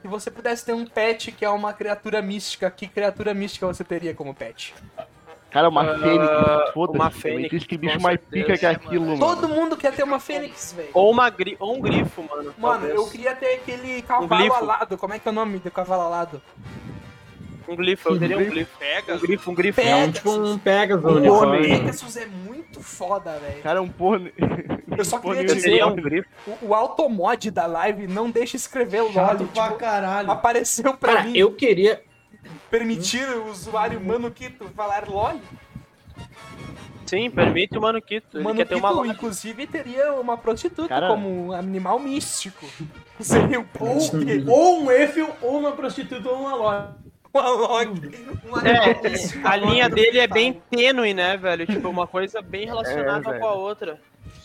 Speaker 1: se você pudesse ter um pet que é uma criatura mística, que criatura mística você teria como pet?
Speaker 3: Cara, é uma
Speaker 4: Ah,
Speaker 3: fênix, foda-se.
Speaker 4: uma
Speaker 3: também.
Speaker 4: fênix,
Speaker 3: Diz que
Speaker 4: com
Speaker 3: bicho mais
Speaker 4: certeza,
Speaker 3: pica que
Speaker 6: é,
Speaker 3: aquilo,
Speaker 6: mano.
Speaker 3: mano.
Speaker 1: Todo mundo quer ter uma fênix, velho.
Speaker 4: Ou, uma gri... Ou um grifo, mano.
Speaker 1: Mano,
Speaker 4: talvez.
Speaker 1: eu queria ter aquele
Speaker 4: Um
Speaker 1: cavalo
Speaker 4: glifo.
Speaker 1: alado. Como é que é o nome do cavalo alado?
Speaker 4: Um glifo, eu teria um glifo.
Speaker 6: Pega,
Speaker 4: Um grifo, um grifo.
Speaker 5: É um tipo
Speaker 1: assim.
Speaker 5: um Pegasus
Speaker 1: O
Speaker 5: uniforme.
Speaker 1: Pegasus é muito foda, velho.
Speaker 3: Cara, é um pônei.
Speaker 1: Eu só queria
Speaker 3: Pônei
Speaker 4: Eu
Speaker 1: dizer,
Speaker 4: teria um
Speaker 3: uniforme.
Speaker 4: grifo.
Speaker 1: o, o automod da live não deixa escrever
Speaker 2: Chato
Speaker 1: LOL.
Speaker 2: pra
Speaker 1: Tipo,
Speaker 2: caralho.
Speaker 1: apareceu pra
Speaker 5: Cara,
Speaker 1: mim.
Speaker 5: eu queria.
Speaker 1: permitir o usuário Mano Quito falar LOL.
Speaker 4: Sim, permite o Mano Quito. Ele
Speaker 1: Mano
Speaker 4: quer ter uma
Speaker 1: Quito,
Speaker 4: loja.
Speaker 1: inclusive, teria uma prostituta
Speaker 3: Cara.
Speaker 1: como um animal místico. [laughs] Seria um Poke,
Speaker 2: Ou um Eiffel, ou uma prostituta, ou uma loja.
Speaker 1: uma Log, um animal místico.
Speaker 4: É, [laughs] a linha
Speaker 1: Do
Speaker 4: dele é
Speaker 1: Quito.
Speaker 4: bem tênue, né, velho? Tipo, uma coisa bem relacionada
Speaker 3: velho.
Speaker 4: com a outra.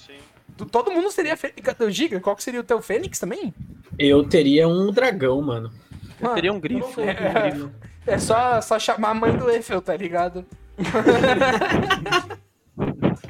Speaker 6: sim.
Speaker 1: Tu- Todo mundo seria Fênix. Giga, qual que seria o teu Fênix também?
Speaker 5: Eu teria um dragão, mano.
Speaker 4: Eu
Speaker 1: Mano,
Speaker 4: teria
Speaker 2: Eu
Speaker 4: um
Speaker 2: não
Speaker 4: grifo.
Speaker 2: sou incrível.
Speaker 1: É só, só chamar a mãe do Eiffel, tá ligado?
Speaker 3: [laughs]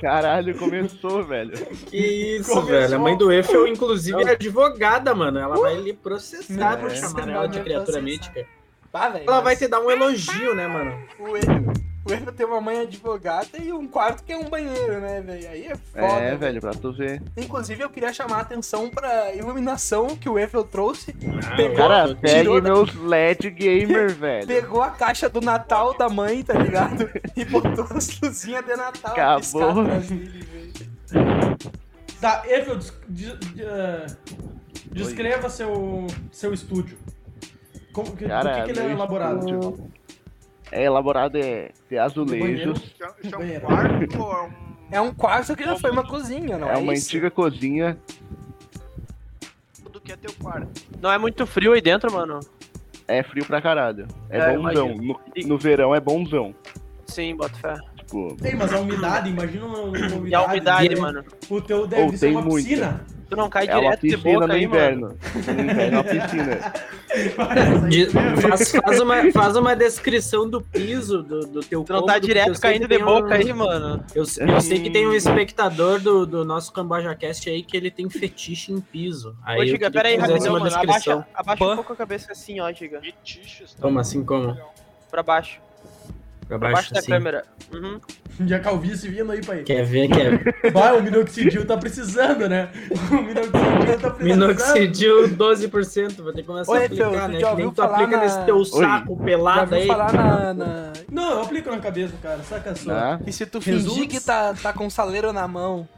Speaker 3: Caralho, começou, velho.
Speaker 5: Que isso,
Speaker 2: Começou.
Speaker 5: velho. A mãe do Eiffel, inclusive, é advogada, mano. Ela vai lhe processar por
Speaker 1: É.
Speaker 5: chamar ela de
Speaker 1: Vai
Speaker 5: criatura
Speaker 1: processar.
Speaker 5: mítica.
Speaker 1: Pá, velho.
Speaker 5: Ela vai
Speaker 1: mas
Speaker 5: te dar um elogio, né, mano?
Speaker 1: o E- O Eno tem uma mãe advogada e um quarto que é um banheiro, né, velho? Aí é foda.
Speaker 3: É, velho, pra tu ver.
Speaker 1: Inclusive, eu queria chamar a atenção pra iluminação que o Eiffel trouxe.
Speaker 5: Ah,
Speaker 1: Pegou,
Speaker 3: Cara,
Speaker 1: tirou da-
Speaker 3: pegue meus LED gamer, velho.
Speaker 1: Pegou a caixa do Natal da mãe, tá ligado? [laughs] E botou as luzinhas de Natal. a piscar
Speaker 3: Acabou.
Speaker 1: atrás dele, velho.
Speaker 2: Tá, Eiffel, des- de- de- eh, descreva seu, seu estúdio. Como, que,
Speaker 3: Cara,
Speaker 2: por que, que ele é
Speaker 3: meu
Speaker 2: elaborado?
Speaker 3: estúdio É elaborado é, de azulejos.
Speaker 6: Isso é- isso é um
Speaker 2: Banheiro.
Speaker 6: quarto ou é um...
Speaker 1: É um quarto que já foi uma cozinha, não é?
Speaker 3: É uma
Speaker 1: isso?
Speaker 3: antiga cozinha.
Speaker 6: Tudo que é teu quarto.
Speaker 4: Não é muito frio aí dentro, mano?
Speaker 3: É frio pra caralho. É,
Speaker 4: É,
Speaker 3: bonzão. No, no verão é bonzão.
Speaker 4: Sim, bota fé.
Speaker 3: Tipo,
Speaker 2: Tem, mas a umidade, imagina uma umidade.
Speaker 4: E a umidade,
Speaker 2: né?
Speaker 4: mano.
Speaker 2: O teu deve
Speaker 3: Ou
Speaker 2: ser
Speaker 3: tem
Speaker 2: uma
Speaker 3: muita. [laughs]
Speaker 2: piscina.
Speaker 4: Tu não cai
Speaker 3: é uma
Speaker 4: direto de
Speaker 3: piscina
Speaker 4: boca
Speaker 3: no
Speaker 4: aí, mano.
Speaker 3: inverno. No inverno é uma [laughs] piscina.
Speaker 5: De- faz, faz uma, faz uma descrição do piso do, do teu
Speaker 4: Tu não
Speaker 5: cômodo,
Speaker 4: tá
Speaker 5: porque eu
Speaker 4: direto
Speaker 5: sei
Speaker 4: caindo
Speaker 5: que
Speaker 4: de
Speaker 5: tem
Speaker 4: boca
Speaker 5: um-
Speaker 4: aí, Hum. mano.
Speaker 5: Eu, eu sei que tem um espectador do, do nosso CambajaCast aí que ele tem fetiche em piso. Aí
Speaker 4: Ô,
Speaker 5: eu queria
Speaker 4: Giga, pera aí,
Speaker 5: que fizesse
Speaker 4: rapidão,
Speaker 5: uma
Speaker 4: mano.
Speaker 5: descrição.
Speaker 4: Abaixa, abaixa um pouco a cabeça assim, ó, Giga.
Speaker 6: Fetiches, tá?
Speaker 5: Como assim, como?
Speaker 4: Pra baixo.
Speaker 5: Pra
Speaker 4: Pra
Speaker 5: baixo,
Speaker 4: baixo da
Speaker 5: assim.
Speaker 4: câmera. Uhum.
Speaker 2: Já Um calvície vindo aí, pai.
Speaker 5: Quer ver, quer
Speaker 4: [laughs]
Speaker 5: ver.
Speaker 2: Vai, o minoxidil tá precisando, né? [laughs] O minoxidil tá precisando.
Speaker 5: Minoxidil 12%, vou ter que começar
Speaker 1: Ô,
Speaker 5: a
Speaker 1: Etel,
Speaker 5: aplicar,
Speaker 1: tu
Speaker 5: né?
Speaker 1: já
Speaker 5: Que nem
Speaker 1: ouviu
Speaker 5: tu
Speaker 1: falar
Speaker 5: aplica
Speaker 1: na-
Speaker 5: nesse teu saco
Speaker 1: Já
Speaker 5: pelado
Speaker 1: ouviu
Speaker 5: aí.
Speaker 1: falar na, na-
Speaker 2: Não, eu aplico na cabeça, cara. Saca é só.
Speaker 3: Né?
Speaker 1: E se tu
Speaker 2: Jesus.
Speaker 1: fingir que tá, tá com saleiro na mão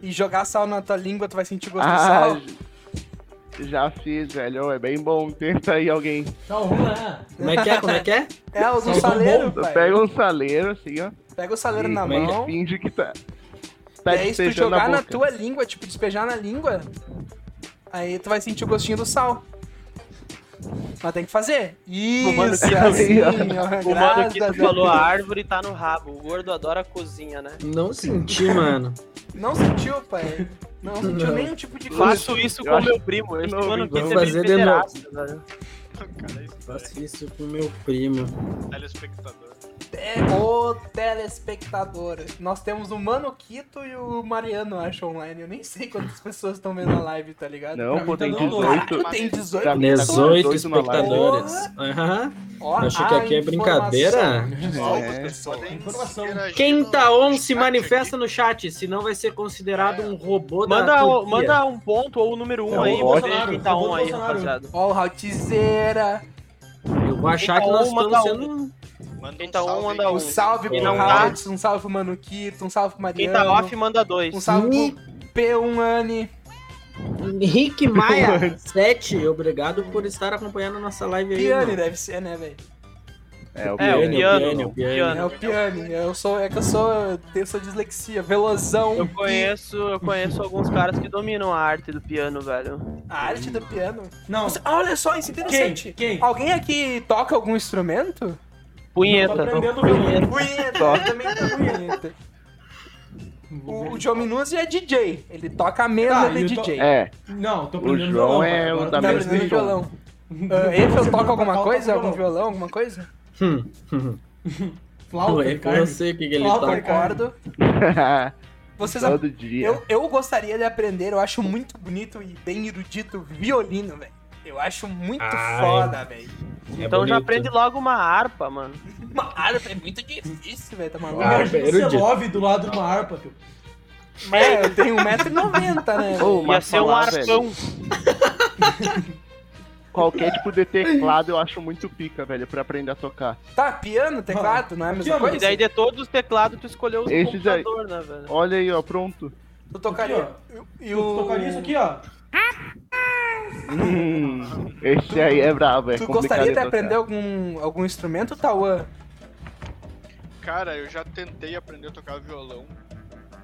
Speaker 1: e jogar sal na tua língua, tu vai sentir o gosto do
Speaker 3: Ah, [laughs]
Speaker 1: sal?
Speaker 3: já fiz, velho. É bem bom. Tenta aí alguém.
Speaker 2: Não, vamos lá.
Speaker 5: Como é que é? Como é que é?
Speaker 1: É, usa um
Speaker 2: Sal
Speaker 1: saleiro,
Speaker 2: bom,
Speaker 1: pai.
Speaker 3: Pega um saleiro assim, ó.
Speaker 1: Pega o saleiro
Speaker 3: e
Speaker 1: na
Speaker 3: meio
Speaker 1: mão. E
Speaker 3: finge que tá. Tá
Speaker 4: [laughs]
Speaker 1: aí, se tu
Speaker 3: despejando
Speaker 1: jogar
Speaker 3: a
Speaker 1: na
Speaker 3: boca.
Speaker 1: tua língua, tipo, despejar na língua, aí tu vai sentir o gostinho do sal. Mas tem que fazer. Isso,
Speaker 4: mano que- [laughs]
Speaker 1: assim, ó.
Speaker 4: O mano que
Speaker 1: graças a
Speaker 4: tu
Speaker 1: Deus.
Speaker 4: falou, a árvore tá no rabo. O gordo adora a cozinha, né?
Speaker 5: Não senti, mano.
Speaker 1: Não sentiu, pai. Não sentiu
Speaker 5: Não.
Speaker 1: nenhum tipo de gosto.
Speaker 4: Faço isso
Speaker 3: eu
Speaker 4: com
Speaker 3: acho-
Speaker 4: meu primo. Esse
Speaker 3: Não,
Speaker 4: mano aqui
Speaker 5: vamos
Speaker 4: é meio
Speaker 5: fazer de novo.
Speaker 4: pederasta, velho.
Speaker 6: Cara, isso
Speaker 5: Faço isso com meu primo.
Speaker 4: Tá
Speaker 6: é telespectador.
Speaker 1: É o telespectador. Nós temos o Mano Quito e o Mariano, acho, online. Eu nem sei quantas pessoas estão vendo a live, tá ligado?
Speaker 3: Não, pô, tem
Speaker 2: Pra mim tá
Speaker 1: Caraca,
Speaker 3: 18.
Speaker 1: tem 18
Speaker 3: Pra mim tá
Speaker 1: pessoas.
Speaker 5: 18
Speaker 3: 18 na live.
Speaker 5: espectadores. Aham.
Speaker 1: Ó,
Speaker 5: Achou que
Speaker 1: a
Speaker 5: aqui é brincadeira?
Speaker 1: informação.
Speaker 6: Novas
Speaker 3: É.
Speaker 6: pessoas podem
Speaker 2: Informação.
Speaker 6: interagir
Speaker 5: Quem
Speaker 6: no-
Speaker 5: tá on
Speaker 6: no
Speaker 5: se
Speaker 6: chat
Speaker 5: manifesta
Speaker 6: aqui.
Speaker 5: no chat, senão vai ser considerado um robô da
Speaker 4: Manda, o-
Speaker 5: Turquia.
Speaker 4: manda um ponto ou o número
Speaker 3: É o
Speaker 4: um aí, pra
Speaker 3: Bolsonaro,
Speaker 4: ver quem tá
Speaker 2: eu vou
Speaker 4: um aí,
Speaker 2: Bolsonaro.
Speaker 4: rapaziada.
Speaker 1: Ó, o Rautizeira.
Speaker 5: Eu vou achar
Speaker 4: Manda
Speaker 5: que nós
Speaker 4: um, manda
Speaker 5: estamos sendo...
Speaker 6: Manda um
Speaker 4: Quem tá on,
Speaker 6: salve
Speaker 4: manda
Speaker 5: é
Speaker 6: aí.
Speaker 4: um.
Speaker 1: Um salve
Speaker 5: Quem
Speaker 1: pro
Speaker 5: não tá-
Speaker 1: Rautz, um salve pro Mano Quito, um salve pro
Speaker 4: Quem
Speaker 1: Mariano.
Speaker 4: tá off, manda dois.
Speaker 1: Um salve pro P1 Anne.
Speaker 5: Henrique Maia,
Speaker 4: [laughs]
Speaker 5: 7, obrigado por estar acompanhando nossa live aí.
Speaker 1: Piane
Speaker 5: mano.
Speaker 1: deve ser, né, velho?
Speaker 3: É, o
Speaker 4: É, o
Speaker 3: piano.
Speaker 4: piano.
Speaker 5: o Piano.
Speaker 1: É o Piane. Eu sou, é que eu sou, eu tenho sua dislexia. Velozão.
Speaker 4: Eu conheço, eu conheço alguns caras que dominam a arte do piano, velho.
Speaker 1: A arte do piano.
Speaker 2: Não.
Speaker 1: Você- ah, olha só, isso é interessante.
Speaker 2: Quem? Quem?
Speaker 1: Alguém aqui toca algum instrumento?
Speaker 2: Tô
Speaker 4: Punheta.
Speaker 2: aprendendo violino.
Speaker 1: Punheta,
Speaker 3: Toca.
Speaker 1: eu também toco punheta. O, o Joe Minuzzi é DJ, ele toca a mesa
Speaker 2: Tá,
Speaker 1: de
Speaker 2: e o
Speaker 1: DJ.
Speaker 2: to-
Speaker 3: É,
Speaker 2: Não, tô
Speaker 3: O
Speaker 2: aprendendo
Speaker 3: João
Speaker 2: violão.
Speaker 3: é
Speaker 2: cara.
Speaker 3: o
Speaker 2: Agora
Speaker 3: da
Speaker 2: tô
Speaker 1: Tá
Speaker 3: mesa
Speaker 2: aprendendo
Speaker 1: aprendendo
Speaker 3: de
Speaker 1: violão. Ah, Eiffel toca alguma coisa? Algum violão, alguma coisa?
Speaker 5: Hum, hum.
Speaker 2: Flauta,
Speaker 5: Eu
Speaker 2: cara.
Speaker 5: não sei o que, que ele tá.
Speaker 2: Flauta,
Speaker 5: toca.
Speaker 1: Concordo. Vocês a-
Speaker 3: todo dia.
Speaker 1: eu, eu gostaria de aprender, eu acho muito bonito e bem erudito violino, velho. Eu acho muito
Speaker 5: Ai.
Speaker 1: foda, velho.
Speaker 5: É
Speaker 4: então
Speaker 5: bonito.
Speaker 4: já aprende logo uma harpa, mano.
Speaker 1: Uma harpa é muito difícil, velho,
Speaker 4: é
Speaker 1: tá maluco?
Speaker 5: Ah,
Speaker 3: é
Speaker 2: Imagina o
Speaker 5: erudito.
Speaker 2: Celove do lado de uma harpa, filho.
Speaker 1: É, eu tenho 1,90m, né? velho?
Speaker 3: Ô,
Speaker 4: Ia
Speaker 3: mas
Speaker 4: ser um
Speaker 3: falar, velho,
Speaker 4: arpão.
Speaker 3: qualquer tipo de teclado eu acho muito pica, velho, pra aprender a tocar.
Speaker 1: Tá, piano, teclado, não é a mesma
Speaker 2: Aqui, ó,
Speaker 1: coisa?
Speaker 4: E daí de todos os teclados tu escolheu os
Speaker 3: Esses aí.
Speaker 4: computador, né, velho?
Speaker 3: Olha aí, ó, pronto.
Speaker 1: Tu tocaria.
Speaker 2: Aqui,
Speaker 1: e
Speaker 2: Eu
Speaker 1: o...
Speaker 2: tocaria isso aqui, ó.
Speaker 3: Hum, esse aí é brabo, é
Speaker 1: Tu
Speaker 3: complicado
Speaker 1: gostaria de
Speaker 3: tocar.
Speaker 1: aprender algum, algum instrumento, Tauan?
Speaker 6: Cara, eu já tentei aprender a tocar violão,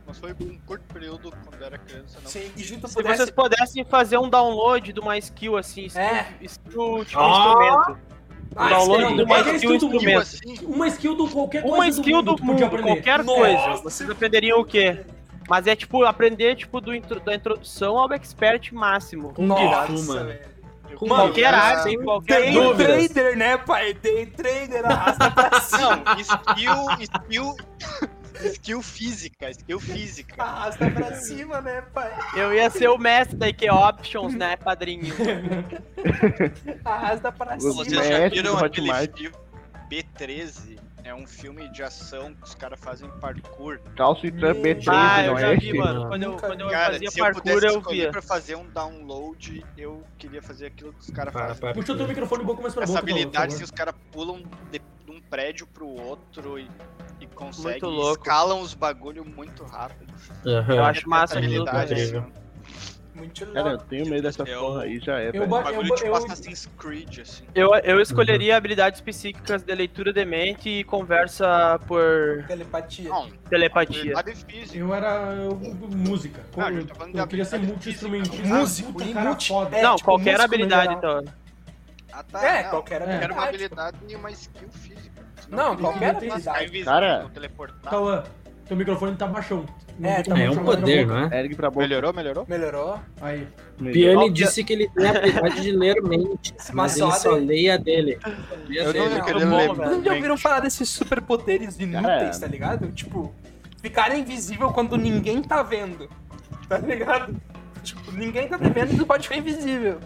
Speaker 6: mas foi por um curto período quando era criança, não.
Speaker 1: Sim, e junto
Speaker 4: Se vocês pudessem fazer um download de uma skill assim, skill,
Speaker 1: É.
Speaker 4: skill tipo
Speaker 5: Ah.
Speaker 4: instrumento. Um download
Speaker 2: skill.
Speaker 4: de uma
Speaker 2: É que é
Speaker 4: skill
Speaker 2: skill do
Speaker 6: Tipo
Speaker 4: instrumento.
Speaker 6: assim,
Speaker 2: Uma skill do qualquer coisa
Speaker 4: Uma skill do
Speaker 2: tu podia
Speaker 4: mundo,
Speaker 2: aprender.
Speaker 4: qualquer
Speaker 2: Nossa.
Speaker 4: coisa. Vocês aprenderiam o quê? Mas é tipo aprender tipo do intro- da introdução ao expert máximo.
Speaker 5: Isso,
Speaker 1: Nossa,
Speaker 5: mano.
Speaker 1: velho.
Speaker 6: eu
Speaker 5: Com
Speaker 4: Qualquer
Speaker 6: queria-
Speaker 4: arte, em qualquer
Speaker 1: Day
Speaker 4: dúvida.
Speaker 1: trader, né, pai? Day trader, arrasta pra [laughs] cima,
Speaker 6: Não, skill, skill, skill física, skill física.
Speaker 2: [laughs]
Speaker 1: arrasta pra cima, né, pai?
Speaker 4: Eu ia ser o mestre da IQ Options, né, padrinho?
Speaker 1: Arrasta pra
Speaker 3: Os
Speaker 1: cima.
Speaker 6: Vocês já
Speaker 3: mestres
Speaker 6: viram
Speaker 3: do
Speaker 6: aquele
Speaker 3: Hotmart.
Speaker 6: filme B13? É um filme de ação que os caras fazem parkour.
Speaker 1: um-
Speaker 3: Calça e trambetreze,
Speaker 4: Ah, eu
Speaker 3: não
Speaker 4: já
Speaker 3: é
Speaker 4: vi,
Speaker 3: esse?
Speaker 4: mano. Quando eu,
Speaker 1: Nunca
Speaker 4: quando Então eu
Speaker 6: Cara,
Speaker 4: fazia
Speaker 6: se eu pudesse
Speaker 4: parkour, eu
Speaker 6: escolher
Speaker 4: via.
Speaker 6: pra fazer um download, eu queria fazer aquilo que os caras
Speaker 5: Para,
Speaker 6: fazem.
Speaker 5: para.
Speaker 2: Puxa o teu microfone um pouco mais pra
Speaker 6: Essa
Speaker 2: boca,
Speaker 6: habilidade,
Speaker 2: Paulo,
Speaker 6: se
Speaker 2: por favor.
Speaker 6: os caras pulam de, de um prédio pro outro e, e conseguem,
Speaker 4: Muito louco.
Speaker 6: escalam os bagulho muito rápido.
Speaker 5: Aham.
Speaker 4: Eu acho massa
Speaker 6: Essa
Speaker 4: de luta.
Speaker 6: habilidade,
Speaker 5: incrível.
Speaker 6: assim, ó.
Speaker 1: Muito
Speaker 3: Cara, eu
Speaker 1: louco.
Speaker 3: tenho medo dessa
Speaker 6: Eu-
Speaker 3: porra aí, já é,
Speaker 2: Eu
Speaker 3: velho.
Speaker 6: Um
Speaker 2: boto- eu,
Speaker 6: bagulho tipo
Speaker 2: eu,
Speaker 6: Assassin's Creed, assim.
Speaker 4: Eu, eu escolheria habilidades psíquicas de leitura de mente e conversa por
Speaker 1: Telepatia.
Speaker 6: Não, tá
Speaker 4: telepatia.
Speaker 6: habilidade física.
Speaker 2: eu era eu- música.
Speaker 6: Ah, a gente
Speaker 2: eu,
Speaker 6: tá falando de
Speaker 2: eu queria ser
Speaker 6: habilidade
Speaker 2: multi-instrumentista.
Speaker 1: física. Músico,
Speaker 2: Ah, puta,
Speaker 1: e
Speaker 2: cara
Speaker 1: multi-
Speaker 2: foda.
Speaker 1: é,
Speaker 4: não,
Speaker 1: tipo,
Speaker 4: qualquer
Speaker 1: músico no
Speaker 4: habilidade,
Speaker 1: geral.
Speaker 4: então.
Speaker 6: Ah, tá.
Speaker 1: É,
Speaker 6: não.
Speaker 1: qualquer
Speaker 2: eu quero
Speaker 6: Eu
Speaker 1: habilidade.
Speaker 6: quero uma habilidade e uma skill física.
Speaker 1: Não, qualquer
Speaker 6: Ficar
Speaker 1: habilidade.
Speaker 6: invisível,
Speaker 3: Cara.
Speaker 6: teleportar.
Speaker 2: Tá. Cauã, teu microfone tá baixão. Não
Speaker 1: É,
Speaker 2: tem
Speaker 1: tá
Speaker 2: como
Speaker 5: É um
Speaker 2: chamar na
Speaker 5: poder,
Speaker 2: boca.
Speaker 5: não é?
Speaker 3: Ergue pra boca.
Speaker 6: Melhorou, melhorou?
Speaker 1: Melhorou?
Speaker 2: Aí.
Speaker 4: É,
Speaker 3: Melhor.
Speaker 5: Piani disse que ele tem a habilidade de ler mentes, mas
Speaker 1: só
Speaker 5: ele só
Speaker 1: de-
Speaker 5: leia dele. Leia
Speaker 6: Eu não
Speaker 3: né?
Speaker 5: dele.
Speaker 6: ia
Speaker 1: Muito
Speaker 6: querer
Speaker 4: bom,
Speaker 6: lembrar.
Speaker 1: Vocês já ouviram falar desses superpoderes inúteis,
Speaker 3: Cara.
Speaker 1: tá ligado? Tipo, ficar invisível quando ninguém tá vendo. Tá ligado? Tipo, ninguém tá te vendo e tu pode ficar invisível.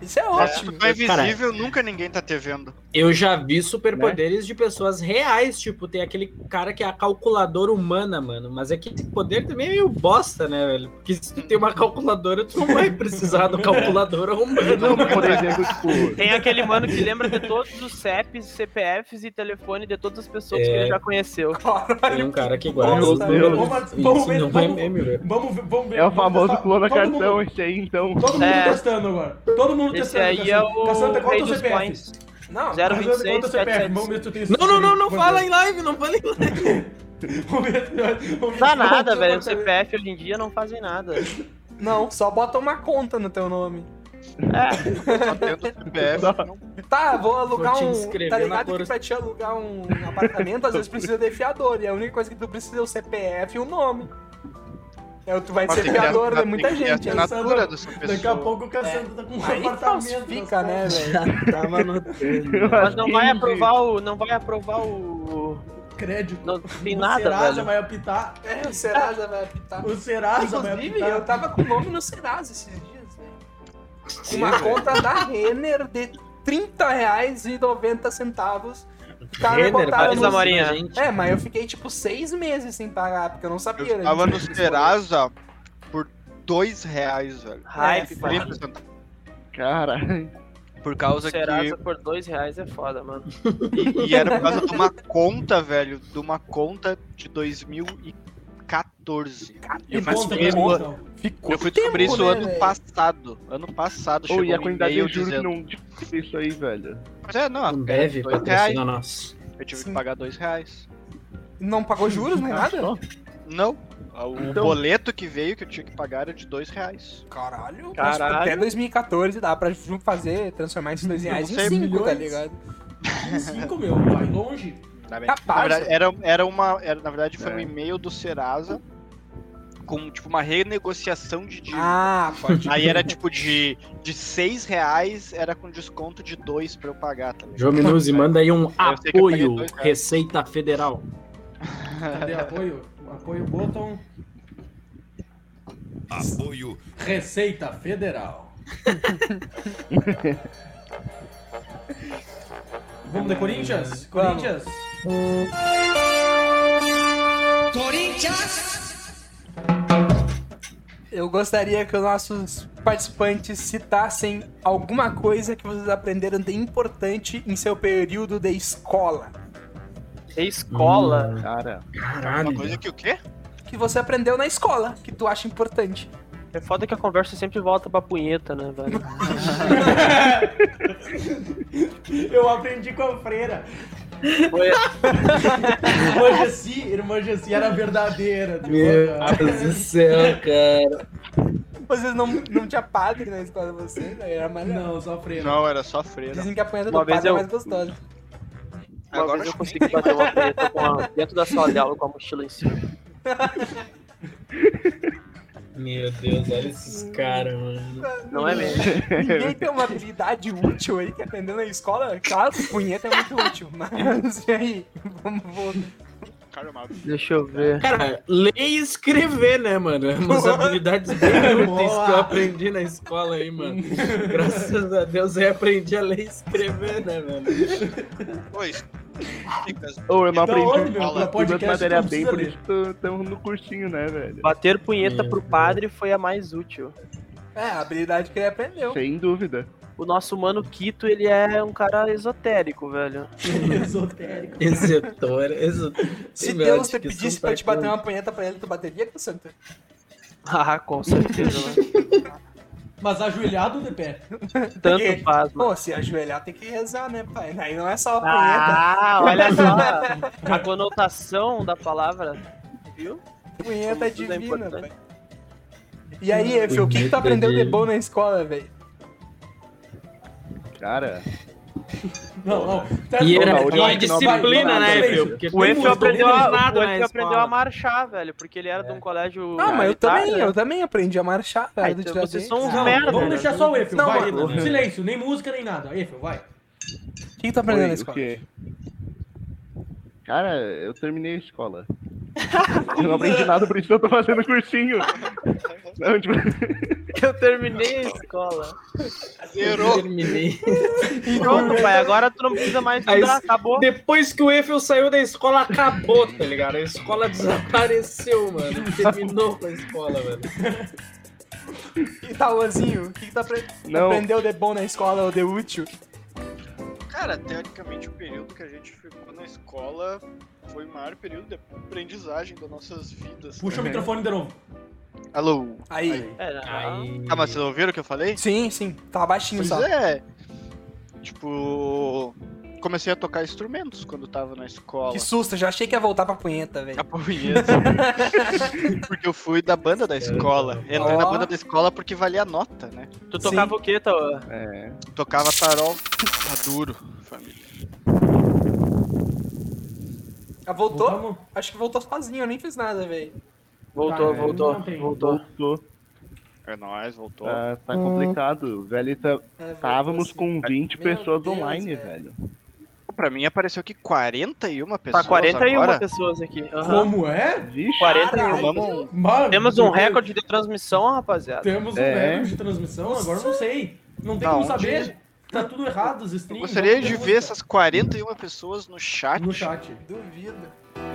Speaker 1: Isso é ótimo.
Speaker 6: Não é invisível, nunca ninguém tá te
Speaker 1: É
Speaker 6: vendo.
Speaker 5: Eu já vi superpoderes de pessoas reais, tipo, tem aquele cara que é a calculadora humana, mano. Mas é que esse poder também é meio bosta, né, velho? Porque se tu tem uma calculadora, tu não vai precisar do né? calculadora humana.
Speaker 3: Não, por exemplo,
Speaker 4: [laughs]
Speaker 3: tipo,
Speaker 4: Tem aquele mano que lembra de todos os CEPs, CPFs e telefone de todas as pessoas que
Speaker 5: É.
Speaker 4: ele já conheceu.
Speaker 5: Tem
Speaker 1: Caralho,
Speaker 5: um cara que guarda
Speaker 1: Meu
Speaker 5: os números.
Speaker 2: Vamos,
Speaker 1: Deus.
Speaker 2: vamos,
Speaker 5: Isso
Speaker 2: ver,
Speaker 5: não é
Speaker 2: vamos,
Speaker 5: meme, velho.
Speaker 2: vamos ver, vamos ver.
Speaker 3: é o
Speaker 2: vamos
Speaker 3: famoso
Speaker 2: testar.
Speaker 3: clona
Speaker 2: Todo mundo-
Speaker 3: cartão esse aí, então.
Speaker 2: Todo mundo
Speaker 4: É.
Speaker 2: testando agora. Todo mundo
Speaker 4: Esse
Speaker 2: testando.
Speaker 4: aí é o
Speaker 2: Cassandra, qual é
Speaker 4: rei
Speaker 2: o teu
Speaker 4: dos
Speaker 2: CPF?
Speaker 4: coins.
Speaker 1: Não,
Speaker 4: Zero.
Speaker 2: Mas eu- qual é o teu
Speaker 4: 26,
Speaker 2: CPF? Vamos ver se tu tem esse
Speaker 5: Não, não, não, não
Speaker 2: CPF.
Speaker 5: fala em live, não fala em live.
Speaker 2: [laughs] Vamos ver- vamos ver- vamos ver-
Speaker 4: Dá Tá nada,
Speaker 2: vamos ver-
Speaker 4: velho. O CPF hoje em dia não fazem nada.
Speaker 1: não, só bota uma conta no teu nome.
Speaker 4: É,
Speaker 6: Só tendo CPF. não.
Speaker 1: Tá, vou alugar
Speaker 5: Vou te
Speaker 1: um.
Speaker 5: inscrever
Speaker 1: Tá
Speaker 5: na
Speaker 1: ligado
Speaker 5: cor-
Speaker 1: que pra te alugar um apartamento, às vezes precisa de fiador. E a única coisa que tu precisa é o CPF e o nome. É, tu vai
Speaker 6: Mas
Speaker 1: ser
Speaker 6: tem que ter
Speaker 1: fiador de
Speaker 6: assina-
Speaker 1: né? muita
Speaker 6: tem que ter
Speaker 1: gente.
Speaker 2: assinado.
Speaker 6: assinatura dessa pessoa.
Speaker 2: Daqui a pouco o Cassandra tá com um
Speaker 1: Aí
Speaker 2: apartamento. é
Speaker 1: falsifica, né,
Speaker 2: nas
Speaker 1: velho?
Speaker 5: Já tava no Um
Speaker 3: Eu
Speaker 4: mas não
Speaker 3: acho
Speaker 4: vai
Speaker 3: que-
Speaker 4: aprovar o. Não vai aprovar o.
Speaker 2: costas. Crédito.
Speaker 4: Não tem
Speaker 2: O
Speaker 4: nada,
Speaker 2: Serasa
Speaker 4: velho.
Speaker 2: vai apitar.
Speaker 1: É, o Serasa vai apitar.
Speaker 2: O Serasa vai
Speaker 1: Ah, Inclusive,
Speaker 2: apitar.
Speaker 1: eu tava com o nome no Serasa esses dias, velho. Com uma conta da Renner de R$ 30 reais e 90 centavos. Cara,
Speaker 5: Renner,
Speaker 1: botaram
Speaker 4: Faz
Speaker 1: no...
Speaker 4: a Morinha.
Speaker 5: gente.
Speaker 1: É, mas eu fiquei tipo seis meses sem pagar, porque eu não sabia.
Speaker 6: Eu
Speaker 1: né?
Speaker 6: tava no
Speaker 1: Tipo,
Speaker 6: Serasa por dois reais, velho.
Speaker 4: Hype,
Speaker 1: É,
Speaker 4: mano.
Speaker 6: 30 centavos.
Speaker 3: Caralho.
Speaker 6: Por causa
Speaker 4: Serasa por dois reais é foda, mano.
Speaker 6: que. E era por causa de uma conta, velho. De uma conta de 2014. E eu
Speaker 1: Mas
Speaker 2: Conta
Speaker 6: fui-
Speaker 2: pra
Speaker 1: né?
Speaker 2: mim, então.
Speaker 1: Ficou
Speaker 6: Eu fui descobrir
Speaker 1: tempo,
Speaker 6: isso
Speaker 1: né,
Speaker 6: ano
Speaker 1: velho?
Speaker 6: passado. Ano passado,
Speaker 3: Ou
Speaker 6: chegou
Speaker 3: e a
Speaker 6: um
Speaker 3: quantidade
Speaker 6: e-mail
Speaker 3: de juros que
Speaker 6: dizendo-
Speaker 3: não diz isso aí, velho.
Speaker 6: Mas é, não,
Speaker 5: Não
Speaker 6: era
Speaker 5: deve,
Speaker 6: dois reais.
Speaker 5: patrocina nós.
Speaker 6: Eu tive
Speaker 1: Sim.
Speaker 6: que pagar dois reais.
Speaker 1: Não pagou juros, nem nada?
Speaker 3: Só?
Speaker 6: Não. O
Speaker 1: Então-
Speaker 6: boleto que veio que eu tinha que pagar era de dois reais.
Speaker 1: Caralho. mas
Speaker 4: Caralho.
Speaker 1: Até 2014 dá pra ju- fazer, transformar esses dois reais em
Speaker 6: sei,
Speaker 1: cinco,
Speaker 2: milhões.
Speaker 1: tá ligado?
Speaker 2: Cinco, meu. Vai longe.
Speaker 6: Na verdade,
Speaker 1: Capaz.
Speaker 6: na verdade, era, era uma. Era, na verdade, foi
Speaker 3: É.
Speaker 6: um e-mail do Serasa com tipo uma renegociação de dívida.
Speaker 1: Ah, pode
Speaker 6: Aí era tipo de, de seis reais, era com desconto de dois pra eu pagar, tá ligado?
Speaker 5: João Minuzzi, manda aí um
Speaker 6: Eu sei que eu paguei
Speaker 5: apoio,
Speaker 6: dois reais.
Speaker 5: Receita Federal.
Speaker 2: Cadê apoio? Apoio Bottom.
Speaker 7: Apoio
Speaker 2: Receita [laughs] Federal. Vamos de Corinthians? Corinthians?
Speaker 1: Eu gostaria que os nossos participantes citassem alguma coisa que vocês aprenderam de importante em seu período de escola.
Speaker 4: É escola.
Speaker 5: Hum,
Speaker 3: Cara,
Speaker 6: Uma
Speaker 5: caralho.
Speaker 6: coisa que o quê?
Speaker 1: Que você aprendeu na escola, que tu acha importante.
Speaker 4: É foda que a conversa sempre volta pra punheta, né, velho?
Speaker 2: Eu aprendi com a freira.
Speaker 4: Foi-
Speaker 2: Irmã Jessi, irmã Jessi era verdadeira.
Speaker 5: Meu Deus do céu, cara.
Speaker 1: Vocês não, não tinha padre na escola de vocês, né? era mais
Speaker 2: Não, só freira.
Speaker 6: Não, era só freira.
Speaker 1: Dizem que a punheta
Speaker 4: Uma
Speaker 1: do
Speaker 4: vez
Speaker 1: padre
Speaker 4: eu-
Speaker 1: é mais
Speaker 4: [laughs]
Speaker 1: gostosa.
Speaker 4: Uma
Speaker 6: Agora eu
Speaker 4: vez eu
Speaker 6: nem
Speaker 4: consegui bater [laughs] uma punheta com a- dentro da sala de aula com a mochila em cima.
Speaker 5: Meu Deus, olha esses caras, mano.
Speaker 4: Não é mesmo?
Speaker 1: Ninguém tem uma habilidade útil aí que aprendeu na escola. Claro, punheta é muito útil,
Speaker 4: [laughs]
Speaker 1: mas e aí? Vamos voltar.
Speaker 6: Cara, uma-
Speaker 4: Deixa eu ver.
Speaker 5: Cara, ler e escrever, né, mano? É umas habilidades bem úteis que eu aprendi na escola aí, mano. Graças a Deus eu aprendi a ler e escrever, né, mano?
Speaker 6: Pois, Dicas.
Speaker 3: Ou eu não
Speaker 2: Da onde,
Speaker 3: aprendi
Speaker 2: meu? Pra
Speaker 6: Fala.
Speaker 3: tudo de
Speaker 2: Então, podcast,
Speaker 3: matéria
Speaker 2: tu não
Speaker 3: bem,
Speaker 2: precisa
Speaker 3: por
Speaker 2: ler.
Speaker 3: isso estamos no cursinho, né, velho?
Speaker 4: Bater punheta
Speaker 5: É.
Speaker 4: pro
Speaker 1: Hum.
Speaker 4: padre foi a mais útil.
Speaker 1: É, a habilidade que ele aprendeu.
Speaker 3: Sem dúvida.
Speaker 4: O nosso mano Quito, ele é um cara esotérico, velho. [laughs]
Speaker 2: Esotérico.
Speaker 5: Exetora, exetora.
Speaker 1: Se Deus te pedisse pra te bater uma punheta pra ele, tu bateria, Cassandra?
Speaker 4: Ah, com certeza, mano.
Speaker 2: Mas ajoelhado de pé.
Speaker 4: [laughs] Tanto faz, mano.
Speaker 1: Pô, se ajoelhar tem que rezar, né, pai? Aí não é só a punheta.
Speaker 4: Ah, olha [laughs] só a conotação da palavra, viu?
Speaker 1: punheta é
Speaker 4: tudo é
Speaker 1: divina,
Speaker 4: importante.
Speaker 1: pai. E aí, Efe, o que, que tu
Speaker 5: Punheta
Speaker 1: aprendeu de
Speaker 5: divina.
Speaker 1: bom na escola, velho?
Speaker 3: Cara,
Speaker 2: Não, não. Tá
Speaker 5: E
Speaker 2: bom,
Speaker 5: era
Speaker 3: Não,
Speaker 2: vai,
Speaker 3: não,
Speaker 5: uma
Speaker 2: vai,
Speaker 5: disciplina,
Speaker 2: vai,
Speaker 5: né,
Speaker 2: vai,
Speaker 5: Fio?
Speaker 2: vai.
Speaker 5: Porque
Speaker 4: O
Speaker 5: tem
Speaker 4: Efe
Speaker 5: muito
Speaker 4: aprendeu,
Speaker 5: aprendeu
Speaker 4: a,
Speaker 5: nada
Speaker 4: o
Speaker 5: na
Speaker 4: Efe aprendeu
Speaker 5: escola.
Speaker 4: a marchar, velho, porque ele era de um colégio.
Speaker 1: Ah, mas eu
Speaker 4: militar,
Speaker 1: também,
Speaker 4: né?
Speaker 1: eu também aprendi a marchar,
Speaker 4: Ah,
Speaker 1: velho.
Speaker 4: então
Speaker 1: do
Speaker 4: vocês
Speaker 1: Tiradentes.
Speaker 4: são uns
Speaker 2: Não,
Speaker 4: merda.
Speaker 2: vamos
Speaker 4: né?
Speaker 2: deixar só o Efil,
Speaker 1: Não,
Speaker 2: vai.
Speaker 1: mano.
Speaker 2: Silêncio, nem música, nem nada. Efil, vai.
Speaker 1: O que, que tu aprendeu na
Speaker 3: foi o
Speaker 1: escola?
Speaker 3: quê? Cara, eu terminei a escola. eu não aprendi nada, por isso eu tô fazendo cursinho. Não, tipo,
Speaker 4: Eu terminei a escola.
Speaker 6: Zerou.
Speaker 5: Terminei.
Speaker 4: Pronto, pai, agora tu não precisa mais
Speaker 5: Aí
Speaker 4: estudar,
Speaker 5: se-
Speaker 4: acabou.
Speaker 5: Depois que o Eiffel saiu da escola, acabou, tá ligado? A escola desapareceu, mano. Terminou com a escola, mano.
Speaker 1: E Tauanzinho, o que, que tu apre-
Speaker 3: Não.
Speaker 1: aprendeu de bom na escola ou de útil?
Speaker 6: Cara, teoricamente o período que a gente ficou na escola foi o maior período de aprendizagem das nossas vidas.
Speaker 2: Puxa o
Speaker 3: Uhum.
Speaker 2: microfone de novo.
Speaker 6: Alô?
Speaker 1: Aí.
Speaker 4: É, não.
Speaker 6: Ah, mas vocês ouviram o que eu falei?
Speaker 1: Sim, sim. Tá baixinho
Speaker 6: Pois
Speaker 1: só.
Speaker 6: é. Tipo, comecei a tocar instrumentos quando tava na escola.
Speaker 1: Que susto, já achei que ia voltar pra punheta, velho.
Speaker 6: A punheta. porque eu fui da banda da escola. Entrei na
Speaker 1: Ó.
Speaker 6: banda da escola porque valia a nota, né?
Speaker 4: Tu tocava
Speaker 1: Sim.
Speaker 4: o quê, Tauan?
Speaker 3: é,
Speaker 6: Tocava tarol. Tá duro, família.
Speaker 1: Ah, voltou?
Speaker 2: Voltamos?
Speaker 1: Acho que voltou sozinho, eu nem fiz nada, velho.
Speaker 4: Voltou,
Speaker 2: Ah, é,
Speaker 4: voltou,
Speaker 2: não tem.
Speaker 4: voltou.
Speaker 3: voltou.
Speaker 6: É nóis,
Speaker 3: [laughs]
Speaker 6: voltou.
Speaker 3: Tá, tá complicado, velho. Tá,
Speaker 1: É,
Speaker 3: estávamos
Speaker 1: voltou,
Speaker 3: com 20
Speaker 1: Meu
Speaker 3: pessoas
Speaker 1: Deus,
Speaker 3: online,
Speaker 1: velho.
Speaker 3: velho.
Speaker 6: Pra mim apareceu aqui 41 pessoas.
Speaker 4: Tá 41
Speaker 6: agora.
Speaker 4: pessoas aqui. aham.
Speaker 2: Como é?
Speaker 3: Vixe,
Speaker 4: 41.
Speaker 1: Caralho.
Speaker 6: Vamos.
Speaker 2: Mano,
Speaker 4: Temos um recorde de transmissão, rapaziada.
Speaker 2: Temos um
Speaker 3: É.
Speaker 2: recorde de transmissão, agora eu não sei. Não tem
Speaker 6: Da
Speaker 2: como
Speaker 6: onde?
Speaker 2: saber. Tá tudo errado os streams.
Speaker 6: Eu gostaria
Speaker 2: não
Speaker 6: de
Speaker 2: tem
Speaker 6: ver
Speaker 2: música.
Speaker 6: essas 41 pessoas no chat.
Speaker 2: No chat.
Speaker 1: Duvido.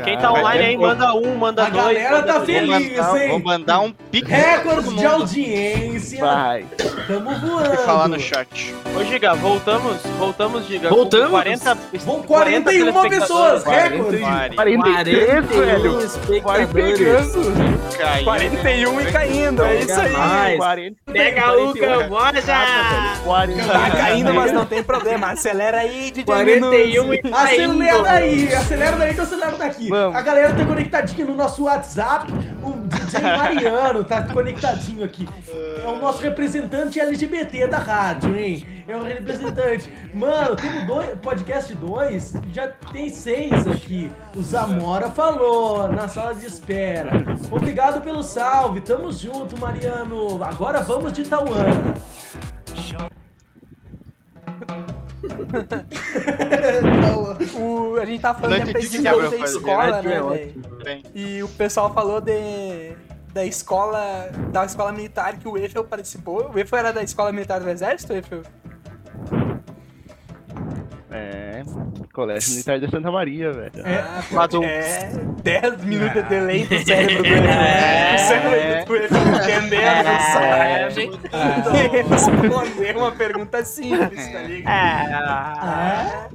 Speaker 4: Quem tá
Speaker 6: Cara,
Speaker 4: online aí,
Speaker 6: vou-
Speaker 4: manda um, manda
Speaker 2: A
Speaker 4: dois.
Speaker 2: galera
Speaker 4: manda
Speaker 2: tá
Speaker 4: três.
Speaker 6: Vou
Speaker 2: feliz,
Speaker 6: mandar, um-
Speaker 2: hein?
Speaker 6: vou mandar um pique.
Speaker 2: Recordes
Speaker 6: todo
Speaker 2: de
Speaker 6: mundo
Speaker 2: audiência.
Speaker 3: vai.
Speaker 2: Tamo voando.
Speaker 6: e falar no chat.
Speaker 4: Ô, Giga, voltamos, voltamos, Giga. com
Speaker 5: Voltamos?
Speaker 4: 40,
Speaker 2: Vão 41 pessoas,
Speaker 4: telespectadores.
Speaker 2: recorde.
Speaker 3: 43,
Speaker 5: um
Speaker 3: velho. Vai pegando.
Speaker 6: Caiu.
Speaker 1: 41 e caindo, é isso aí.
Speaker 5: Mais.
Speaker 3: 40,
Speaker 5: Pega o Camboja!
Speaker 3: 40.
Speaker 5: [laughs]
Speaker 1: Tá caindo, mas não tem problema. Acelera aí, DJ 41.
Speaker 5: 41 e um
Speaker 2: Acelera aí, acelera daí que eu acelero daqui.
Speaker 3: Vamos.
Speaker 2: A galera tá conectadinha no nosso WhatsApp. O
Speaker 4: [laughs]
Speaker 2: DJ Mariano tá conectadinho aqui. É o nosso representante LGBT da rádio, hein? É o representante. Mano, temos dois, podcast 2, já tem seis aqui. O Zamora falou na sala de espera. Obrigado pelo salve, tamo junto, Mariano. Agora vamos de Tauana.
Speaker 1: O, a gente tá falando
Speaker 6: Não
Speaker 1: de
Speaker 6: entendi o que
Speaker 1: aprendizagem
Speaker 6: Gabriel
Speaker 1: da
Speaker 6: faz,
Speaker 1: escola,
Speaker 5: né?
Speaker 1: né,
Speaker 5: É
Speaker 1: velho?
Speaker 6: Bem,
Speaker 1: E o pessoal falou de da escola da escola militar que o Eiffel participou. O Eiffel era da escola militar do exército, Eiffel?
Speaker 3: É, Colégio Militar de Santa Maria, velho.
Speaker 2: É.
Speaker 1: Ah,
Speaker 4: Mas o-
Speaker 1: é 10 minutos de delay
Speaker 6: [laughs] É.
Speaker 1: pro cérebro do Eiffel. O cérebro do Eiffel entendeu a
Speaker 6: É.
Speaker 5: É,
Speaker 1: mensagem. E respondeu uma pergunta simples, tá ligado?
Speaker 4: É.
Speaker 2: Ah,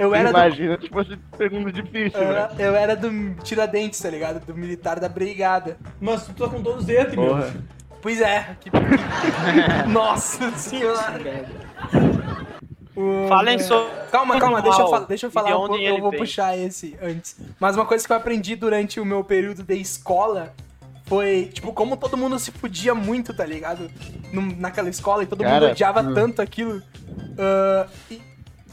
Speaker 6: É.
Speaker 1: Eu era do É.
Speaker 3: Imagina se fosse pergunta difícil,
Speaker 1: eu
Speaker 3: velho.
Speaker 1: era- eu era do Tiradentes, tá ligado? Do militar da brigada.
Speaker 2: mas tu tá com todos dentro, meu.
Speaker 3: Porra.
Speaker 1: Pois é. que- Nossa senhora. O-
Speaker 4: Falem sobre.
Speaker 1: Calma, calma, deixa eu, fa-
Speaker 4: Uau,
Speaker 1: deixa eu
Speaker 4: e
Speaker 1: falar
Speaker 4: de
Speaker 1: um
Speaker 4: onde
Speaker 1: pouco, eu
Speaker 4: ele
Speaker 1: vou
Speaker 4: vem?
Speaker 1: puxar esse antes. Mas uma coisa que eu aprendi durante o meu período de escola foi, tipo, como todo mundo se podia muito, tá ligado? Num- naquela escola e todo mundo
Speaker 3: Cara,
Speaker 1: odiava tanto aquilo. Ah, e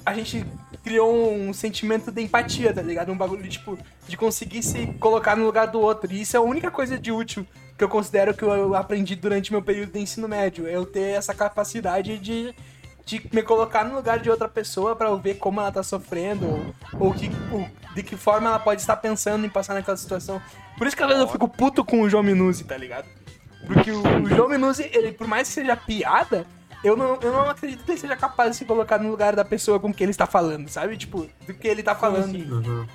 Speaker 1: a gente criou um sentimento de empatia, tá ligado? Um bagulho, tipo, de conseguir se colocar no lugar do outro. E isso é a única coisa de útil que eu considero que eu aprendi durante meu período de ensino médio. é Eu ter essa capacidade de, de me colocar no lugar de outra pessoa pra eu ver como ela tá sofrendo ou, ou que, ou de que forma ela pode estar pensando em passar naquela situação. Por isso que às vezes eu fico puto com o João Minuzzi, tá ligado? Porque o, o João Minuzzi, ele, por mais que seja piada, eu não, eu não acredito que ele seja capaz de se colocar no lugar da pessoa com quem ele está falando, sabe? Tipo, do que ele tá falando.
Speaker 5: Uhum.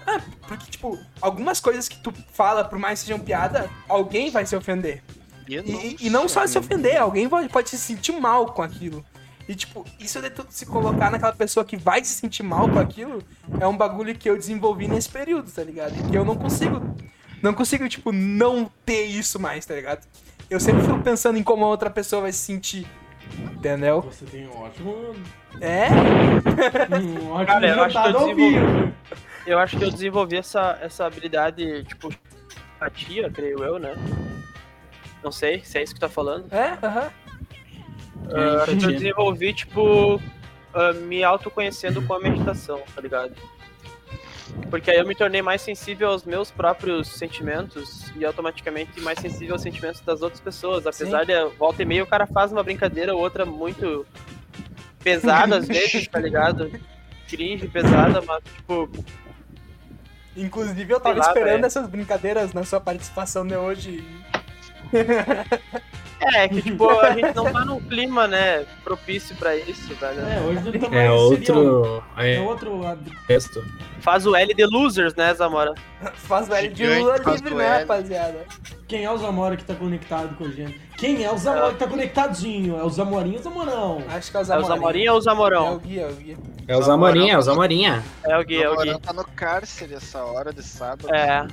Speaker 1: Porque, tipo, algumas coisas que tu fala, por mais que sejam piada, alguém vai se ofender.
Speaker 6: Eu
Speaker 1: E, e não só se ofender, alguém vai- pode se sentir mal com aquilo. E, tipo, isso de tu se colocar naquela pessoa que vai se sentir mal com aquilo é um bagulho que eu desenvolvi nesse período, tá ligado? E que eu não consigo. Não consigo, tipo, não ter isso mais, tá ligado? Eu sempre fico pensando em como a outra pessoa vai se sentir. Entendeu?
Speaker 2: Você tem um ótimo.
Speaker 1: É?
Speaker 2: Um ótimo
Speaker 4: Cara, eu acho que eu
Speaker 2: resultado ao
Speaker 4: desenvolvi.
Speaker 2: vivo.
Speaker 4: Eu acho que eu desenvolvi essa, essa habilidade, tipo, empatia, creio eu, né? Não sei se é isso que tá falando.
Speaker 1: É? Aham.
Speaker 4: Ah, acho que eu
Speaker 5: É, entendi.
Speaker 4: desenvolvi, tipo, ah, me autoconhecendo com a meditação, tá ligado? Porque aí eu me tornei mais sensível aos meus próprios sentimentos e automaticamente mais sensível aos sentimentos das outras pessoas. Apesar de volta e meia o cara faz uma brincadeira ou outra muito pesada às vezes, tá ligado? Cringe, pesada, mas tipo,
Speaker 1: Inclusive, eu tava
Speaker 4: Sei lá,
Speaker 1: esperando
Speaker 4: velho.
Speaker 1: essas brincadeiras na sua participação de hoje. [laughs]
Speaker 4: é [laughs] que tipo, a gente não tá num clima, né, propício pra isso, velho.
Speaker 2: É, hoje não tá mais
Speaker 5: É
Speaker 2: serial.
Speaker 4: um-
Speaker 5: outro.
Speaker 2: É
Speaker 5: É
Speaker 2: outro.
Speaker 5: texto.
Speaker 4: Faz o L de losers, né, Zamora?
Speaker 1: Faz velho de
Speaker 6: Gigante,
Speaker 1: Lula
Speaker 6: faz
Speaker 1: livre,
Speaker 6: do
Speaker 1: né,
Speaker 6: L.
Speaker 1: rapaziada?
Speaker 2: Quem é o Zamora que tá conectado com a gente? Quem é o Zamora que tá conectadinho? É o Zamorinho ou o Zamorão?
Speaker 1: Acho que é o
Speaker 4: É o
Speaker 1: Zamorinho.
Speaker 4: Zamorinha ou o
Speaker 1: É o
Speaker 4: Zamorão?
Speaker 1: Gui, é o Gui.
Speaker 5: É o Zamorinha, é o Zamorinha.
Speaker 4: É o Gui, é o Gui.
Speaker 6: Agora tá no cárcere essa hora de sábado.
Speaker 4: É.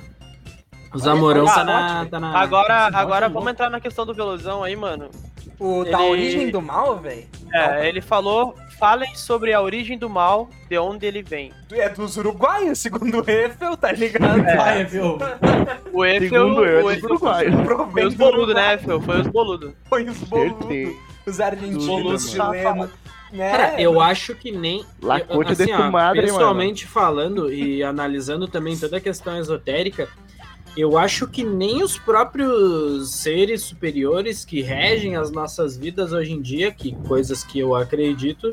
Speaker 5: O Zamorão
Speaker 1: Ah,
Speaker 5: tá na.
Speaker 1: ótimo.
Speaker 5: Tá na...
Speaker 4: Agora,
Speaker 2: esse
Speaker 4: agora
Speaker 2: bode
Speaker 4: vamos
Speaker 2: louco.
Speaker 4: entrar na questão do velozão aí, mano.
Speaker 1: O da
Speaker 4: Ele-
Speaker 1: origem do mal, velho?
Speaker 4: É, ele falou, falem sobre a origem do mal, de onde ele vem.
Speaker 1: É dos uruguaios, segundo o Eiffel, tá ligado?
Speaker 4: É.
Speaker 2: Vai, viu?
Speaker 4: O Eiffel,
Speaker 3: Segundo eu, é do
Speaker 4: o Eiffel-
Speaker 3: Uruguai.
Speaker 4: foi
Speaker 1: Provém
Speaker 4: os
Speaker 1: do
Speaker 4: boludos, né,
Speaker 1: Uruguai,
Speaker 4: Eiffel? Foi os boludos.
Speaker 1: Foi os boludos.
Speaker 3: Certei.
Speaker 1: né? Os argentinos,
Speaker 3: Boludo
Speaker 1: os chilenos. Né?
Speaker 5: Cara, eu acho que nem.
Speaker 3: La
Speaker 5: eu-
Speaker 3: cocha de
Speaker 5: assim,
Speaker 3: tu
Speaker 5: ó,
Speaker 3: madre,
Speaker 5: Pessoalmente falando e [laughs] analisando também toda a questão esotérica, eu acho que nem os próprios seres superiores que regem as nossas vidas hoje em dia, que coisas que eu acredito,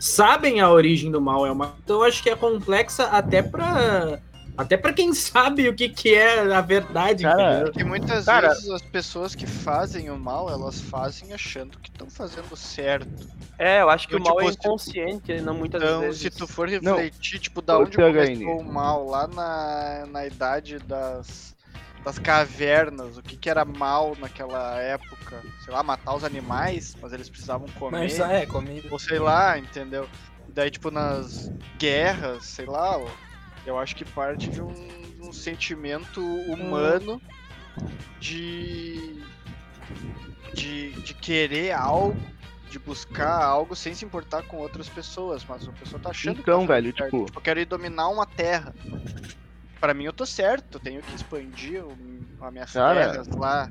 Speaker 5: sabem a origem do mal. É uma... Então eu acho que é complexa até pra. Até pra quem [laughs] sabe o que, que é a verdade,
Speaker 3: Cara,
Speaker 5: entendeu?
Speaker 6: Porque muitas
Speaker 4: Cara-
Speaker 6: vezes as pessoas que fazem o mal, elas fazem achando que estão fazendo certo.
Speaker 4: É, eu acho que
Speaker 6: Eu,
Speaker 4: o mal
Speaker 6: tipo,
Speaker 4: é
Speaker 6: se-
Speaker 4: inconsciente, né, muitas
Speaker 6: Então,
Speaker 4: vezes.
Speaker 6: se tu for
Speaker 3: Não.
Speaker 6: refletir, tipo, da
Speaker 3: Ô,
Speaker 6: onde
Speaker 3: THN.
Speaker 6: começou o mal, lá na, na idade das, das cavernas, o que, que era mal naquela época? Sei lá, matar os animais, mas eles precisavam comer.
Speaker 1: Mas ah, é, comigo.
Speaker 6: Ou sei lá, entendeu? Daí, tipo, nas guerras, sei lá, ó, eu acho que parte de um, de um sentimento humano de, de. de querer algo, de buscar algo sem se importar com outras pessoas. Mas a pessoa tá achando que
Speaker 3: Então,
Speaker 6: tá fazendo
Speaker 3: velho,
Speaker 6: certo.
Speaker 3: tipo-
Speaker 6: Eu quero ir dominar uma terra. Pra mim, eu tô certo, eu tenho que expandir o- as minhas
Speaker 3: Cara,
Speaker 6: terras lá.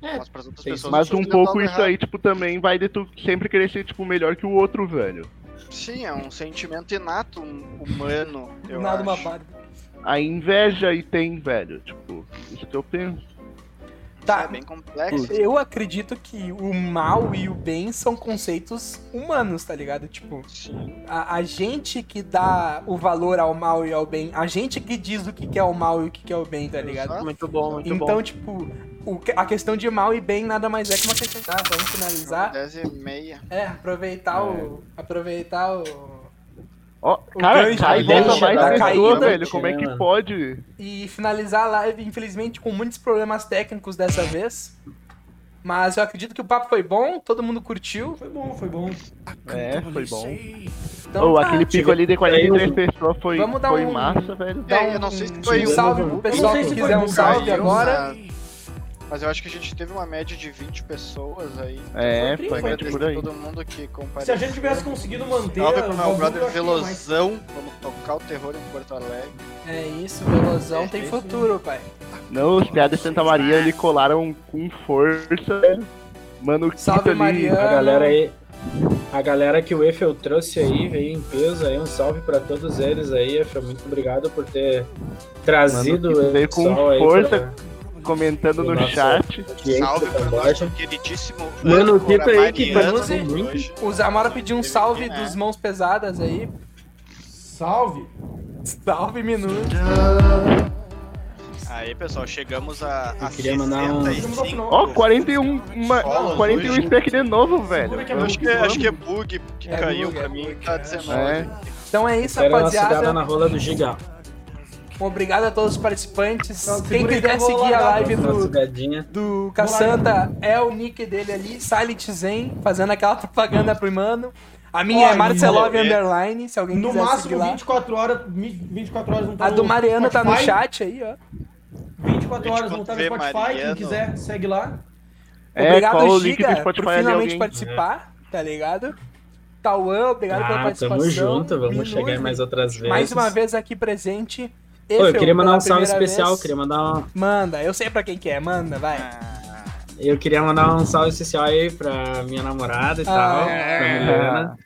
Speaker 6: Mas pras outras
Speaker 5: tem-
Speaker 6: pessoas. eu
Speaker 3: Mas
Speaker 6: tô
Speaker 3: um
Speaker 6: fazendo
Speaker 3: pouco
Speaker 6: algo
Speaker 3: isso aí, tipo, também vai de tu sempre querer ser, tipo, melhor que o outro, velho.
Speaker 6: Sim, é um sentimento inato hum- humano, eu
Speaker 1: Nada uma
Speaker 6: acho.
Speaker 1: barba.
Speaker 3: A inveja aí tem, velho. Tipo, isso que eu penso.
Speaker 1: Tá,
Speaker 6: É bem complexo.
Speaker 1: eu acredito que o mal e o bem são conceitos humanos, tá ligado? Tipo,
Speaker 6: Sim.
Speaker 1: a, a gente que dá o valor ao mal e ao bem, a gente que diz o que, que é o mal e o que, que é o bem, tá ligado?
Speaker 4: Muito bom, muito
Speaker 1: então,
Speaker 4: bom.
Speaker 1: tipo, o que- a questão de mal e bem nada mais é que uma questão. Tá, vamos finalizar.
Speaker 6: 10 e meia.
Speaker 1: É, aproveitar o.
Speaker 5: É.
Speaker 1: Aproveitar o.
Speaker 3: Ó,
Speaker 1: O
Speaker 3: cara,
Speaker 1: grande
Speaker 3: cai e volta
Speaker 5: gancho
Speaker 3: mais
Speaker 5: da
Speaker 3: pessoa,
Speaker 1: caída,
Speaker 3: velho. Como é que
Speaker 5: né,
Speaker 3: pode?
Speaker 1: E finalizar a live, infelizmente, com muitos problemas técnicos dessa vez. Mas eu acredito que o papo foi bom, todo mundo curtiu.
Speaker 2: Foi bom, foi bom.
Speaker 3: É, foi bom.
Speaker 1: Então,
Speaker 3: Ou
Speaker 1: tá,
Speaker 3: aquele pico ali de 43 pessoas foi,
Speaker 1: Vamos dar
Speaker 3: foi
Speaker 1: um-
Speaker 3: massa, velho.
Speaker 1: dá
Speaker 6: É, eu não sei se foi
Speaker 1: um
Speaker 6: um-
Speaker 1: salve pro pessoal
Speaker 2: sei
Speaker 1: que
Speaker 2: se foi
Speaker 1: quiser
Speaker 2: um
Speaker 1: um salve
Speaker 6: caiu,
Speaker 1: agora.
Speaker 6: né? Mas eu acho que a gente teve uma média de 20 pessoas aí.
Speaker 3: É,
Speaker 2: Foi bem,
Speaker 3: foi grande
Speaker 6: Agradecer
Speaker 3: por aí.
Speaker 6: todo mundo que
Speaker 2: Se a
Speaker 6: compareceu.
Speaker 2: gente tivesse conseguido manter.
Speaker 6: Salve
Speaker 2: o
Speaker 6: pro meu
Speaker 2: volume, eu
Speaker 6: brother
Speaker 2: acho que era mais.
Speaker 6: Velozão. Vamos tocar o terror em Porto Alegre.
Speaker 1: É isso, Velozão tem futuro, pai.
Speaker 3: Não, os piadas de Santa Maria, eles colaram com força, velho. Mano, o
Speaker 1: Salve,
Speaker 3: Kito ali,
Speaker 1: Mariana.
Speaker 5: A galera aí. A galera que o Eiffel trouxe aí veio em peso aí. Um salve pra todos eles aí, Eiffel. Muito obrigado por ter trazido
Speaker 3: Mano, que veio
Speaker 5: pessoal
Speaker 3: com
Speaker 5: aí
Speaker 3: força. comentando no
Speaker 5: Nossa.
Speaker 3: chat.
Speaker 5: pra cliente
Speaker 6: Salve
Speaker 5: da
Speaker 6: pro
Speaker 5: loja.
Speaker 6: nosso queridíssimo
Speaker 5: tá Mano, o
Speaker 6: âncora
Speaker 5: Kito aí que
Speaker 6: Mariano
Speaker 1: trouxe
Speaker 5: muito.
Speaker 6: hoje.
Speaker 1: O Zamora pediu um
Speaker 6: Teve
Speaker 1: salve
Speaker 6: que, né?
Speaker 1: dos mãos pesadas aí.
Speaker 2: Salve!
Speaker 1: Salve, minuto.
Speaker 6: Aí, pessoal, chegamos a, a
Speaker 5: Eu queria mandar um-
Speaker 6: 65.
Speaker 3: Ó, 41, uma,
Speaker 6: Bola,
Speaker 3: 41
Speaker 6: hoje.
Speaker 3: stack de novo, velho.
Speaker 2: Segura que é
Speaker 6: Eu
Speaker 3: Vamos
Speaker 6: acho que,
Speaker 3: que vamos.
Speaker 6: acho que um. é bug que
Speaker 1: É
Speaker 6: caiu
Speaker 1: bug,
Speaker 6: pra
Speaker 1: é
Speaker 6: mim.
Speaker 1: bug,
Speaker 6: Tá
Speaker 1: é.
Speaker 6: 19.
Speaker 3: É,
Speaker 1: Então é isso,
Speaker 5: Quero uma cidada
Speaker 1: rapaziada.
Speaker 5: na rola do Giga.
Speaker 1: Obrigado a todos os participantes.
Speaker 2: Não,
Speaker 1: Quem
Speaker 2: Então, segura aí que
Speaker 1: quiser
Speaker 2: eu vou
Speaker 1: seguir a
Speaker 2: largar
Speaker 1: live
Speaker 5: Uma
Speaker 1: do,
Speaker 5: cidadinha.
Speaker 1: do Cassandra, é o nick dele ali, Silent Zen, fazendo aquela [laughs] propaganda pro mano. A minha é
Speaker 2: Olha,
Speaker 1: Marcelove
Speaker 6: é.
Speaker 1: Underline, se alguém
Speaker 2: No
Speaker 1: quiser seguir
Speaker 2: máximo
Speaker 1: lá.
Speaker 2: 24 horas, mi- 24 horas não tá
Speaker 1: A do Mariana tá no
Speaker 2: Spotify.
Speaker 1: chat aí, ó.
Speaker 2: 24 horas não tá no
Speaker 6: 24
Speaker 2: Spotify,
Speaker 6: Mariano.
Speaker 2: quem quiser segue lá.
Speaker 3: É,
Speaker 1: Obrigado,
Speaker 3: cola o link
Speaker 1: Giga,
Speaker 3: do Spotify
Speaker 1: por
Speaker 3: ali,
Speaker 1: finalmente
Speaker 3: alguém.
Speaker 1: participar, tá ligado? Tauan, obrigado pela
Speaker 5: Ah,
Speaker 1: participação.
Speaker 5: tamo junto, vamos
Speaker 1: Minus,
Speaker 5: chegar mais outras vezes.
Speaker 1: mais uma vez aqui presente.
Speaker 5: Pô, eu
Speaker 1: Efeu,
Speaker 5: queria mandar
Speaker 1: pela
Speaker 5: um salve
Speaker 1: primeira
Speaker 5: especial,
Speaker 1: vez.
Speaker 5: queria mandar um-
Speaker 1: Manda, eu sei pra quem que é, manda, vai.
Speaker 5: eu queria mandar um salve especial aí pra minha namorada e
Speaker 1: Ah.
Speaker 5: tal, pra Milena.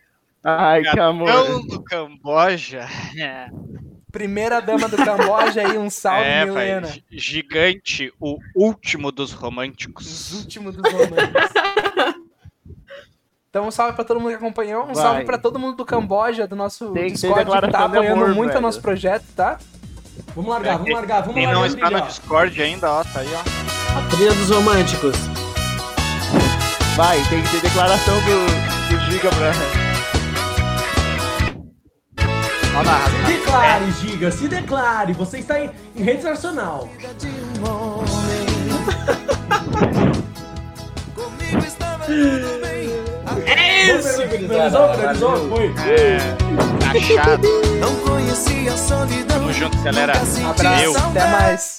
Speaker 3: Ai, que amor.
Speaker 6: Gatão do Camboja.
Speaker 1: Primeira dama do Camboja aí, um salve,
Speaker 6: é,
Speaker 1: Milena.
Speaker 6: pai. Gigante, o último dos românticos.
Speaker 1: Os últimos dos romanos. Então, um salve pra todo mundo que acompanhou. Um
Speaker 3: Vai.
Speaker 1: salve pra todo mundo do Camboja, do nosso
Speaker 3: Tem que ter
Speaker 1: Discord, que tá
Speaker 3: declaração de
Speaker 1: apoiando
Speaker 3: amor,
Speaker 1: muito o
Speaker 3: velho.
Speaker 1: nosso projeto, tá?
Speaker 2: Vamos largar, vamos largar, vamos
Speaker 6: Quem
Speaker 2: largar.
Speaker 6: não
Speaker 2: de
Speaker 6: está no
Speaker 2: brilhar.
Speaker 6: Discord ainda, ó, tá aí, ó.
Speaker 5: A trilha dos românticos.
Speaker 3: Vai, tem que ter declaração do, do Giga pra.
Speaker 6: Ó, na
Speaker 2: Se declare, Giga, se declare. Você está em, em rede nacional.
Speaker 5: É isso,
Speaker 2: Finalizou, finalizou? Foi.
Speaker 6: É. Achado. Não conhecia a solidão. Tamo junto, galera.
Speaker 1: Abraço,
Speaker 6: Valeu.
Speaker 1: até mais.